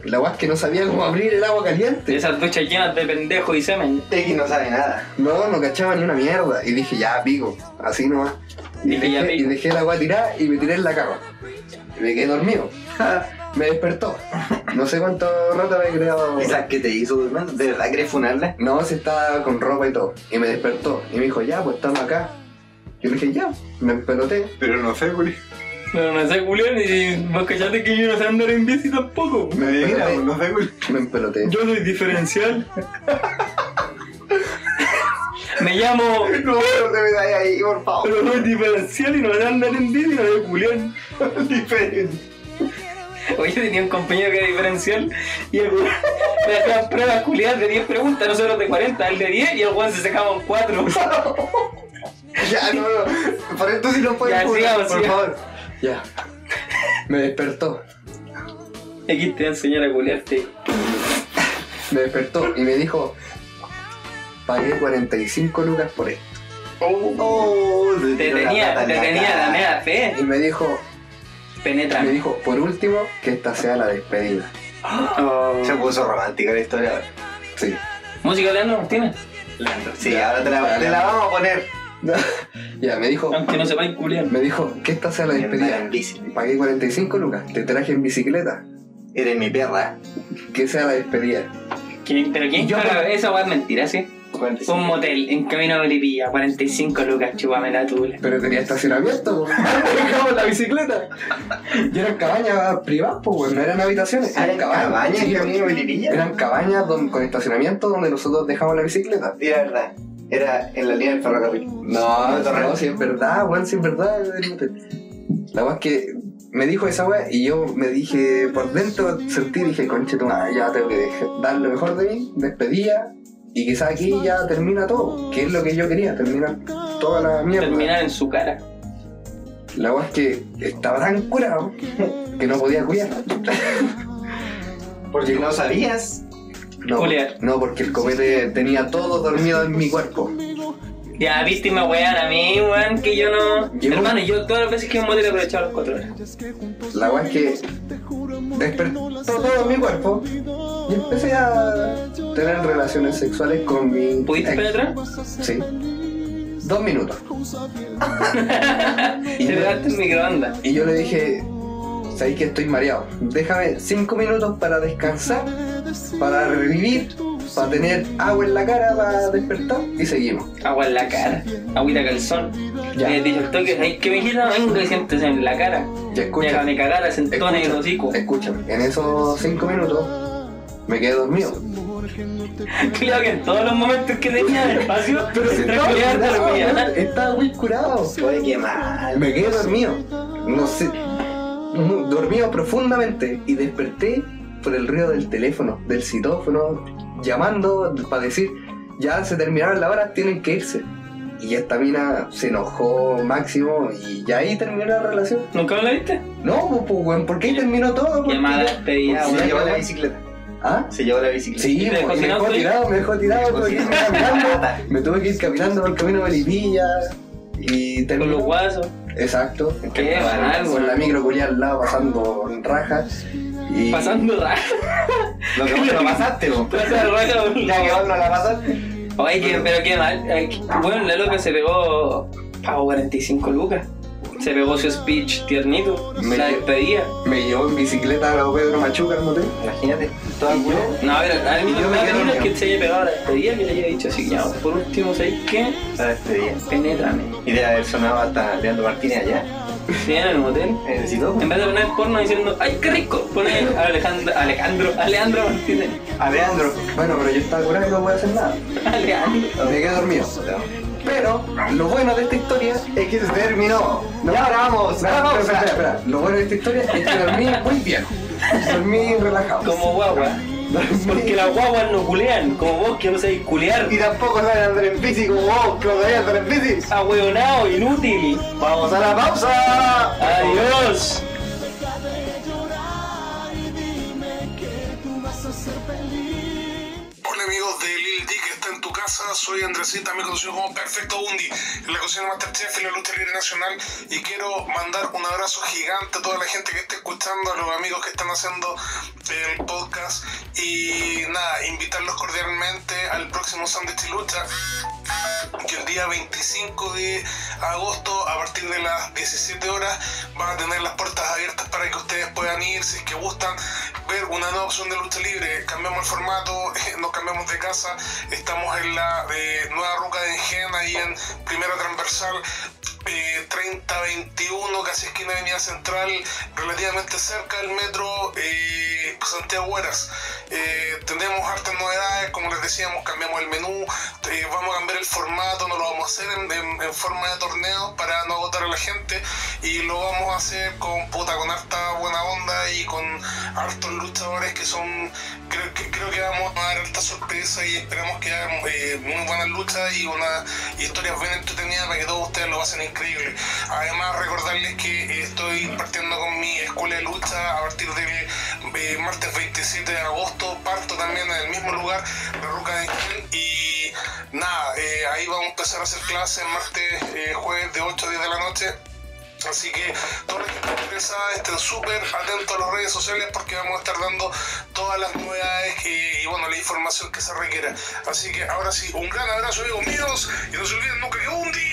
Speaker 3: La guay es que no sabía cómo abrir el agua caliente.
Speaker 2: Esas duchas llenas de pendejos y semen.
Speaker 1: X no sabe nada.
Speaker 3: No, no cachaba ni una mierda. Y dije, ya, pico, así nomás. Y
Speaker 2: Dije, ya,
Speaker 3: dejé,
Speaker 2: pico.
Speaker 3: y dejé la agua tirada y me tiré en la cama. Y me quedé dormido. me despertó. No sé cuánto rato me creo.
Speaker 1: Esa que te hizo durmiendo, ¿de verdad querés funarla?
Speaker 3: No, se estaba con ropa y todo. Y me despertó. Y me dijo, ya, pues estamos acá. Yo le dije, ya, me empeloté.
Speaker 1: Pero no sé, güey.
Speaker 2: No, no sé, Julián, y vos cachate que yo no sé andar en bici tampoco.
Speaker 1: Me
Speaker 3: Mira,
Speaker 1: dijeron,
Speaker 3: güey.
Speaker 1: no sé, güey.
Speaker 3: Me empeloté.
Speaker 2: Yo soy diferencial. Me llamo,
Speaker 1: No, no te metas ahí, por favor.
Speaker 2: pero soy diferencial y no sé andar en bici, no soy Julián.
Speaker 1: Diferente.
Speaker 2: Oye, tenía un compañero que era diferencial y el weón me hacían pruebas culiadas de 10 preguntas, nosotros de 40, él de 10 y el weón se sacaba un 4.
Speaker 1: Ya, no, no. Por esto sí lo
Speaker 2: Ya,
Speaker 1: puedes funar,
Speaker 2: sigamos,
Speaker 1: por
Speaker 2: sigamos.
Speaker 1: favor.
Speaker 3: Ya. Me despertó.
Speaker 2: Aquí te voy a enseñar a culiarte.
Speaker 3: Me despertó. Y me dijo, pagué 45 lucas por esto.
Speaker 1: Oh,
Speaker 2: Te tenía, te tenía la mea fe.
Speaker 3: Y me dijo,
Speaker 2: Penetra.
Speaker 3: Me dijo, por último, que esta sea la despedida.
Speaker 1: Se puso romántica la historia.
Speaker 3: Sí.
Speaker 2: Música Leandro Martínez.
Speaker 1: Sí, ahora te la, te la vamos a poner.
Speaker 3: ya, me dijo,
Speaker 2: Aunque no sepáis culiar.
Speaker 3: me dijo, que esta sea la
Speaker 1: Andar
Speaker 3: despedida.
Speaker 1: en bici.
Speaker 3: Pagué 45 lucas, te traje en bicicleta.
Speaker 1: Eres mi perra.
Speaker 3: Que sea la despedida.
Speaker 2: ¿Quién- ¿Pero quién
Speaker 3: Yo
Speaker 2: paga?
Speaker 3: por-
Speaker 2: Esa weá es mentira, ¿sí? Fue un motel en camino a Bolivia, 45 lucas, chupame la tula.
Speaker 3: Pero tenía estacionamiento, po. Dejamos la bicicleta. Y eran cabañas privadas, pues, no eran habitaciones.
Speaker 1: Ah,
Speaker 3: Eran
Speaker 1: en cabaña,
Speaker 3: cabañas.
Speaker 1: en
Speaker 3: sí,
Speaker 1: camino de Melipilla.
Speaker 3: Eran cabañas don- con estacionamiento donde nosotros dejamos la bicicleta.
Speaker 1: Sí, la verdad. Era en la línea del ferrocarril.
Speaker 3: No,
Speaker 1: no,
Speaker 3: no, si es verdad, weón, si es verdad. el motel. La weá es que me dijo esa weá y yo me dije por dentro, sentí, dije, conche tu madre, ya tengo que dejar- dar lo mejor de mí, despedía y quizás aquí ya termina todo, que es lo que yo quería, terminar toda la mierda.
Speaker 2: Terminar en su cara.
Speaker 3: La weá es que estaba tan curado que no podía cuidar.
Speaker 1: Porque no sabías.
Speaker 3: No,
Speaker 2: Culear.
Speaker 3: no, porque el copete tenía todo dormido en mi cuerpo.
Speaker 2: Ya, viste, me wean a mí, weón, que yo no.
Speaker 3: Yo-
Speaker 2: Hermano, yo todas las veces que me motel he aprovechado las 4 horas.
Speaker 3: La weá es que despertó todo mi cuerpo y empecé a tener relaciones sexuales con mi.
Speaker 2: ¿Pudiste
Speaker 3: ex.
Speaker 2: penetrar?
Speaker 3: Sí. Dos minutos.
Speaker 2: Te pegaste en microondas.
Speaker 3: Y yo le dije, sabéis que estoy mareado. Déjame cinco minutos para descansar, para revivir, para tener agua en la cara, para despertar y seguimos.
Speaker 2: Agua en la cara, agüita calzón.
Speaker 3: Ya.
Speaker 2: Le dije al toque, "Ay, que me hijita, venga y siéntese en la cara.
Speaker 3: Ya
Speaker 2: Mira,
Speaker 3: escucha.
Speaker 2: me cagara, sentón en el hocico.
Speaker 3: Escúchame, escúchame. En esos cinco minutos me quedé dormido.
Speaker 2: Claro que en todos los momentos que tenía de espacio, pero se
Speaker 3: Estaba curado,
Speaker 2: dormía.
Speaker 3: Estaba muy curado.
Speaker 1: Oye, qué mal.
Speaker 3: Me quedé dormido. No sé. no, Dormido profundamente y desperté por el ruido del teléfono, del citófono, llamando para decir, ya se terminaron las horas, tienen que irse. Y esta mina se enojó máximo y ya ahí terminó la relación.
Speaker 2: ¿Nunca me la viste?
Speaker 3: No, pues, pues, weón, ¿por qué ahí terminó todo? Porque-
Speaker 2: Llamada despedida,
Speaker 1: Se
Speaker 2: weón.
Speaker 1: llevó la bicicleta.
Speaker 3: ¿Ah?
Speaker 1: Se llevó la bicicleta. Pues
Speaker 3: Sí,
Speaker 2: ¿Y te
Speaker 3: pues,
Speaker 2: dejó
Speaker 3: y me
Speaker 2: sin
Speaker 3: dejó
Speaker 2: auto ahí?
Speaker 3: tirado, me dejó tirado,
Speaker 1: Me dejó
Speaker 3: tuve que ir
Speaker 1: sin auto.
Speaker 3: caminando, me tuve que ir caminando por el camino de Melipilla y
Speaker 2: Con los
Speaker 3: terminó.
Speaker 2: guasos.
Speaker 3: Exacto.
Speaker 2: Qué banal,
Speaker 3: Con
Speaker 2: weón.
Speaker 3: la micro culiá al lado pasando rajas. Y
Speaker 2: Pasando raja.
Speaker 1: Lo que vos no pasaste, vos.
Speaker 2: Pasando raja. weón.
Speaker 1: Ya que vos no la pasaste.
Speaker 2: Oye, que- pero qué mal. Ay, que- Bueno, la loca se pegó. Pagó 45 lucas. Se pegó su speech tiernito.
Speaker 3: Me-
Speaker 2: La despedía.
Speaker 3: me llevó en bicicleta a la Pedro Machuca al motel.
Speaker 1: Imagínate. Toda
Speaker 3: Y yo-
Speaker 1: culera.
Speaker 2: No, a ver, al
Speaker 3: yo
Speaker 2: mismo
Speaker 3: me
Speaker 2: me
Speaker 3: quedé
Speaker 2: es
Speaker 3: dormido.
Speaker 2: que se haya pegado la despedida que le haya dicho así. Ya, por último, ¿sabes qué?
Speaker 1: Para este día.
Speaker 2: Penétrame.
Speaker 1: Y de haber sonado hasta Leandro Martínez allá.
Speaker 2: Sí, en el motel.
Speaker 1: Necesito.
Speaker 2: En vez de poner porno diciendo, ¡ay, qué rico! Pone a Alejandro, Alejandro, Alejandro Martínez.
Speaker 3: Alejandro. Bueno, pero yo estaba curado y no voy a hacer nada.
Speaker 2: Alejandro.
Speaker 3: Me quedé dormido. Pero lo bueno de esta historia
Speaker 1: Es que se terminó.
Speaker 3: No.
Speaker 1: Ya grabamos.
Speaker 3: Espera, espera,
Speaker 1: grabamos.
Speaker 3: espera, espera. Lo bueno de esta historia es que dormí muy bien. Dormí relajado.
Speaker 2: Como guagua.
Speaker 3: Dormí-
Speaker 2: Porque las guaguas no culean, como vos que no sabéis culear.
Speaker 1: Y tampoco saben andar en bici como vos, que no sabés andar en bici.
Speaker 2: Ahueonado, Ah, inútil.
Speaker 1: Vamos a la pausa.
Speaker 2: Adiós.
Speaker 5: Hola amigos de Lil D que está en tu casa, soy Andresita, me conocido como Perfecto Bundy, en la cocina Masterchef y la lucha libre nacional y quiero mandar un abrazo gigante a toda la gente que está escuchando, a los amigos que están haciendo el podcast y nada, invitarlos cordialmente al próximo Sándwich y Lucha que el día 25 de agosto a partir de las 17 horas van a tener las puertas abiertas para que ustedes puedan ir si es que gustan ver una nueva opción de lucha libre cambiamos el formato nos cambiamos de casa estamos en la eh, nueva ruca de Engen ahí en primera transversal eh, 3021 casi esquina de avenida central relativamente cerca del metro eh, Santiago Hueras Eh, tenemos hartas novedades como les decíamos cambiamos el menú eh, vamos a cambiar el formato, no lo vamos a hacer en, en- en forma de torneo para no agotar a la gente y lo vamos a hacer con puta, con harta buena onda y con hartos luchadores que son, creo que, creo que vamos a dar harta sorpresa y esperamos que hagan eh, muy buenas luchas y una historias bien entretenidas para que todos ustedes lo pasen increíble. Además recordarles que estoy partiendo con mi escuela de lucha a partir del eh, martes 27 de agosto, parto también en el mismo lugar, la Ruca de Gil, y nada, eh, ahí vamos a empezar a hacer clases martes, eh, jueves de 8 a 10 de la noche. Así que toda la gente interesada estén este, súper atentos a las redes sociales porque vamos a estar dando todas las novedades que- y bueno, la información que se requiera. Así que ahora sí, un gran abrazo amigos míos y no se olviden nunca que Undi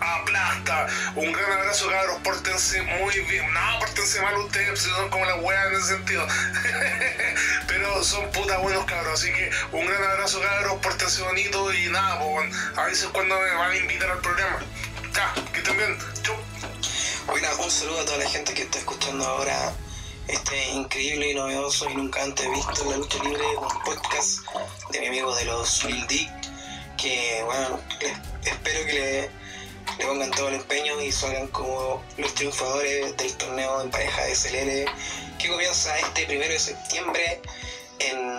Speaker 5: aplasta. Un gran abrazo cabros, pórtense muy bien. No, pórtense mal ustedes, pues, son como la weas en ese sentido. Pero son putas buenos cabros, así que un gran abrazo cabros, pórtense bonito y nada, pues, bueno, a veces cuando me van a invitar al programa. Ya, que estén bien. Chau.
Speaker 6: Buenas, un saludo a toda la gente que está escuchando ahora este increíble y novedoso y nunca antes visto La Lucha Libre, un podcast de mi amigo de los Lil Dick, que bueno, les- espero que le, le pongan todo el empeño y salgan como los triunfadores del torneo en pareja de SLR que comienza este primero de septiembre en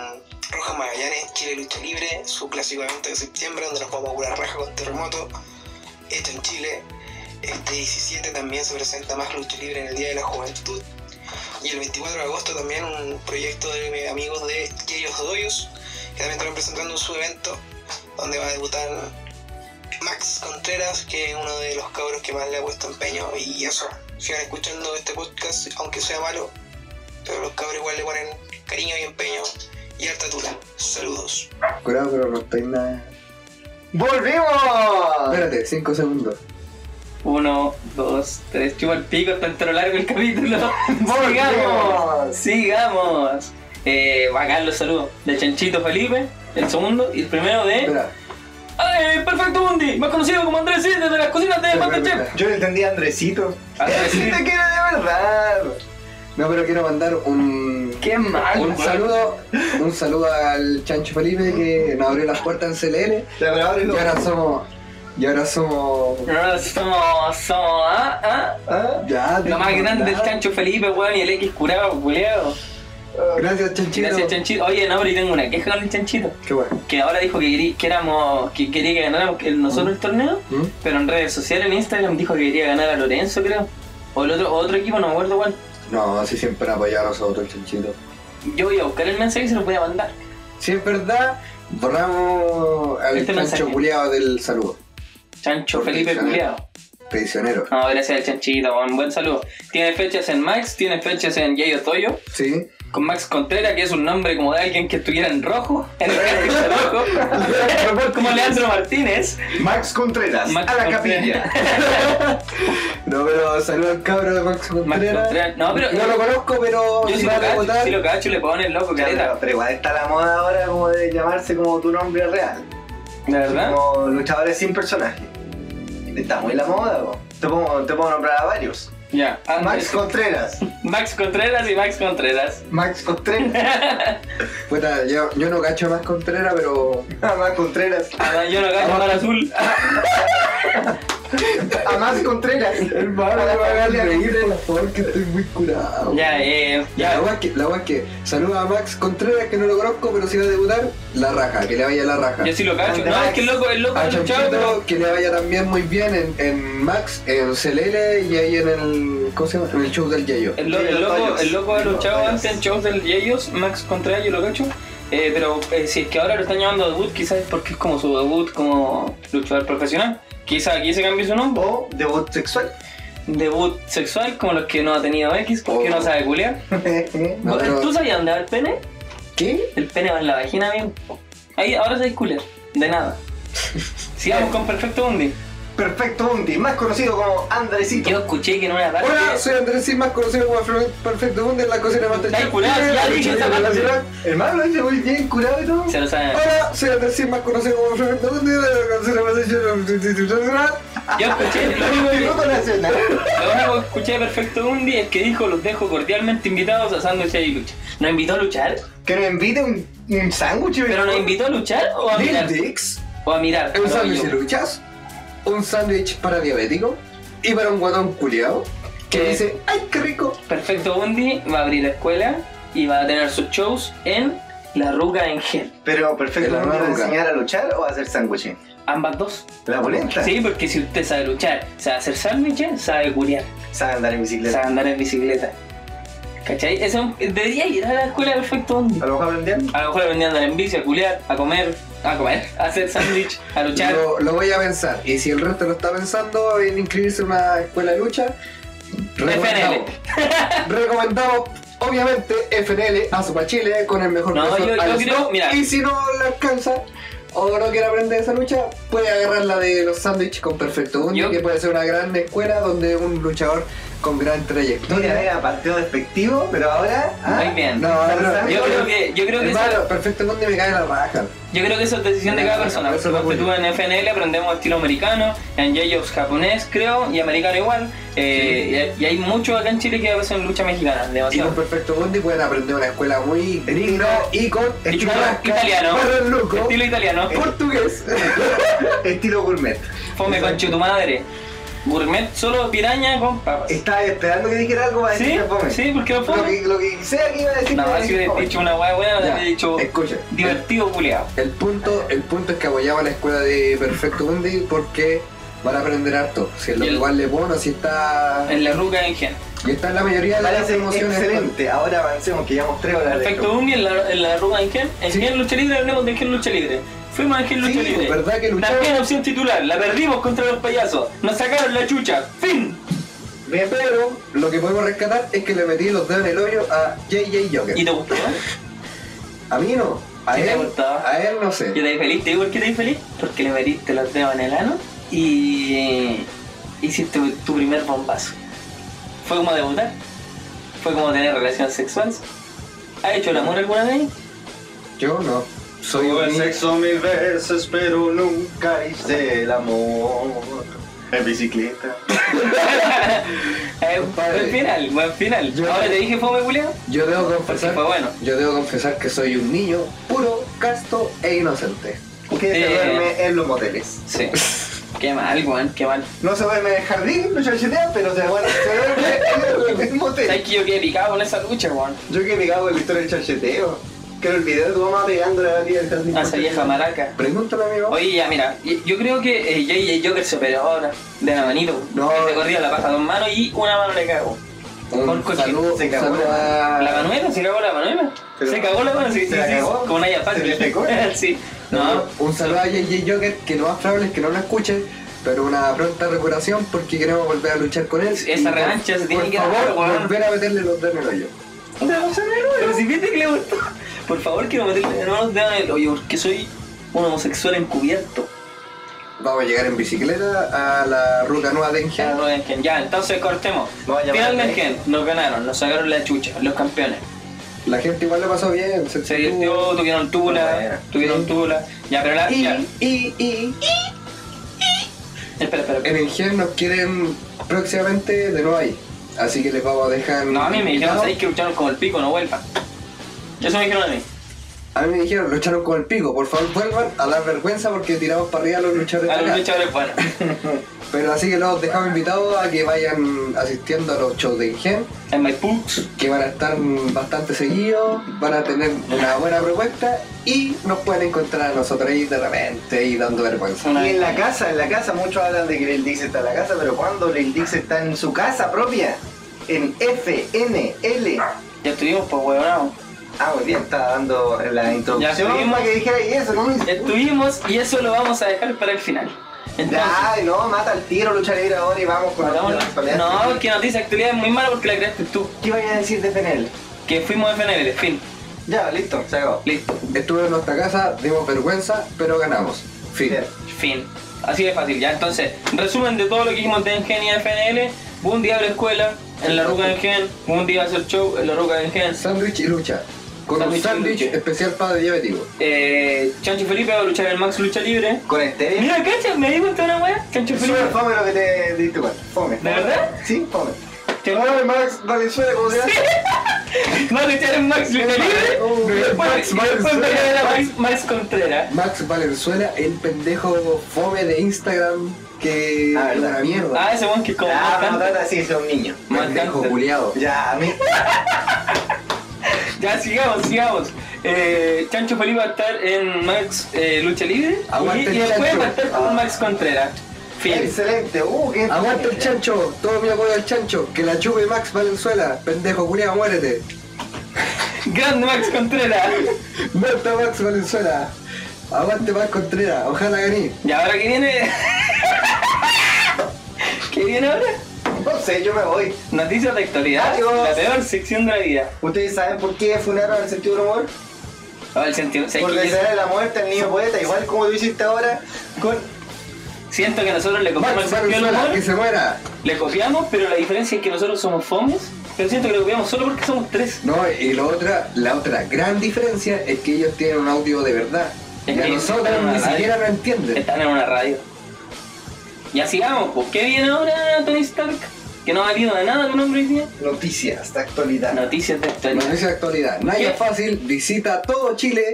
Speaker 6: Rojas Magallanes, Chile Lucha Libre, su clásico evento de septiembre donde nos vamos a curar raja con terremoto, hecho en Chile, este 17 también se presenta más lucha libre en el Día de la Juventud. Y el 24 de agosto también un proyecto de mis amigos de Yeyos Doyos, que también estarán presentando su evento, donde va a debutar Max Contreras, que es uno de los cabros que más le ha puesto empeño. Y eso, sigan escuchando este podcast, aunque sea malo, pero los cabros igual le ponen cariño y empeño y harta tula. Saludos.
Speaker 3: Curado, pero no estoy nada.
Speaker 1: ¡Volvimos!
Speaker 3: Espérate, 5 segundos.
Speaker 2: Uno, dos, tres, chupa el pico, está entero largo el capítulo. sigamos, sigamos. Eh, bacán los saludos de Chanchito Felipe, el segundo, y el primero de...
Speaker 3: Espera.
Speaker 2: ¡Ay, Perfecto Mundi! Más conocido como Andrés Siete de las cocinas de
Speaker 3: espera,
Speaker 2: Masterchef.
Speaker 3: espera.
Speaker 1: Yo le entendí a Andresito.
Speaker 2: Andrés
Speaker 1: Sí
Speaker 2: Siete.
Speaker 1: te quiere de verdad.
Speaker 3: No, pero quiero mandar un.
Speaker 2: ¡Qué mal!
Speaker 3: Un saludo, un saludo al Chancho Felipe que nos abrió las puertas en CLL
Speaker 1: Ya, pero
Speaker 3: y
Speaker 1: ábrelo.
Speaker 3: ahora somos. Y ahora somos.
Speaker 2: No, somos, somos, ah, ah.
Speaker 1: ¿Ah?
Speaker 3: Ya,
Speaker 2: Lo más
Speaker 3: tenemos
Speaker 2: grande el
Speaker 3: nada.
Speaker 2: Chancho Felipe, weón, y el X curado, culeado.
Speaker 3: Gracias, Chanchito.
Speaker 2: Gracias, Chanchito. Oye, no, pero yo tengo una queja con el Chanchito.
Speaker 3: Qué bueno.
Speaker 2: Que ahora dijo que, querí- que éramos, que quería que ganáramos el- nosotros el torneo,
Speaker 3: ¿Mm?
Speaker 2: pero en redes sociales, en Instagram, dijo que quería ganar a Lorenzo, creo. O el otro, o otro equipo, no me acuerdo cuál.
Speaker 3: No, así siempre ha apoyado a nosotros el Chanchito.
Speaker 2: Yo voy a buscar el mensaje y se lo voy a mandar.
Speaker 3: Si es verdad, borramos al
Speaker 2: Este mensaje.
Speaker 3: Chancho culiado del saludo.
Speaker 2: Chancho
Speaker 3: Porque
Speaker 2: Felipe
Speaker 3: gané.
Speaker 2: culeado.
Speaker 3: Prisionero.
Speaker 2: No, gracias al Chanchito, weón. Buen saludo. Tiene fechas en Max, tiene fechas en Yayo Toyo.
Speaker 3: Sí.
Speaker 2: con Max Contreras, que es un nombre como de alguien que estuviera en rojo, en el castillo de rojo, como Leandro Martínez.
Speaker 1: Max Contreras,
Speaker 2: Max
Speaker 1: a la
Speaker 2: Contreras.
Speaker 1: capilla.
Speaker 3: No, pero saludos al cabro de Max Contreras.
Speaker 2: Contreras. No, pero-
Speaker 3: lo conozco, pero
Speaker 2: Yo si
Speaker 3: si
Speaker 2: lo,
Speaker 3: van a
Speaker 2: cacho,
Speaker 3: votar.
Speaker 2: si lo cacho, le ponen el loco,
Speaker 1: Ya,
Speaker 2: caleta.
Speaker 1: Pero pero igual está la moda ahora como de llamarse como tu nombre real.
Speaker 2: ¿De verdad?
Speaker 1: Como luchadores sin personaje. Está muy la moda, po. Te puedo, te puedo nombrar a varios.
Speaker 2: Ya.
Speaker 1: Max
Speaker 2: Max,
Speaker 1: Contreras.
Speaker 2: Max Contreras y Max Contreras.
Speaker 1: Max Contreras.
Speaker 3: Puta, yo, yo no cacho más Contreras, pero.
Speaker 1: A Max Contreras.
Speaker 2: Ah, yo no gacho para azul.
Speaker 1: A Max Contreras.
Speaker 3: Hermano, me hagan reír, por favor, que estoy muy curado.
Speaker 2: Ya, eh,
Speaker 3: Ya,
Speaker 2: ya.
Speaker 3: la wea es que, la wea es que saluda a Max Contreras, que no lo conozco, pero si va a debutar, la raja, que le vaya la raja.
Speaker 2: Yo sí lo cacho. No, es que el loco, el loco
Speaker 3: A
Speaker 2: es luchado, pero.
Speaker 3: Chanchito, que le vaya también muy bien en, en Max, en Celele y ahí en el. ¿Cómo se llama? En el show del Yayo.
Speaker 2: El, lo- el loco, el loco ha luchado antes en shows del Yeyos, Max Contreras, yo lo cacho. Eh, pero eh, si es que ahora lo están llamando debut, quizás es porque es como su debut como luchador profesional. Quizás aquí se cambió su nombre.
Speaker 1: O debut sexual.
Speaker 2: Debut sexual, como los que no ha tenido X, porque
Speaker 3: Oh.
Speaker 2: no sabe culiar.
Speaker 3: No, pero-
Speaker 2: ¿Tú sabías dónde va el pene?
Speaker 3: ¿Qué?
Speaker 2: El pene va en la vagina, bien. Ahí, ahora sabes culiar. De nada. Sigamos con Perfecto Undi.
Speaker 1: Perfecto Undi, más conocido como Andresito.
Speaker 2: Yo escuché que en una parte.
Speaker 3: Hola, soy Andrés y más conocido como Afro Perfecto Mundo en la cocina
Speaker 2: Está
Speaker 3: Masterchef.
Speaker 2: curado, ya dije esa parte.
Speaker 1: Hermano, lo hice muy bien, curado y todo.
Speaker 2: Se lo saben.
Speaker 3: Hola, soy Andrés y más conocido como Afro Perfecto Mundo en la cocina Masterchef.
Speaker 2: Yo escuché, lo único que-
Speaker 1: Piloto nacional.
Speaker 2: Lo único que escuché de Perfecto Undi es que dijo los dejo cordialmente invitados a sándwiches y lucha. ¿Nos invitó a luchar?
Speaker 1: Que nos invite un, un sándwich.
Speaker 2: ¿Pero nos invitó a luchar o a mirar?
Speaker 3: Bill Dix,
Speaker 2: O a mirar.
Speaker 3: un
Speaker 2: No,
Speaker 3: sándwich
Speaker 2: yo.
Speaker 3: de luchas, un sándwich para diabético y para un guatón culiado que
Speaker 2: Eh.
Speaker 3: dice, ¡ay, qué rico!
Speaker 2: Perfecto Undi va a abrir la escuela y va a tener sus shows en La Ruga en Gel.
Speaker 1: Pero perfecto,
Speaker 3: Pero no
Speaker 1: ¿nos va a
Speaker 3: nunca.
Speaker 1: enseñar a luchar o a hacer sándwiches?
Speaker 2: Ambas dos.
Speaker 1: La polenta.
Speaker 2: Sí, porque si usted sabe luchar, sabe hacer sándwiches, sabe curiar,
Speaker 1: Sabe andar en bicicleta.
Speaker 2: sabe andar en bicicleta. ¿Cachai? Eso es un- debería ir a la escuela de Perfecto Undi.
Speaker 1: A lo mejor aprendían.
Speaker 2: A lo mejor vendían a andar en bici, a culiar, a comer, a comer, a hacer sándwich, a luchar.
Speaker 3: Lo, lo voy a pensar. Y si el resto lo está pensando en inscribirse en una escuela de lucha,
Speaker 2: FNL.
Speaker 3: recomendamos. recomendamos, obviamente, FNL a su Chile con el mejor
Speaker 2: No,
Speaker 3: profesor
Speaker 2: yo- yo
Speaker 3: Alex
Speaker 2: creo-
Speaker 3: Snow.
Speaker 2: mira.
Speaker 3: Y si no le alcanza o no quiere aprender esa lucha, puede agarrar la de los sándwiches con Perfecto Undi,
Speaker 2: Yo-
Speaker 3: que puede ser una gran escuela donde un luchador con gran
Speaker 1: Mira,
Speaker 3: trayectoria. ¿eh?
Speaker 1: era partido despectivo, pero ahora. ah,
Speaker 2: Muy bien.
Speaker 3: No, no, no.
Speaker 2: Yo creo que, yo creo que, eso,
Speaker 3: Hermano, Perfecto Undi me cae en la raja.
Speaker 2: yo creo que eso es decisión de cada
Speaker 3: Mira,
Speaker 2: persona.
Speaker 3: eso
Speaker 2: Porque
Speaker 3: lo
Speaker 2: ponte tú
Speaker 3: apoyo.
Speaker 2: en FNL aprendemos estilo americano, en J-Jobs japonés creo, y americano igual. eh, y, y hay mucho acá en Chile que hacen lucha mexicana,
Speaker 3: Y con
Speaker 2: demasiado.
Speaker 3: Perfecto Mundi pueden aprender una escuela muy digno y con
Speaker 2: Estilo
Speaker 3: churrasca,
Speaker 2: italiano.
Speaker 3: barra loco,
Speaker 2: Estilo italiano.
Speaker 1: Eh,
Speaker 3: portugués.
Speaker 1: Estilo gourmet.
Speaker 2: Fome
Speaker 3: Exacto.
Speaker 2: conche tu madre. Gourmet solo piraña con papas.
Speaker 1: Estaba esperando que dijera algo para
Speaker 2: ¿Sí?
Speaker 1: decir fome.
Speaker 2: ¿Sí? ¿Por qué no
Speaker 1: Lo
Speaker 2: fome?
Speaker 1: que, lo que sea que iba a decir. iba a
Speaker 2: No, si
Speaker 1: decir
Speaker 2: hubiera
Speaker 1: fome.
Speaker 2: dicho una hueá buena,
Speaker 3: Ya,
Speaker 2: hubiera dicho
Speaker 3: Escucha, el,
Speaker 2: divertido culeado.
Speaker 3: el punto, el punto es que apoyamos la escuela de Perfecto Mundi porque van a aprender harto. Si es lo
Speaker 2: Y el-
Speaker 3: igual le bueno, si está.
Speaker 2: En La Ruga en Gen.
Speaker 3: Y está en la mayoría de las
Speaker 1: Parece
Speaker 3: emociones.
Speaker 1: excelente. Ahora avancemos, que llevamos tres horas de
Speaker 2: Perfecto
Speaker 1: esto.
Speaker 2: Undi en La, en la Ruga en Gen. En
Speaker 3: Sí.
Speaker 2: Gen Lucha Libre hablemos de Gen Lucha Libre. Fuimos a Gen Lucha
Speaker 3: Sí,
Speaker 2: Libre.
Speaker 3: verdad que
Speaker 2: También
Speaker 3: lucharon,
Speaker 2: opción titular, la perdimos contra los payasos. Nos sacaron la chucha. ¡Fin!
Speaker 1: Bien,
Speaker 3: pero lo que podemos rescatar es que le metí los dedos en el hoyo a JJ Joker.
Speaker 2: ¿Y te gustó?
Speaker 3: A mí no, a
Speaker 2: ¿Y te
Speaker 3: él,
Speaker 2: gustaba?
Speaker 3: a él
Speaker 2: Yo
Speaker 3: no sé.
Speaker 2: te di feliz, te digo por qué te di feliz. Porque le metiste los dedos en el ano y hiciste tu primer bombazo. Fue como debutar. Fue como tener relación sexual. ¿Has hecho el amor alguna vez?
Speaker 3: Yo no. Soy
Speaker 1: Tuve
Speaker 3: un
Speaker 1: sexo mil veces, pero nunca hice el amor. En bicicleta.
Speaker 2: Eh, buen final, buen final.
Speaker 3: Yo-
Speaker 2: Ahora te dije fome, culiao.
Speaker 3: Yo debo
Speaker 2: Porque
Speaker 3: confesar,
Speaker 2: fue bueno.
Speaker 3: yo debo confesar que soy un niño puro, casto e inocente.
Speaker 1: Que se
Speaker 2: Eh.
Speaker 1: duerme en los moteles.
Speaker 2: Sí. Qué mal, weón, qué mal.
Speaker 1: No se duerme en el jardín, no chanchetea, pero se duerme, se duerme en el
Speaker 2: Sabes
Speaker 1: motel.
Speaker 2: que yo quedé picado con esa lucha, weón.
Speaker 1: Yo que me cago en la historia del chancheteo. Que lo olvidé de tu mamá pegando la tía del jardín.
Speaker 2: A Ah, esa vieja maraca.
Speaker 3: Pregúntame, amigo.
Speaker 2: Oye, ya, mira, y- yo creo que eh, J.J. Joker se operó ahora de la manito.
Speaker 3: No.
Speaker 2: Que Te corría la paja a dos manos y una mano le cagó.
Speaker 3: un
Speaker 2: Porco
Speaker 3: saludo,
Speaker 1: se
Speaker 3: un
Speaker 1: cagó
Speaker 3: saludo a...
Speaker 2: ¿La Manuela? ¿Se cagó la Manuela?
Speaker 1: Pero-
Speaker 2: se cagó la mano, sí,
Speaker 1: ¿Se
Speaker 2: sí,
Speaker 1: la
Speaker 2: sí.
Speaker 1: cagó?
Speaker 2: Con una
Speaker 1: ¿Se le pegó?
Speaker 2: yapatria. sí. No,
Speaker 3: Un saludo a JJ Joker, que lo más probable es que no lo escuche, pero una pronta recuperación porque queremos volver a luchar con él.
Speaker 2: Esa
Speaker 3: Y por-
Speaker 2: revancha se tiene
Speaker 3: por
Speaker 2: que dar,
Speaker 3: favor,
Speaker 2: weón.
Speaker 3: volver a meterle los dedos en el hoyo.
Speaker 2: pero si viste que le gustó. Por favor, quiero meterle de nuevo los dedos en el hoyo porque soy un homosexual encubierto.
Speaker 3: Vamos a llegar en bicicleta a la ruta nueva de
Speaker 2: Ya,
Speaker 3: Engel.
Speaker 2: Rodengen, Ah, ya, entonces cortemos.
Speaker 1: Vamos a llamar
Speaker 2: Final
Speaker 1: a
Speaker 2: del
Speaker 1: Rodengen.
Speaker 2: gen, nos ganaron, nos sacaron la chucha, los campeones.
Speaker 3: La gente igual lo pasó bien. Se
Speaker 2: Se
Speaker 1: Uh,
Speaker 2: divirtió, tuvieron tula,
Speaker 1: Bueno.
Speaker 2: tuvieron tula. Ya, pero la.
Speaker 3: Y,
Speaker 2: ya.
Speaker 3: y, y,
Speaker 2: Espera, espera,
Speaker 3: En
Speaker 1: eh,
Speaker 2: espera.
Speaker 3: el GEM nos quieren próximamente de nuevo ahí. Así que les vamos a dejar.
Speaker 2: No, a mí me dijeron,
Speaker 3: invitados.
Speaker 2: sabéis que lucharon con el pico, no vuelvan. Eso me dijeron a mí.
Speaker 3: A mí me dijeron, lucharon con el pico. Por favor, vuelvan a la vergüenza porque tiramos para arriba a los luchadores.
Speaker 2: A
Speaker 3: de acá.
Speaker 2: los luchadores buenos.
Speaker 3: Pero así que los dejamos invitados a que vayan asistiendo a los shows de Ingen,
Speaker 2: En Maipux.
Speaker 3: que van a estar bastante seguidos, van a tener una buena propuesta y nos pueden encontrar a nosotros ahí de repente ahí dando vergüenza.
Speaker 2: Una
Speaker 1: Y
Speaker 2: vez.
Speaker 1: en la casa, en la casa, muchos hablan de que Lil Dix está en la casa, pero cuando Lil Dix está en su casa propia, en FNL.
Speaker 2: Ya estuvimos, pues, huevonao.
Speaker 1: Ah, hoy día estaba dando la
Speaker 2: Ya
Speaker 1: introducción
Speaker 2: estuvimos.
Speaker 1: para que dijera y eso, ¿no?
Speaker 2: Estuvimos y eso lo vamos a dejar para el final. Entonces,
Speaker 1: Ay, no, mata al tiro, lucha libre ahora y vamos con
Speaker 2: matamos
Speaker 1: la
Speaker 2: la-
Speaker 1: actualidad.
Speaker 2: No, porque noticia de actualidad es muy mala porque la creaste tú.
Speaker 1: ¿Qué vaya a decir de FNL?
Speaker 2: Que fuimos FNL, fin.
Speaker 1: Ya, listo, se acabó.
Speaker 2: Listo,
Speaker 3: Estuve en nuestra casa, dimos vergüenza, pero ganamos. Fin.
Speaker 1: Bien.
Speaker 2: fin. Así de fácil, ya. Entonces, resumen de todo lo que hicimos de Engen y FNL. Un día a la escuela, en la Ruca de Engen. Un día a hacer show, en la Ruca de Engen.
Speaker 3: Sándwich y lucha. Con
Speaker 2: Sándwich y
Speaker 3: un sándwich
Speaker 2: lucha.
Speaker 3: especial para diabéticos.
Speaker 2: Eh, Chancho Felipe va a luchar en el Max Lucha Libre.
Speaker 1: Con este.
Speaker 2: Mira, cacha, me di cuenta de una wea. Chancho
Speaker 1: Súper
Speaker 2: Felipe.
Speaker 1: fome lo que te diste cuenta. Fome.
Speaker 2: ¿De verdad?
Speaker 1: Sí, fome.
Speaker 2: Te-
Speaker 1: Ay, Max Valenzuela, ¿cómo se llama?
Speaker 2: Va a luchar en Max Lucha Libre. Y después y después va a ganar a Max- Max Contreras.
Speaker 3: Max Valenzuela, el pendejo fome de Instagram que
Speaker 1: Ah,
Speaker 3: es
Speaker 1: ¿verdad?
Speaker 3: una mierda.
Speaker 2: Ah, ese one que como
Speaker 1: Ah,
Speaker 2: canta.
Speaker 1: no, trata así, es un niño.
Speaker 3: pendejo
Speaker 2: Max
Speaker 3: culiado.
Speaker 1: Ya, a mí.
Speaker 2: Ya, sigamos, sigamos. Eh, Chancho Felipe va a estar en Max eh, Lucha Libre.
Speaker 3: Aguante
Speaker 2: y,
Speaker 3: el
Speaker 2: y después
Speaker 3: Chancho.
Speaker 2: va a estar con
Speaker 1: Ah.
Speaker 2: Max Contreras. Fin.
Speaker 1: Excelente. Uh, qué
Speaker 3: Aguanta el
Speaker 1: entretenido.
Speaker 3: chancho, todo mi apoyo al chancho, que la chupe Max Valenzuela, pendejo culiao, muérete.
Speaker 2: Grande Max Contreras.
Speaker 3: Muerta Max Valenzuela. Aguante Max Contreras, ojalá ganí.
Speaker 2: Y ahora que viene. ¿Qué viene ahora?
Speaker 1: No sé, yo me voy.
Speaker 2: Noticias de actualidad.
Speaker 1: Adiós.
Speaker 2: La peor sección de la vida.
Speaker 1: ¿Ustedes saben por qué funaron el sentido del humor?
Speaker 2: Ah, el sentido. ¿sabes
Speaker 1: Por
Speaker 2: qué?
Speaker 1: desear la muerte al niño poeta, igual como tú hiciste ahora con...
Speaker 2: Siento que nosotros le copiamos el
Speaker 3: Max
Speaker 2: sentido del
Speaker 3: Valenzuela,
Speaker 2: humor.
Speaker 3: que se muera.
Speaker 2: Le copiamos, pero la diferencia es que nosotros somos fomes. Pero siento que le copiamos solo porque somos tres.
Speaker 3: No, y la otra, la otra gran diferencia es que ellos tienen un audio de verdad.
Speaker 2: Es
Speaker 3: Y a
Speaker 2: que
Speaker 3: nosotros
Speaker 2: están en
Speaker 3: ni
Speaker 2: la
Speaker 3: siquiera lo
Speaker 2: radio.
Speaker 3: entienden.
Speaker 2: Están en una radio. Y así vamos, pues. ¿Qué viene ahora, Tony Stark? Que no ha salido de nada tu nombre hoy día.
Speaker 1: Noticias de actualidad.
Speaker 2: Noticias de actualidad.
Speaker 3: Noticias de actualidad. Naya
Speaker 2: ¿Qué?
Speaker 3: Fácil visita todo Chile,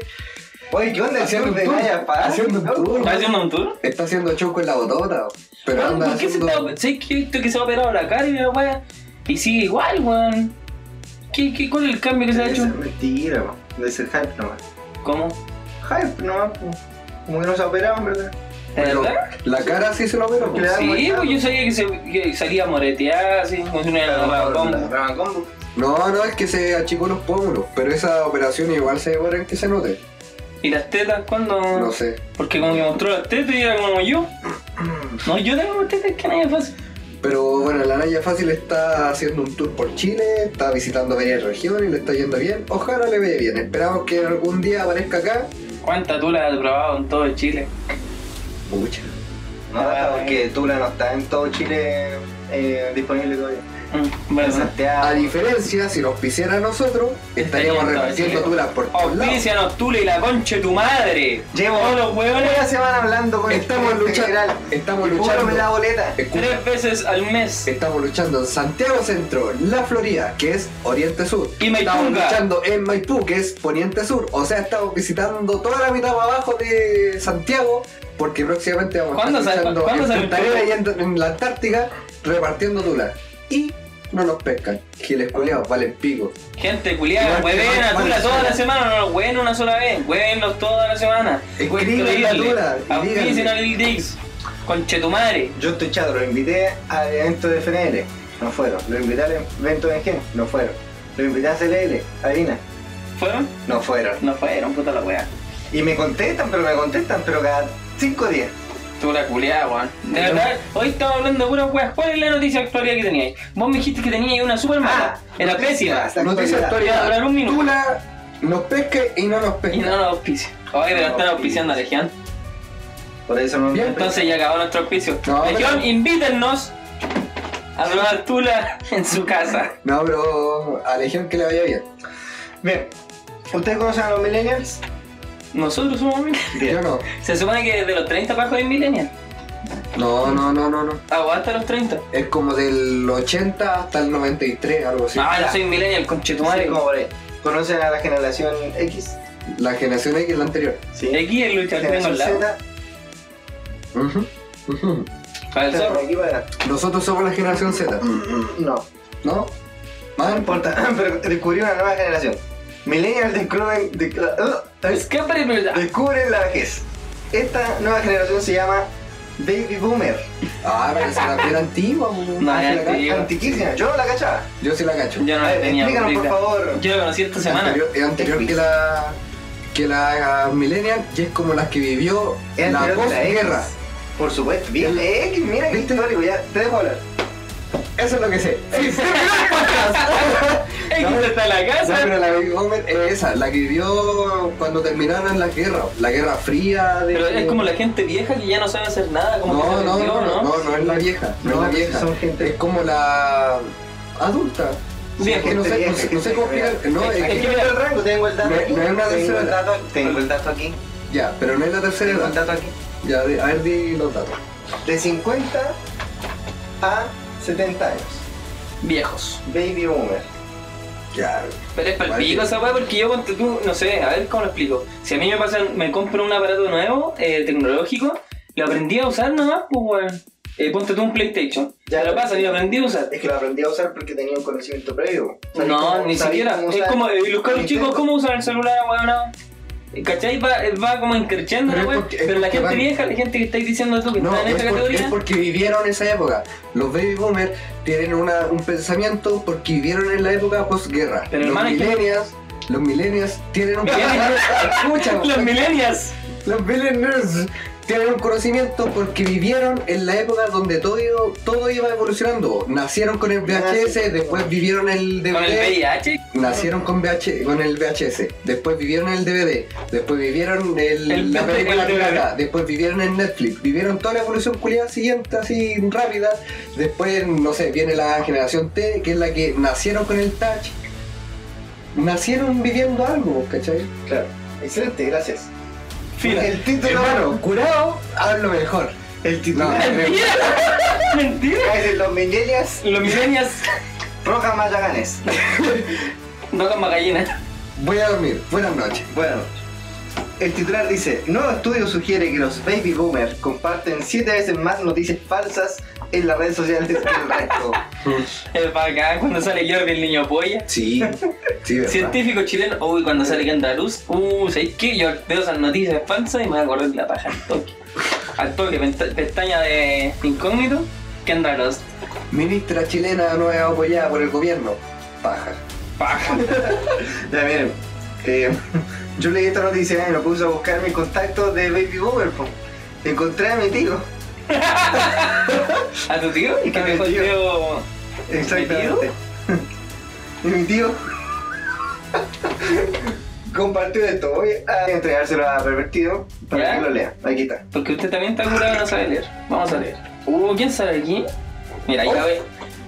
Speaker 1: Oye, ¿qué onda el
Speaker 3: Haciendo
Speaker 1: sur de
Speaker 3: un tour,
Speaker 1: Naya Paz?
Speaker 3: haciendo un
Speaker 1: ¿No?
Speaker 3: tour.
Speaker 2: ¿Está haciendo un tour?
Speaker 3: está haciendo choco en la botota. Pero
Speaker 2: Weón,
Speaker 3: anda
Speaker 2: Ah, ¿Por qué se
Speaker 3: haciendo-
Speaker 2: está.? ¿Sabes que esto que se ha operado la cara y la wea? Y sigue igual, weón. ¿Qué, qué, ¿Cuál es el cambio que se ha
Speaker 1: Debe ser
Speaker 2: hecho?
Speaker 1: mentira, po. debe ser hype nomás.
Speaker 2: ¿Cómo?
Speaker 1: Hype nomás, po. como que no se operaron, ¿verdad?
Speaker 2: ¿De
Speaker 3: Pero
Speaker 2: verdad?
Speaker 3: La cara sí se lo vieron.
Speaker 1: Le da
Speaker 2: Sí,
Speaker 1: muertado.
Speaker 2: pues yo sabía que, se, que salía moreteada, así, como si una
Speaker 1: Pero,
Speaker 2: combo.
Speaker 1: la combo.
Speaker 3: No, no, es que se achicó los pómulos, pero esa operación igual se demoran que se note.
Speaker 2: ¿Y las tetas cuándo?
Speaker 3: No sé.
Speaker 2: Porque como que mostró las tetas y era como yo. No, yo tengo más tetas que nadie fácil.
Speaker 3: Pero bueno, la Naya Fácil está haciendo un tour por Chile, está visitando varias regiones y le está yendo bien. Ojalá le vaya bien. Esperamos que algún día aparezca acá.
Speaker 2: ¿Cuántas tú las has probado en todo Chile?
Speaker 3: Pucha.
Speaker 1: No, hasta porque Tula no está en todo Chile eh, disponible todavía.
Speaker 2: Mm,
Speaker 1: En
Speaker 2: Bueno,
Speaker 3: A
Speaker 1: Santiago.
Speaker 3: diferencia, si nos pisara a nosotros, estaríamos
Speaker 2: Estaría en todo
Speaker 3: repartiendo
Speaker 2: Chile.
Speaker 3: turas por todos lados.
Speaker 2: Auspicianos tú y la concha de tu madre.
Speaker 1: Llevo
Speaker 2: todos los
Speaker 1: una
Speaker 2: huevones
Speaker 1: semana hablando con
Speaker 3: Estamos
Speaker 1: el gerente
Speaker 3: luchando.
Speaker 1: general.
Speaker 3: Estamos
Speaker 1: Y puro
Speaker 3: luchando.
Speaker 1: me da boleta.
Speaker 3: Escucha,
Speaker 2: tres veces al mes.
Speaker 3: Estamos luchando en Santiago Centro, La Florida, que es Oriente Sur.
Speaker 2: Y Maipunga.
Speaker 3: Estamos luchando en Maipú, que es Poniente Sur. O sea, estamos visitando toda la mitad para abajo de Santiago, porque próximamente vamos a
Speaker 2: ¿Cuándo
Speaker 3: estar
Speaker 2: sale-
Speaker 3: luchando
Speaker 2: cuándo
Speaker 3: en
Speaker 2: sale
Speaker 3: Punta
Speaker 2: el
Speaker 3: Arenas
Speaker 2: programa?
Speaker 3: y en, en la Antártica, repartiendo tula. Y no nos pescan. Giles culiados, valen pico.
Speaker 2: Gente culiada,
Speaker 3: Igual que
Speaker 2: hueven a
Speaker 3: Juan
Speaker 2: tula toda la
Speaker 3: Valenzuela.
Speaker 2: semana, no los hueven una sola vez, huevenlos toda la semana.
Speaker 3: Escriban
Speaker 2: Increíble.
Speaker 3: a Tula y
Speaker 2: Auspicien
Speaker 3: díganle.
Speaker 2: a Lil Dix. Conche tu madre.
Speaker 1: Yo estoy chato, lo invité al evento de FNL, no fueron. Lo invité al evento de Gen, no fueron. Lo invité a CLL, a Dina,
Speaker 2: ¿Fueron?
Speaker 1: no fueron.
Speaker 2: No fueron, puta la wea.
Speaker 1: Y me contestan, pero me contestan, pero cada cinco días.
Speaker 2: Tula culiada, weón. De verdad, hoy estamos hablando de puras weas. ¿Cuál es la noticia actualidad que teníais? Vos me dijiste que teníais una super mala. Era
Speaker 1: noticia,
Speaker 2: pésima.
Speaker 1: hasta
Speaker 3: Ah, Noticia
Speaker 1: actualidad.
Speaker 2: Voy a durar un minuto.
Speaker 3: Tula nos pesca y no nos pesca.
Speaker 2: Y no nos auspicia. Oye, pero están auspiciando a Legión.
Speaker 1: Por eso no
Speaker 3: Bien,
Speaker 2: Entonces ya acabó nuestro auspicio.
Speaker 3: No, pero-
Speaker 2: Legión, invítennos a probar Tula en su casa.
Speaker 3: No, pero a Legión que le vaya bien.
Speaker 1: Bien. ¿Ustedes conocen a los millennials?
Speaker 2: Nosotros somos millennials.
Speaker 3: Yo no.
Speaker 2: Se supone que desde los 30 para abajo hay millennial.
Speaker 3: No, no, no, no, no.
Speaker 2: Aguanta los 30.
Speaker 3: Es como del 80 hasta el 93, algo así.
Speaker 2: Ah, yo soy millennial, conchetumare.
Speaker 1: Sí, como por ahí. ¿Conocen a la generación X?
Speaker 3: La generación X, la anterior.
Speaker 1: Sí.
Speaker 2: Aquí el luchador que tengo
Speaker 1: generación
Speaker 2: al lado.
Speaker 1: Z,
Speaker 3: Ujú, ujú.
Speaker 2: Para el
Speaker 1: está por
Speaker 2: zorro.
Speaker 1: aquí para adelante.
Speaker 3: Nosotros somos la generación Z,
Speaker 1: No,
Speaker 3: ¿no? ¿Ah? Más
Speaker 1: no importa, pero descubrí una nueva generación. Millennials descubren, de-
Speaker 2: Es que pero es verdad.
Speaker 3: Eh,
Speaker 1: descubren la vejez. Esta nueva generación se llama Baby Boomer.
Speaker 3: Ah, pero esa era bien antigua, weón.
Speaker 2: No,
Speaker 3: Yo
Speaker 2: ya
Speaker 3: sí la cacho.
Speaker 2: antigua.
Speaker 1: Antiquísima, yo no la cachaba.
Speaker 3: Yo sí la cacho.
Speaker 2: Yo no
Speaker 1: A
Speaker 2: la
Speaker 1: ver,
Speaker 2: tenía.
Speaker 1: explícanos por
Speaker 2: ahorita.
Speaker 1: favor.
Speaker 2: Yo la conocí esta semana.
Speaker 3: Anterior- es anterior que la que la ah, Millennial y es como las que vivió
Speaker 1: Es
Speaker 3: la
Speaker 1: anterior de la X.
Speaker 3: posguerra.
Speaker 1: Por supuesto, bien la X, mira que
Speaker 3: ¿Viste?
Speaker 1: histórico, ya te dejo hablar.
Speaker 3: Eso es lo que sé.
Speaker 2: ¡Ey, que está en la
Speaker 3: No,
Speaker 2: casa!
Speaker 3: pero la Baby Boomer es esa, la que vivió cuando terminaron la guerra, la guerra fría de...
Speaker 2: Pero es como la gente vieja que ya no sabe hacer nada. Como que
Speaker 3: No,
Speaker 2: se
Speaker 3: no,
Speaker 2: vendió,
Speaker 3: no, no, no, no es la vieja, no, es la
Speaker 1: No,
Speaker 3: vieja.
Speaker 1: son gente-
Speaker 3: Es como la adulta.
Speaker 2: Sí,
Speaker 3: Es que no
Speaker 1: gente
Speaker 3: sé, no
Speaker 1: vieja,
Speaker 3: sé- no
Speaker 1: gente
Speaker 3: sé cómo
Speaker 1: vieja.
Speaker 3: explicar. No, es
Speaker 1: Aquí
Speaker 2: que-
Speaker 3: que-
Speaker 1: está el rango, tengo el dato
Speaker 3: No-
Speaker 1: aquí.
Speaker 3: no es una
Speaker 1: tengo
Speaker 3: tercera
Speaker 1: el
Speaker 3: edad.
Speaker 1: dato, tengo el dato aquí.
Speaker 3: Ya, pero no es la tercera
Speaker 1: Tengo el
Speaker 3: edad.
Speaker 1: dato aquí.
Speaker 3: Ya, de- a ver, di los datos.
Speaker 1: De 50 a 70 años.
Speaker 2: Viejos.
Speaker 1: Baby Boomer.
Speaker 3: Ya,
Speaker 2: Pero es
Speaker 3: Vale.
Speaker 2: palpico esa weá porque yo ponte tú, no sé, a ver cómo lo explico. Si a mí me pasa, me compro un aparato nuevo, eh, tecnológico, lo aprendí a usar nomás, pues weón. Eh, ponte tú un PlayStation.
Speaker 1: Ya.
Speaker 2: Ya lo pasa, ni lo aprendí a usar.
Speaker 1: Es que lo aprendí a usar porque tenía un conocimiento previo. Sabía
Speaker 2: No,
Speaker 1: cómo-
Speaker 2: ni
Speaker 1: sabía
Speaker 2: siquiera.
Speaker 1: cómo
Speaker 2: Es
Speaker 1: usar
Speaker 2: como, eh, los cabros
Speaker 1: Nintendo.
Speaker 2: chicos, ¿cómo usan el celular, weón? ¿Cachai? Va, eh, va como encrechando
Speaker 3: Pero
Speaker 2: la
Speaker 3: es
Speaker 2: weá.
Speaker 3: porque- es
Speaker 2: Pero la
Speaker 3: porque
Speaker 2: gente
Speaker 3: van-
Speaker 2: vieja, la gente que estáis diciendo tú que
Speaker 3: No,
Speaker 2: está en
Speaker 3: es,
Speaker 2: esta
Speaker 3: por-
Speaker 2: categoría.
Speaker 3: es porque vivieron esa época. Los baby boomers tienen una- un pensamiento porque vivieron en la época posguerra.
Speaker 2: Pero,
Speaker 3: los
Speaker 2: hermano, es que-
Speaker 3: millennials, los millennials tienen un Escucha,
Speaker 2: Los millennials.
Speaker 3: los millennials tienen un conocimiento porque vivieron en la época donde todo, iba- todo iba evolucionando. Nacieron con el VHS, después vivieron el DVD.
Speaker 2: Con el VIH,
Speaker 3: Nacieron con, VH, con el VHS, después vivieron el DVD, después vivieron el,
Speaker 2: El
Speaker 3: la
Speaker 2: DVD,
Speaker 3: película
Speaker 2: el DVD.
Speaker 3: pirata, después vivieron en Netflix, vivieron toda la evolución culiada siguiente así rápida, después, no sé, viene la generación T, que es la que nacieron con el touch, nacieron viviendo algo, ¿cachai?
Speaker 1: Claro. Excelente, gracias.
Speaker 2: Fila.
Speaker 1: El título,
Speaker 3: Hermano, curado, hablo mejor.
Speaker 1: El
Speaker 3: No,
Speaker 1: titular
Speaker 3: creo-
Speaker 2: Mentira. Mentira.
Speaker 1: es de los millennials
Speaker 2: Los millennials
Speaker 1: Rojas Magallanes.
Speaker 2: no con gallinas.
Speaker 3: voy a dormir, buenas noches.
Speaker 1: Bueno, el titular dice, nuevo estudio sugiere que los baby boomers comparten siete veces más noticias falsas en las redes sociales que el resto.
Speaker 2: Es bacán cuando sale Jordi el niño polla.
Speaker 3: Sí, sí, ¿verdad?
Speaker 2: Científico chileno, uy, cuando sale que andaluz, uh, ¿sabéis qué? Yo veo esas noticias falsas y me voy a correr la paja al toque. Al toque, penta- pestaña de incógnito, que andaluz,
Speaker 3: Ministra chilena no es apoyada por el gobierno, paja.
Speaker 2: paja.
Speaker 1: Ya miren, eh, yo leí esta noticia y me puse a buscar mi contacto de baby boomer. po. Encontré a mi tío.
Speaker 2: ¿A tu tío? ¿Y que
Speaker 1: A
Speaker 2: te
Speaker 1: mi tío.
Speaker 2: jodió?
Speaker 1: Exactamente. Y mi tío compartió esto. Voy a entregárselo a Pervertido para
Speaker 2: ¿Ya?
Speaker 1: que lo lea. Aquí está.
Speaker 2: Porque usted también está curado y no sabe leer. Vamos a leer. Uh, ¿quién sabe aquí? Mira, ya ve.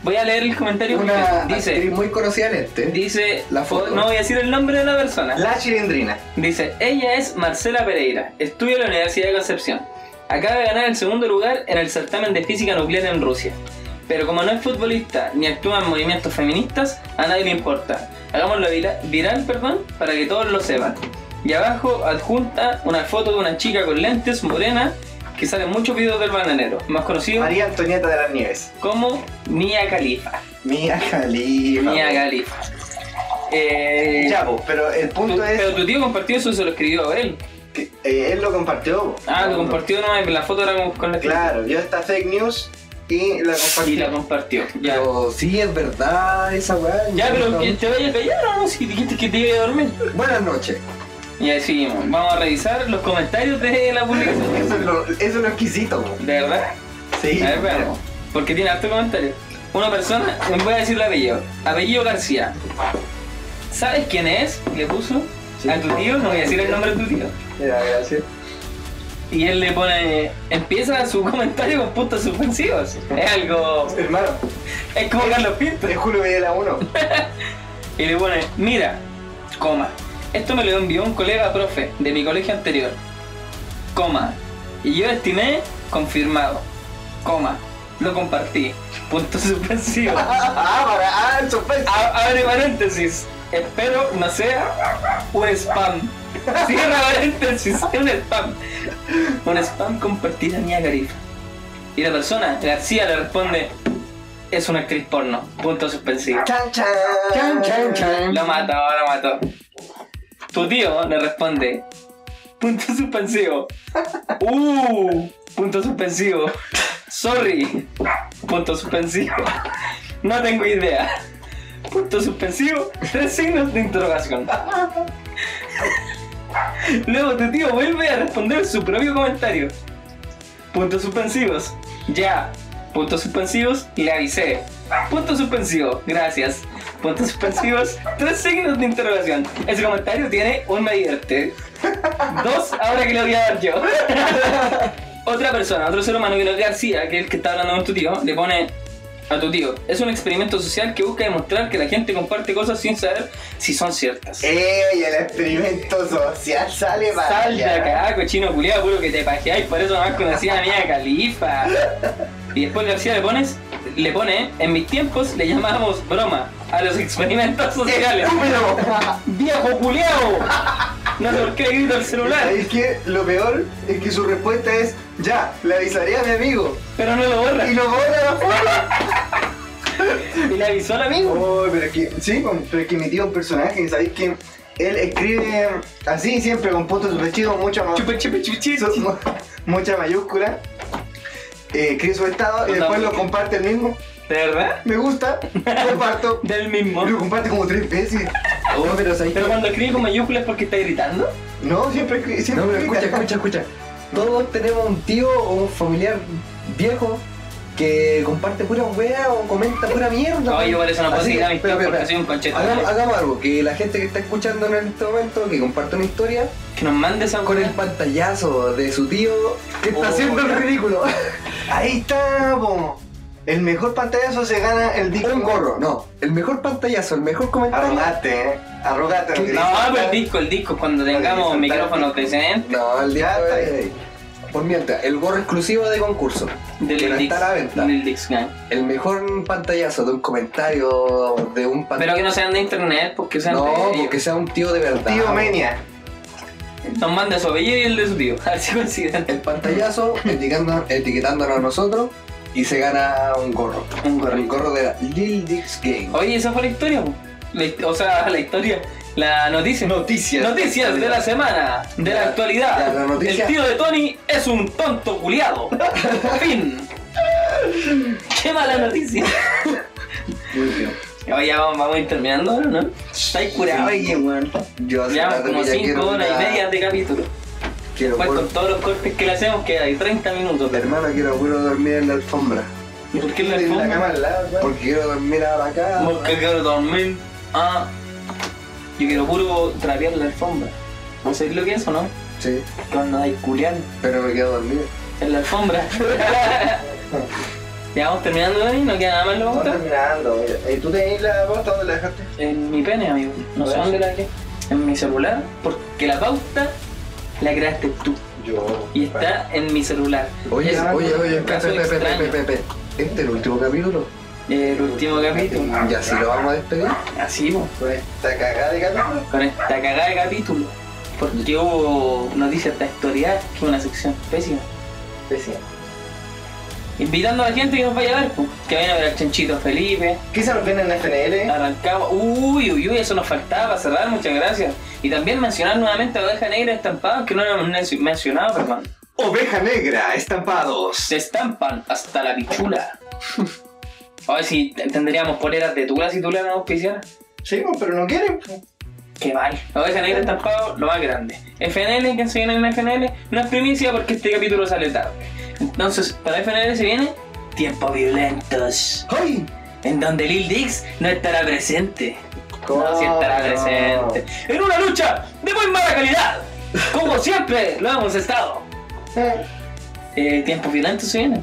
Speaker 2: Voy a leer el comentario.
Speaker 3: Una
Speaker 2: primero.
Speaker 3: actriz
Speaker 2: Dice,
Speaker 3: muy conocida en este.
Speaker 2: dice,
Speaker 3: La foto.
Speaker 2: no voy a decir el nombre de la persona.
Speaker 1: La chilindrina.
Speaker 2: Dice, ella es Marcela Pereira, estudia en la Universidad de Concepción. Acaba de ganar el segundo lugar en el certamen de física nuclear en Rusia. Pero como no es futbolista ni actúa en movimientos feministas, a nadie le importa. Hagámoslo vira- viral, perdón, para que todos lo sepan. Y abajo adjunta una foto de una chica con lentes morena que sale en muchos videos del bananero, más conocido
Speaker 1: María Antonieta de las Nieves.
Speaker 2: como Mia Khalifa.
Speaker 1: Mía Jalifa.
Speaker 2: Mia Khalifa. Eh,
Speaker 1: Ya, po, pues, pero el
Speaker 2: tu-
Speaker 1: punto
Speaker 2: pero
Speaker 1: es
Speaker 2: tu tío compartió eso, se lo escribió él.
Speaker 1: que eh, él lo compartió. po.
Speaker 2: Ah, lo compartió nomás, la foto era con- con la
Speaker 1: Claro, vio esta fake news y la
Speaker 2: Y
Speaker 1: compartió.
Speaker 2: la compartió. Ya,
Speaker 3: Pero sí es verdad esa weá.
Speaker 2: ya
Speaker 3: no,
Speaker 2: pero
Speaker 3: no.
Speaker 2: que te vaya a callar o no, si dijiste que te iba a dormir.
Speaker 3: Buenas noches.
Speaker 2: Ya decidimos, vamos a revisar los comentarios de la publicación.
Speaker 1: Eso es lo, eso es lo exquisito. po.
Speaker 2: De verdad,
Speaker 1: Sí.
Speaker 2: a ver, veamos. Porque tiene harto comentario. Una persona, me voy a decir el apellido. Apellido García. ¿Sabes quién es? Le puso a tu tío, no voy a decir el nombre de tu tío.
Speaker 1: Mira, gracias.
Speaker 2: Y él le pone, empieza su comentario con puntos suspensivos. Es algo,
Speaker 1: Hermano,
Speaker 2: es como Carlos Pinto.
Speaker 1: es Julio Videla 1.
Speaker 2: Y le pone, mira, coma, esto me lo envió un colega profe de mi colegio anterior, coma, y yo estimé confirmado, coma, lo compartí, punto suspensivo.
Speaker 1: Ah, para. Ah, el sorpresa.
Speaker 2: A- abre paréntesis, espero no sea un spam. Cierra paréntesis, un spam. Un spam compartida mía Garifa. Y la persona, García, le responde, es una actriz porno, punto suspensivo.
Speaker 1: Chan, chan.
Speaker 3: Chan, chan, chan.
Speaker 2: Lo mató, lo mató. Tu tío le responde. Punto suspensivo. Uh, punto suspensivo. Sorry. Punto suspensivo. No tengo idea. Punto suspensivo. Tres signos de interrogación. Luego tu tío vuelve a responder su propio comentario. Puntos suspensivos. Ya. Puntos suspensivos. Le avisé. Punto suspensivo. Gracias. Puntos suspensivos. Tres signos de interrogación. Ese comentario tiene un me divierte. Dos, ahora que lo voy a dar yo. Otra persona, otro ser humano que no es García, que es el que está hablando con tu tío, le pone a tu tío. Es un experimento social que busca demostrar que la gente comparte cosas sin saber si son ciertas.
Speaker 1: Eh, y el experimento social sale para
Speaker 2: Sal de
Speaker 1: allá.
Speaker 2: acá, cochino culiado, puro que te pajeáis, por eso nomás conocía a mía Califa. Y después García le pones, le pone, en mis tiempos le llamábamos broma a los experimentos sociales.
Speaker 1: Estúpido.
Speaker 2: ¡Viejo culiao! No sé por qué le grito al celular,
Speaker 1: Es que lo peor es que su respuesta es ya, le avisaré a mi amigo.
Speaker 2: pero no lo borra.
Speaker 1: Y lo borra la foto.
Speaker 2: Y le avisó al amigo.
Speaker 1: Oh, pero es que, sí, con- pero es que mi tío es un personaje, ¿sabéis que Él escribe así siempre con puntos suspensivos, mucha, ma-
Speaker 2: Chupa, chupa, chupa, chupa.
Speaker 1: su- mu- mucha mayúscula. Eh, escribe su estado y
Speaker 2: Puta
Speaker 1: después lo
Speaker 2: madre.
Speaker 1: comparte el mismo.
Speaker 2: ¿De verdad?
Speaker 1: Me gusta, comparto.
Speaker 2: Del mismo.
Speaker 1: Lo comparte como tres veces.
Speaker 3: Oh, pero ¿sabes
Speaker 2: Pero
Speaker 3: qué?
Speaker 2: cuando escribe con mayúsculas porque está gritando.
Speaker 1: No, siempre escribe. Siempre
Speaker 3: No, pero
Speaker 1: escribe.
Speaker 3: escucha, escucha, escucha. Todos tenemos un tío o un familiar viejo que comparte pura wea o comenta pura mierda.
Speaker 2: No, yo por eso no puedo
Speaker 3: Así
Speaker 2: seguir
Speaker 3: que,
Speaker 2: a mis
Speaker 3: espera,
Speaker 2: tíos
Speaker 3: espera,
Speaker 2: porque
Speaker 3: espera.
Speaker 2: soy un conchete.
Speaker 3: Hagamos, hagamos algo, que la gente que está escuchando en este momento, que comparte una historia,
Speaker 2: Que nos mande esa
Speaker 3: con el pantallazo de su tío que está
Speaker 2: Oh,
Speaker 3: haciendo el
Speaker 2: ya.
Speaker 3: ridículo.
Speaker 1: Ahí está, po. El mejor pantallazo se gana el disco.
Speaker 3: un gorro, no. El mejor pantallazo, el mejor comentario.
Speaker 1: Arrogate, eh. Arrogate.
Speaker 3: ¿Qué?
Speaker 2: No, pero el disco, el disco, cuando tengamos
Speaker 1: horizontal.
Speaker 2: micrófonos decentes.
Speaker 3: No, el día
Speaker 1: Ya está
Speaker 3: de... Por mientras, el gorro exclusivo de concurso.
Speaker 2: Del
Speaker 3: que no
Speaker 2: Dix.
Speaker 3: está a la venta.
Speaker 2: Del Dix, claro.
Speaker 3: El mejor pantallazo de un comentario, de un
Speaker 2: Pero que
Speaker 3: pantallazo.
Speaker 2: no sean de internet, porque sean de
Speaker 3: No,
Speaker 2: ellos.
Speaker 3: porque sea un tío de verdad.
Speaker 2: Ah,
Speaker 1: Tío Menia.
Speaker 2: Nos manda su apellido y el de su tío. A ver si coinciden.
Speaker 3: El pantallazo etiquetando- etiquetándonos a nosotros y se gana un gorro.
Speaker 2: Un
Speaker 3: El
Speaker 2: gorrito.
Speaker 3: gorro de la Lil Dix Game.
Speaker 2: Oye, esa fue la historia, po. La hist- O sea, la historia. La noticia.
Speaker 1: Noticias.
Speaker 2: Noticias de la semana, de la
Speaker 3: Ya,
Speaker 2: actualidad.
Speaker 3: ya, la noticia.
Speaker 2: El tío de Tony es un tonto culiado. fin. Qué mala noticia. Oye, ya vamos, vamos a ir terminando ahora, ¿no? Estáis curado.
Speaker 1: Oye, weón.
Speaker 3: Yo hace
Speaker 2: Llevamos
Speaker 3: rato
Speaker 2: como
Speaker 3: que ya
Speaker 2: 5
Speaker 3: quiero
Speaker 2: horas y
Speaker 3: una-
Speaker 2: media de capítulo.
Speaker 3: Quiero
Speaker 2: Pues
Speaker 3: puro-
Speaker 2: con todos los cortes que le hacemos queda ahí 30 minutos.
Speaker 3: Hermano, quiero puro dormir en la alfombra.
Speaker 2: ¿Y por qué la
Speaker 1: En la
Speaker 2: alfombra?
Speaker 1: cama al lado, pues. weón.
Speaker 3: Porque quiero dormir a la cara.
Speaker 2: Vos que quiero dormir. Ah. Yo quiero puro trapear la alfombra. ¿No sé lo que es o no?
Speaker 3: Sí,
Speaker 2: Cuando hay culiar
Speaker 3: pero me quedo dormido.
Speaker 2: en la alfombra. ya vamos terminando, Dani. No queda nada más lo
Speaker 1: Estamos
Speaker 2: gusta.
Speaker 1: terminando. mira. ¿Y eh. tú tenés la pauta dónde la dejaste?
Speaker 2: En mi pene, amigo. No sé dónde la dejé. En mi celular. Porque la pauta la creaste tú.
Speaker 1: Yo.
Speaker 2: Y está en mi celular.
Speaker 3: Oye,
Speaker 1: Ya,
Speaker 3: oye,
Speaker 1: no,
Speaker 3: oye,
Speaker 2: un
Speaker 3: espera,
Speaker 2: caso
Speaker 3: espera, espera,
Speaker 2: extraño.
Speaker 3: espera, espera. ¿Este es el último capítulo?
Speaker 2: El último capítulo.
Speaker 3: Ya, si lo vamos a despedir.
Speaker 2: Así, vos.
Speaker 1: Con esta cagada de gato.
Speaker 2: con esta cagada de capítulo. Porque hubo noticias de actualidad, que es una sección pésima.
Speaker 1: Pésimo.
Speaker 2: Invitando a la gente que nos vaya a ver, po. que vayan a ver al Chanchito Felipe,
Speaker 1: Quizá nos ven en FNL.
Speaker 2: arrancaba. Uy, uy, uy, eso nos faltaba para cerrar, muchas gracias. Y también mencionar nuevamente a Oveja Negra Estampados, que no lo hemos men- mencionado, perdón.
Speaker 1: Oveja Negra, estampados.
Speaker 2: Se estampan hasta la pichula. A ver si t- tendríamos poleras de tula si tula no auspiciara.
Speaker 1: Sí, weón, pero no quieren. pues.
Speaker 2: Qué mal. Oveja Negra Estampado, lo más grande. FNL, que se viene en FNL, no es primicia porque este capítulo sale tarde. Entonces, para FNL se viene Tiempos Violentos,
Speaker 3: ¡Ay!
Speaker 2: en donde Lil Dix no estará presente.
Speaker 1: ¿Cómo
Speaker 2: No, sí estará
Speaker 1: no?
Speaker 2: presente. En una lucha de muy mala calidad, como siempre lo hemos estado. Eh, Tiempos Violentos se viene.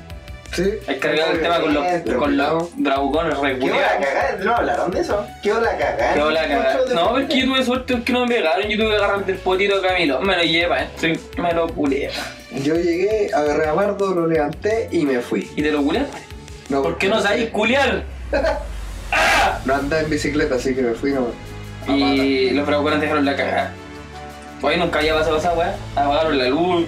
Speaker 3: Sí.
Speaker 2: Hay cargado el tema con los, con los dragones
Speaker 1: ¿Qué hora
Speaker 2: reculeados.
Speaker 1: cagada? No hablaron de eso. ¿Qué hora cagada?
Speaker 2: Qué hola, cagada.
Speaker 1: Mucho de-
Speaker 2: No, porque yo tuve suerte que no me pegaron. Yo tuve que agarrar del potito de Camilo. Me eh. lo lleva, estoy, me lo culé.
Speaker 3: Yo llegué, agarré a Bardo, lo levanté y me fui.
Speaker 2: ¿Y te lo culeaste?
Speaker 3: No,
Speaker 2: ¿Por qué no sabéis culiar?
Speaker 3: No andaba en bicicleta, así que me fui no.
Speaker 2: Y los bravucones dejaron la cagada. Hoy nunca había pasado esa weá. Apagaron la luz,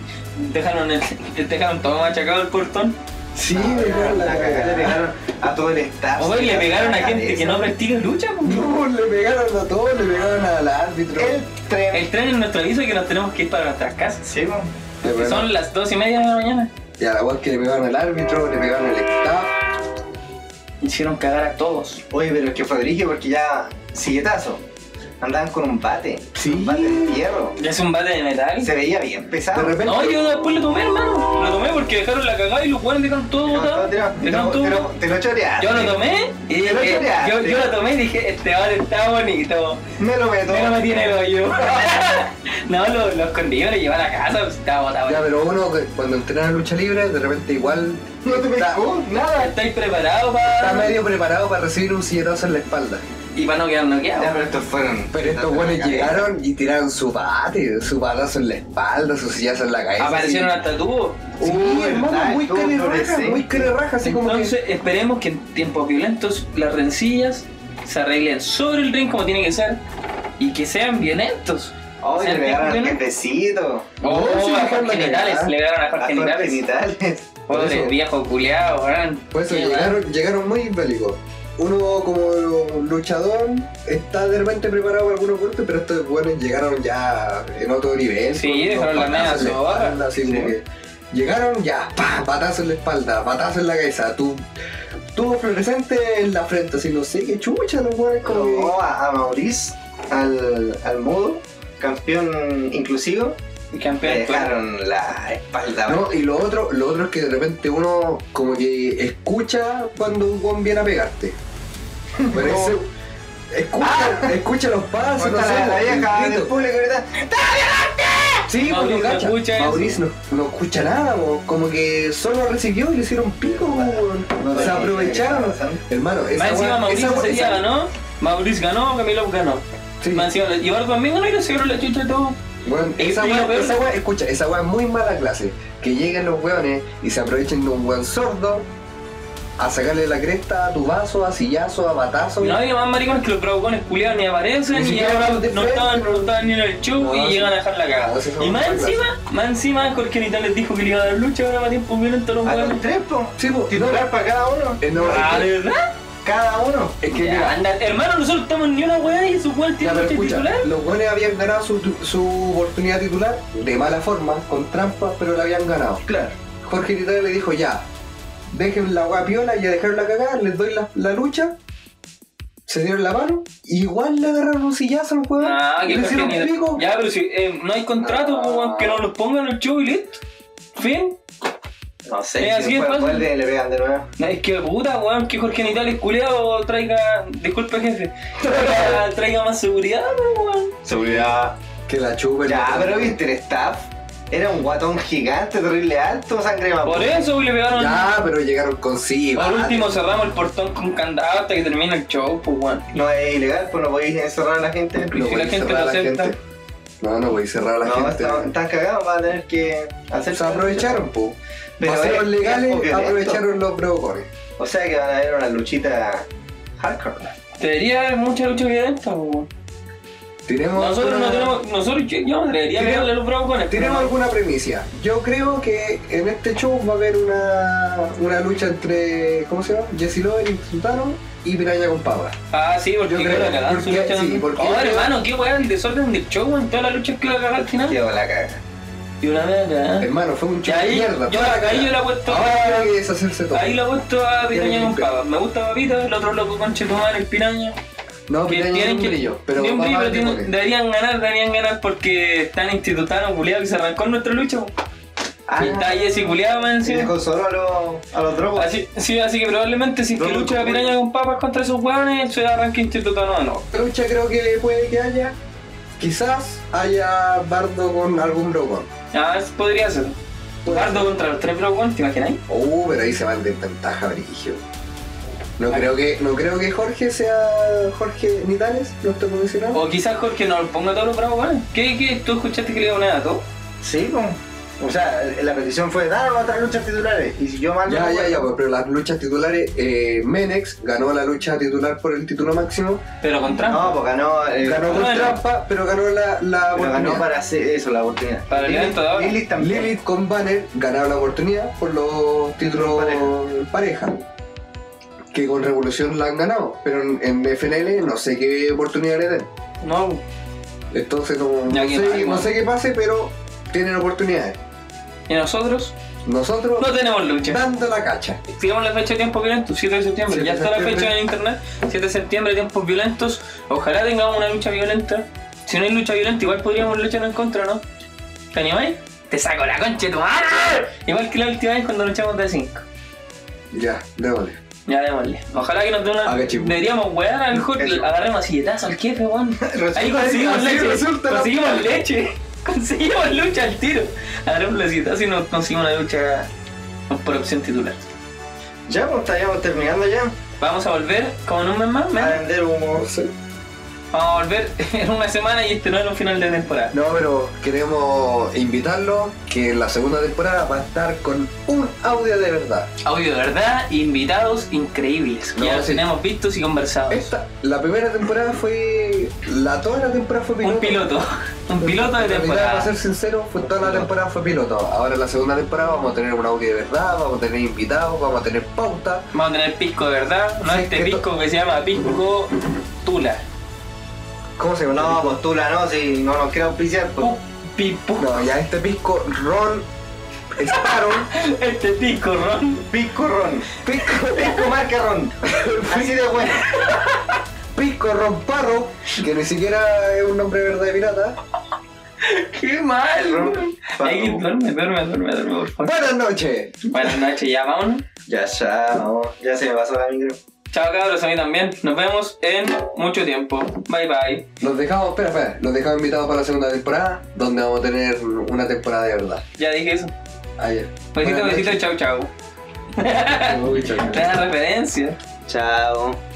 Speaker 2: dejaron, el- dejaron todo machacado el portón.
Speaker 3: Sí, me pegaron la
Speaker 1: cagada le
Speaker 3: cagada.
Speaker 1: pegaron a todo el staff.
Speaker 2: Hoy le pegaron a gente que
Speaker 1: Cabeza.
Speaker 2: no practica lucha. po.
Speaker 3: No, le pegaron a todos, le pegaron al árbitro.
Speaker 1: El tren.
Speaker 2: El tren es nuestro aviso que nos tenemos que ir para nuestras casas.
Speaker 1: Sí, bueno.
Speaker 3: Le
Speaker 2: que
Speaker 3: pegaron-
Speaker 2: Son las dos y media de la mañana.
Speaker 3: Y a la voz que le pegaron al árbitro, le pegaron al staff.
Speaker 2: Hicieron cagar a todos.
Speaker 1: Oye, pero es que fue brillo porque ya. Silletazo. Andaban con un bate.
Speaker 3: Sí.
Speaker 1: Un bate de hierro.
Speaker 2: Ya es un bate de metal.
Speaker 1: Se veía bien pesado.
Speaker 3: De repente.
Speaker 2: No, yo después lo tomé, hermano. Lo tomé porque dejaron la cagada y los jugadores dejaron todo
Speaker 1: Te
Speaker 2: botado.
Speaker 1: lo- te lo- te
Speaker 2: Dejaron todo.
Speaker 1: lo- Te lo choreaste.
Speaker 2: Yo lo tomé y
Speaker 1: Te lo
Speaker 2: dije,
Speaker 1: choreaste.
Speaker 2: yo, yo lo tomé y dije, este bate está bonito.
Speaker 1: Me lo meto.
Speaker 2: Pero me tiene el hoyo. no, lo, lo escondí, me lo llevé a la casa, pues, estaba botado.
Speaker 3: Ya, pero uno que cuando entrena lucha libre, de repente igual
Speaker 1: No te
Speaker 3: está,
Speaker 1: pegó nada.
Speaker 2: Estoy preparado para.
Speaker 3: está medio preparado para recibir un silletazo en la espalda.
Speaker 2: Y para no quedar
Speaker 1: Ya,
Speaker 2: noqueado.
Speaker 1: pero estos fueron.
Speaker 3: Pero estos buenos llegaron y tiraron su bate, su balazo en la espalda, su sillazo en la cabeza.
Speaker 2: Aparecieron
Speaker 3: así.
Speaker 2: hasta tubos.
Speaker 3: Sí,
Speaker 1: Uh,
Speaker 3: hermano,
Speaker 1: verdad,
Speaker 3: muy
Speaker 1: estuvo
Speaker 3: carerraja,
Speaker 1: fluorescente.
Speaker 3: muy carerraja, así como que...
Speaker 2: Entonces esperemos que en tiempos violentos las rencillas se arreglen sobre el ring como tiene que ser y que sean violentos.
Speaker 1: Oye,
Speaker 2: ¿Sean
Speaker 1: le pegaron al
Speaker 2: violentos?
Speaker 1: jefecito.
Speaker 2: Oh,
Speaker 3: No, sí,
Speaker 2: a
Speaker 3: mejor
Speaker 2: Jorge
Speaker 3: la
Speaker 2: Genitales,
Speaker 3: cagada.
Speaker 2: le pegaron a
Speaker 1: A
Speaker 2: Jorge
Speaker 1: los
Speaker 2: Genitales.
Speaker 1: genitales.
Speaker 3: Por
Speaker 2: Pobre
Speaker 3: eso.
Speaker 2: viejo culiado, weón.
Speaker 3: Por eso
Speaker 2: Qué
Speaker 3: llegaron, llegaron muy bélicos. Uno como luchador está de repente preparado para algunos golpes, pero estos buenos llegaron ya en otro nivel.
Speaker 2: Sí,
Speaker 3: con unos
Speaker 2: dejaron la media
Speaker 3: patazos en la
Speaker 2: soba.
Speaker 3: espalda, así como que Llegaron ya, pa, patazo en la espalda, patazo en la cabeza, tu, tuvo fluorescente en la frente, así no sé qué chucha los buenos como que-
Speaker 1: Colocó oh, a, a Maurice, al, al mudo, campeón inclusivo.
Speaker 2: mal.
Speaker 1: Le
Speaker 2: Campeón.
Speaker 1: dejaron la espalda.
Speaker 3: No, y lo otro, lo otro es que de repente uno como que escucha cuando un guan viene a pegarte. Pero
Speaker 1: No.
Speaker 3: ese- escucha, escucha los pasos,
Speaker 1: Cuando
Speaker 3: no sé,
Speaker 1: la, la
Speaker 3: el
Speaker 1: vieja
Speaker 3: grito.
Speaker 1: del público ahorita.
Speaker 3: Sí,
Speaker 2: Mauricio
Speaker 3: porque cacha.
Speaker 2: escucha eso.
Speaker 3: Mauricio no, no escucha nada, bo. como que solo recibió y le hicieron pico, bo. se aprovecharon. Hermano, esa
Speaker 2: Más encima
Speaker 3: weá-
Speaker 2: Mauricio
Speaker 3: esa-
Speaker 2: ese día
Speaker 3: esa-
Speaker 2: ganó. Mauricio ganó, Camilo ganó.
Speaker 3: Sí.
Speaker 2: Más encima, y Bardo también ganó y le siguieron la chucha y todo.
Speaker 3: Weón,
Speaker 2: Y-
Speaker 3: esa
Speaker 2: y
Speaker 3: weá,
Speaker 2: lo peor-
Speaker 3: esa weá- escucha, esa weá es muy mala clase. Que lleguen los weones y se aprovechen de un weón sordo a sacarle la cresta a tu vaso, a sillazo, a batazo.
Speaker 2: No había más maricones que los bravucones culiados ni aparecen,
Speaker 3: Ni
Speaker 2: ni,
Speaker 3: siquiera
Speaker 2: ahora
Speaker 3: los de
Speaker 2: no
Speaker 3: frente,
Speaker 2: estaban,
Speaker 3: bro.
Speaker 2: no estaban ni en el show
Speaker 3: No,
Speaker 2: y
Speaker 3: sí. Ah,
Speaker 2: llegan a dejar la cagada.
Speaker 3: No, sí, son
Speaker 2: y más
Speaker 3: muy
Speaker 2: encima, más encima, Jorge Nital les dijo que le iba a dar lucha ahora para tiempo violento a los
Speaker 1: A
Speaker 2: huevos.
Speaker 1: los tres, po.
Speaker 3: Sí, po, no,
Speaker 1: Titular para cada uno.
Speaker 3: eh, no,
Speaker 2: Ah,
Speaker 3: Ah, es
Speaker 2: ¿de
Speaker 3: que-
Speaker 2: verdad?
Speaker 1: Cada uno.
Speaker 3: es que
Speaker 2: Ya,
Speaker 3: mira,
Speaker 2: anda, hermano, nosotros estamos ni una weá y esos weones
Speaker 3: ya,
Speaker 2: tienen
Speaker 3: pero
Speaker 2: lucha
Speaker 3: escucha,
Speaker 2: titular.
Speaker 3: los buenos habían ganado su, su oportunidad titular de mala forma, con trampas, pero la habían ganado.
Speaker 1: Claro.
Speaker 3: Jorge Litera le dijo ya, dejen la guapiola, ya dejaron la cagada, les doy la, la lucha. Se dieron la mano, igual le agarraron un sillazo al juego.
Speaker 2: Ah, que
Speaker 3: le
Speaker 2: Jorge
Speaker 3: hicieron
Speaker 2: Nital-
Speaker 3: pico.
Speaker 2: Ya, pero si eh, no hay contrato, pues, weón, que no los pongan en el show y listo. Fin.
Speaker 1: No sé.
Speaker 2: Eh,
Speaker 1: si
Speaker 2: así es
Speaker 1: fue-
Speaker 2: fácil.
Speaker 1: fue el de- le pegan de nuevo.
Speaker 2: No, es que puta, weón, que Jorge Nital es culeado traiga. Disculpe, jefe. Traiga, traiga más seguridad, pues, weón.
Speaker 1: Seguridad.
Speaker 3: Que la chupen.
Speaker 1: Ya,
Speaker 3: la-
Speaker 1: pero viste, el staff era un guatón gigante, terrible alto, sangre vapor.
Speaker 2: Por eso, güey, le pegaron.
Speaker 3: Ah, pues. Ya, pero llegaron con sí.
Speaker 2: Por
Speaker 3: vale.
Speaker 2: último cerramos el portón con candado hasta que termine el show, pues weón.
Speaker 1: No es ilegal, pues no podéis encerrar a la gente.
Speaker 2: Y
Speaker 3: No
Speaker 2: si
Speaker 3: voy
Speaker 2: la
Speaker 3: a
Speaker 2: gente
Speaker 3: cerrar a
Speaker 2: lo
Speaker 3: la
Speaker 2: acepta.
Speaker 3: gente. No, no voy a cerrar a la
Speaker 1: no,
Speaker 3: gente.
Speaker 1: están, están cagados, van a tener que hacer.
Speaker 3: Se aprovecharon, po.
Speaker 1: Pero
Speaker 3: Pasaron
Speaker 1: es-
Speaker 3: legales,
Speaker 1: es violento.
Speaker 3: aprovecharon los provocones.
Speaker 1: O sea que van a haber una luchita hardcore.
Speaker 2: Debería haber mucha lucha violenta, pues weón.
Speaker 3: Tenemos
Speaker 2: Nosotros
Speaker 3: alguna-
Speaker 2: no tenemos. Nosotros, yo, yo no debería
Speaker 3: Tenemos-
Speaker 2: pegarle a los bravucones.
Speaker 3: tenemos
Speaker 2: pero no.
Speaker 3: alguna premisa. Yo creo que en este show va a haber una, una lucha entre, ¿cómo se llama? Jesse Lover y Sultano y Piraña con Pava.
Speaker 2: Ah, sí, porque
Speaker 3: Yo creo,
Speaker 2: iba a cagar su
Speaker 3: porque-
Speaker 2: lucha.
Speaker 3: sí, porque-
Speaker 2: oh, hermano, qué weón, el desorden del show, weón. Todas las luchas que iba a cagar al final.
Speaker 1: Llevo la caga.
Speaker 2: Y una vez acá.
Speaker 3: Hermano, fue un
Speaker 2: Ah. Y
Speaker 3: show de
Speaker 2: ahí,
Speaker 3: mierda.
Speaker 2: yo
Speaker 3: fue
Speaker 2: la, ahí
Speaker 3: cagada.
Speaker 2: yo la he puesto.
Speaker 3: Ahora hay que deshacerse todo.
Speaker 2: Ahí la he puesto a Piraña
Speaker 3: Tiene
Speaker 2: con
Speaker 3: que-
Speaker 2: papas. Me gusta Papito, el otro loco con Chetumar, el Piraña.
Speaker 3: No,
Speaker 2: Que
Speaker 3: Piraña tiene
Speaker 2: tienen
Speaker 3: un
Speaker 2: que-
Speaker 3: brillo, pero
Speaker 2: tienen
Speaker 3: va
Speaker 2: brillo,
Speaker 3: más
Speaker 2: pero tienen-
Speaker 3: de poder.
Speaker 2: deberían ganar, deberían ganar porque están institutados, culiados, que se arrancó nuestra lucha. po.
Speaker 1: Ah,
Speaker 2: y está Jesse culiado, man,
Speaker 1: se
Speaker 2: sí.
Speaker 1: dejó solo a los, a los drogos.
Speaker 2: Así, sí, así que probablemente si es que
Speaker 1: No,
Speaker 2: lucha
Speaker 1: no, no.
Speaker 2: Piraña con papas contra esos hueones, se arranque institutado, no, no.
Speaker 3: La lucha creo que puede que haya. Quizás haya Bardo con algún brocón.
Speaker 2: Ah, eso podría ser.
Speaker 3: Puede
Speaker 2: Bardo contra los tres Bro One, ¿te imagináis?
Speaker 3: Uh, pero ahí se van de ventaja, Brigio. No creo que, no creo que Jorge sea Jorge Nitales, nuestro comisionado.
Speaker 2: O quizás Jorge no lo ponga a todos los bravos, ¿Qué, ¿Qué? ¿Tú escuchaste que le dio una edad a todo?
Speaker 1: Sí, pues. O sea, la petición fue dar otras luchas titulares. Y si yo mal no
Speaker 3: Ya, ya,
Speaker 1: recuerdo-
Speaker 3: ya, pues, pero las luchas titulares, eh, Menex ganó la lucha titular por el título máximo,
Speaker 2: Pero con trampa.
Speaker 1: No, pues ganó. eh,
Speaker 3: ganó con
Speaker 2: bueno.
Speaker 3: trampa, ah, pero ganó la, la
Speaker 1: pero ganó
Speaker 3: oportunidad.
Speaker 1: para hacer eso la oportunidad.
Speaker 2: Para el evento de ahora.
Speaker 1: Lilith también.
Speaker 3: Lilith con Banner ganaron la oportunidad por los títulos pareja. que con Revolución la han ganado, pero en, en FNL no sé qué oportunidad le den.
Speaker 2: No,
Speaker 3: Entonces no, no
Speaker 2: Ya que va,
Speaker 3: sé, no
Speaker 2: igual.
Speaker 3: sé qué pase, pero tienen oportunidades.
Speaker 2: y nosotros
Speaker 3: Nosotros
Speaker 2: no tenemos lucha.
Speaker 3: dando la cacha.
Speaker 2: Fijamos la fecha de tiempos violentos, 7 de septiembre.
Speaker 3: 7
Speaker 2: ya
Speaker 3: de
Speaker 2: está la
Speaker 3: septiembre.
Speaker 2: fecha en internet, 7 de septiembre, tiempos violentos. Ojalá tengamos una lucha violenta. Si no hay lucha violenta, igual podríamos luchar en contra, ¿no? ¿Te animáis? ¡Te saco la concha de tu madre! Igual que la última vez cuando luchamos de 5.
Speaker 3: Ya, démosle.
Speaker 2: Ya démosle. Ojalá que nos dé una.
Speaker 3: Ah, qué chivo.
Speaker 2: Deberíamos wear al Hulk.
Speaker 1: Eso.
Speaker 2: Agarremos silletazo al jefe, weón.
Speaker 1: Resulta-
Speaker 2: Ahí conseguimos
Speaker 3: así
Speaker 2: leche.
Speaker 3: resulta la-
Speaker 2: Conseguimos leche. Conseguimos lucha al tiro. Agarremos la silletazo y nos conseguimos una lucha por opción titular.
Speaker 1: Ya, pues estaríamos terminando ya.
Speaker 2: Vamos a volver como en un mes más. men.
Speaker 1: A vender humo.
Speaker 2: Vamos a volver en una semana y este no era un final de temporada.
Speaker 3: No, pero queremos invitarlo que en la segunda temporada va a estar con un audio de verdad.
Speaker 2: Audio de verdad, invitados increíbles. Que
Speaker 3: No,
Speaker 2: ya los
Speaker 3: sí.
Speaker 2: tenemos vistos y conversados.
Speaker 3: Esta, la primera temporada fue. La, toda la temporada fue piloto.
Speaker 2: Un piloto. Un piloto de
Speaker 3: En realidad, Para
Speaker 2: temporada.
Speaker 3: ser sincero, fue toda la temporada fue piloto. Ahora en la segunda temporada vamos a tener un audio de verdad, vamos a tener invitados, vamos a tener pauta.
Speaker 2: Vamos a tener pisco de verdad. No
Speaker 3: Sí,
Speaker 2: este
Speaker 3: que to-
Speaker 2: pisco que se llama pisco tula.
Speaker 3: ¿Cómo se llama?
Speaker 1: No, postula, no, si no nos quiere auspiciar, pues.
Speaker 2: Pupi, pu-
Speaker 3: No, ya este pisco Ron Sparrow.
Speaker 2: Este pisco, Ron.
Speaker 1: Pisco ron. Pisco, pisco marca ron. Así de bueno.
Speaker 3: Pisco Ron Parro, que ni siquiera es un nombre de verdad de pirata.
Speaker 2: Qué mal.
Speaker 1: Ron.
Speaker 2: weón.
Speaker 1: Pablo.
Speaker 2: Ahí, duerme, duerme, duerme, duerme, por favor.
Speaker 3: Buenas noches.
Speaker 2: Buenas noches, ya vámonos.
Speaker 1: Ya, chao. Ya se me pasó la micro.
Speaker 2: Chao cabros, a mí también. Nos vemos en mucho tiempo. Bye bye.
Speaker 3: Los dejamos, espera, espera, los dejamos invitados para la segunda temporada, donde vamos a tener una temporada de verdad.
Speaker 2: Ya dije eso.
Speaker 3: Ayer.
Speaker 2: Besito,
Speaker 3: Buenas
Speaker 2: besito,
Speaker 3: noches.
Speaker 2: chau, chau.
Speaker 3: Uy, chao.
Speaker 2: Te da referencia.
Speaker 1: Chao.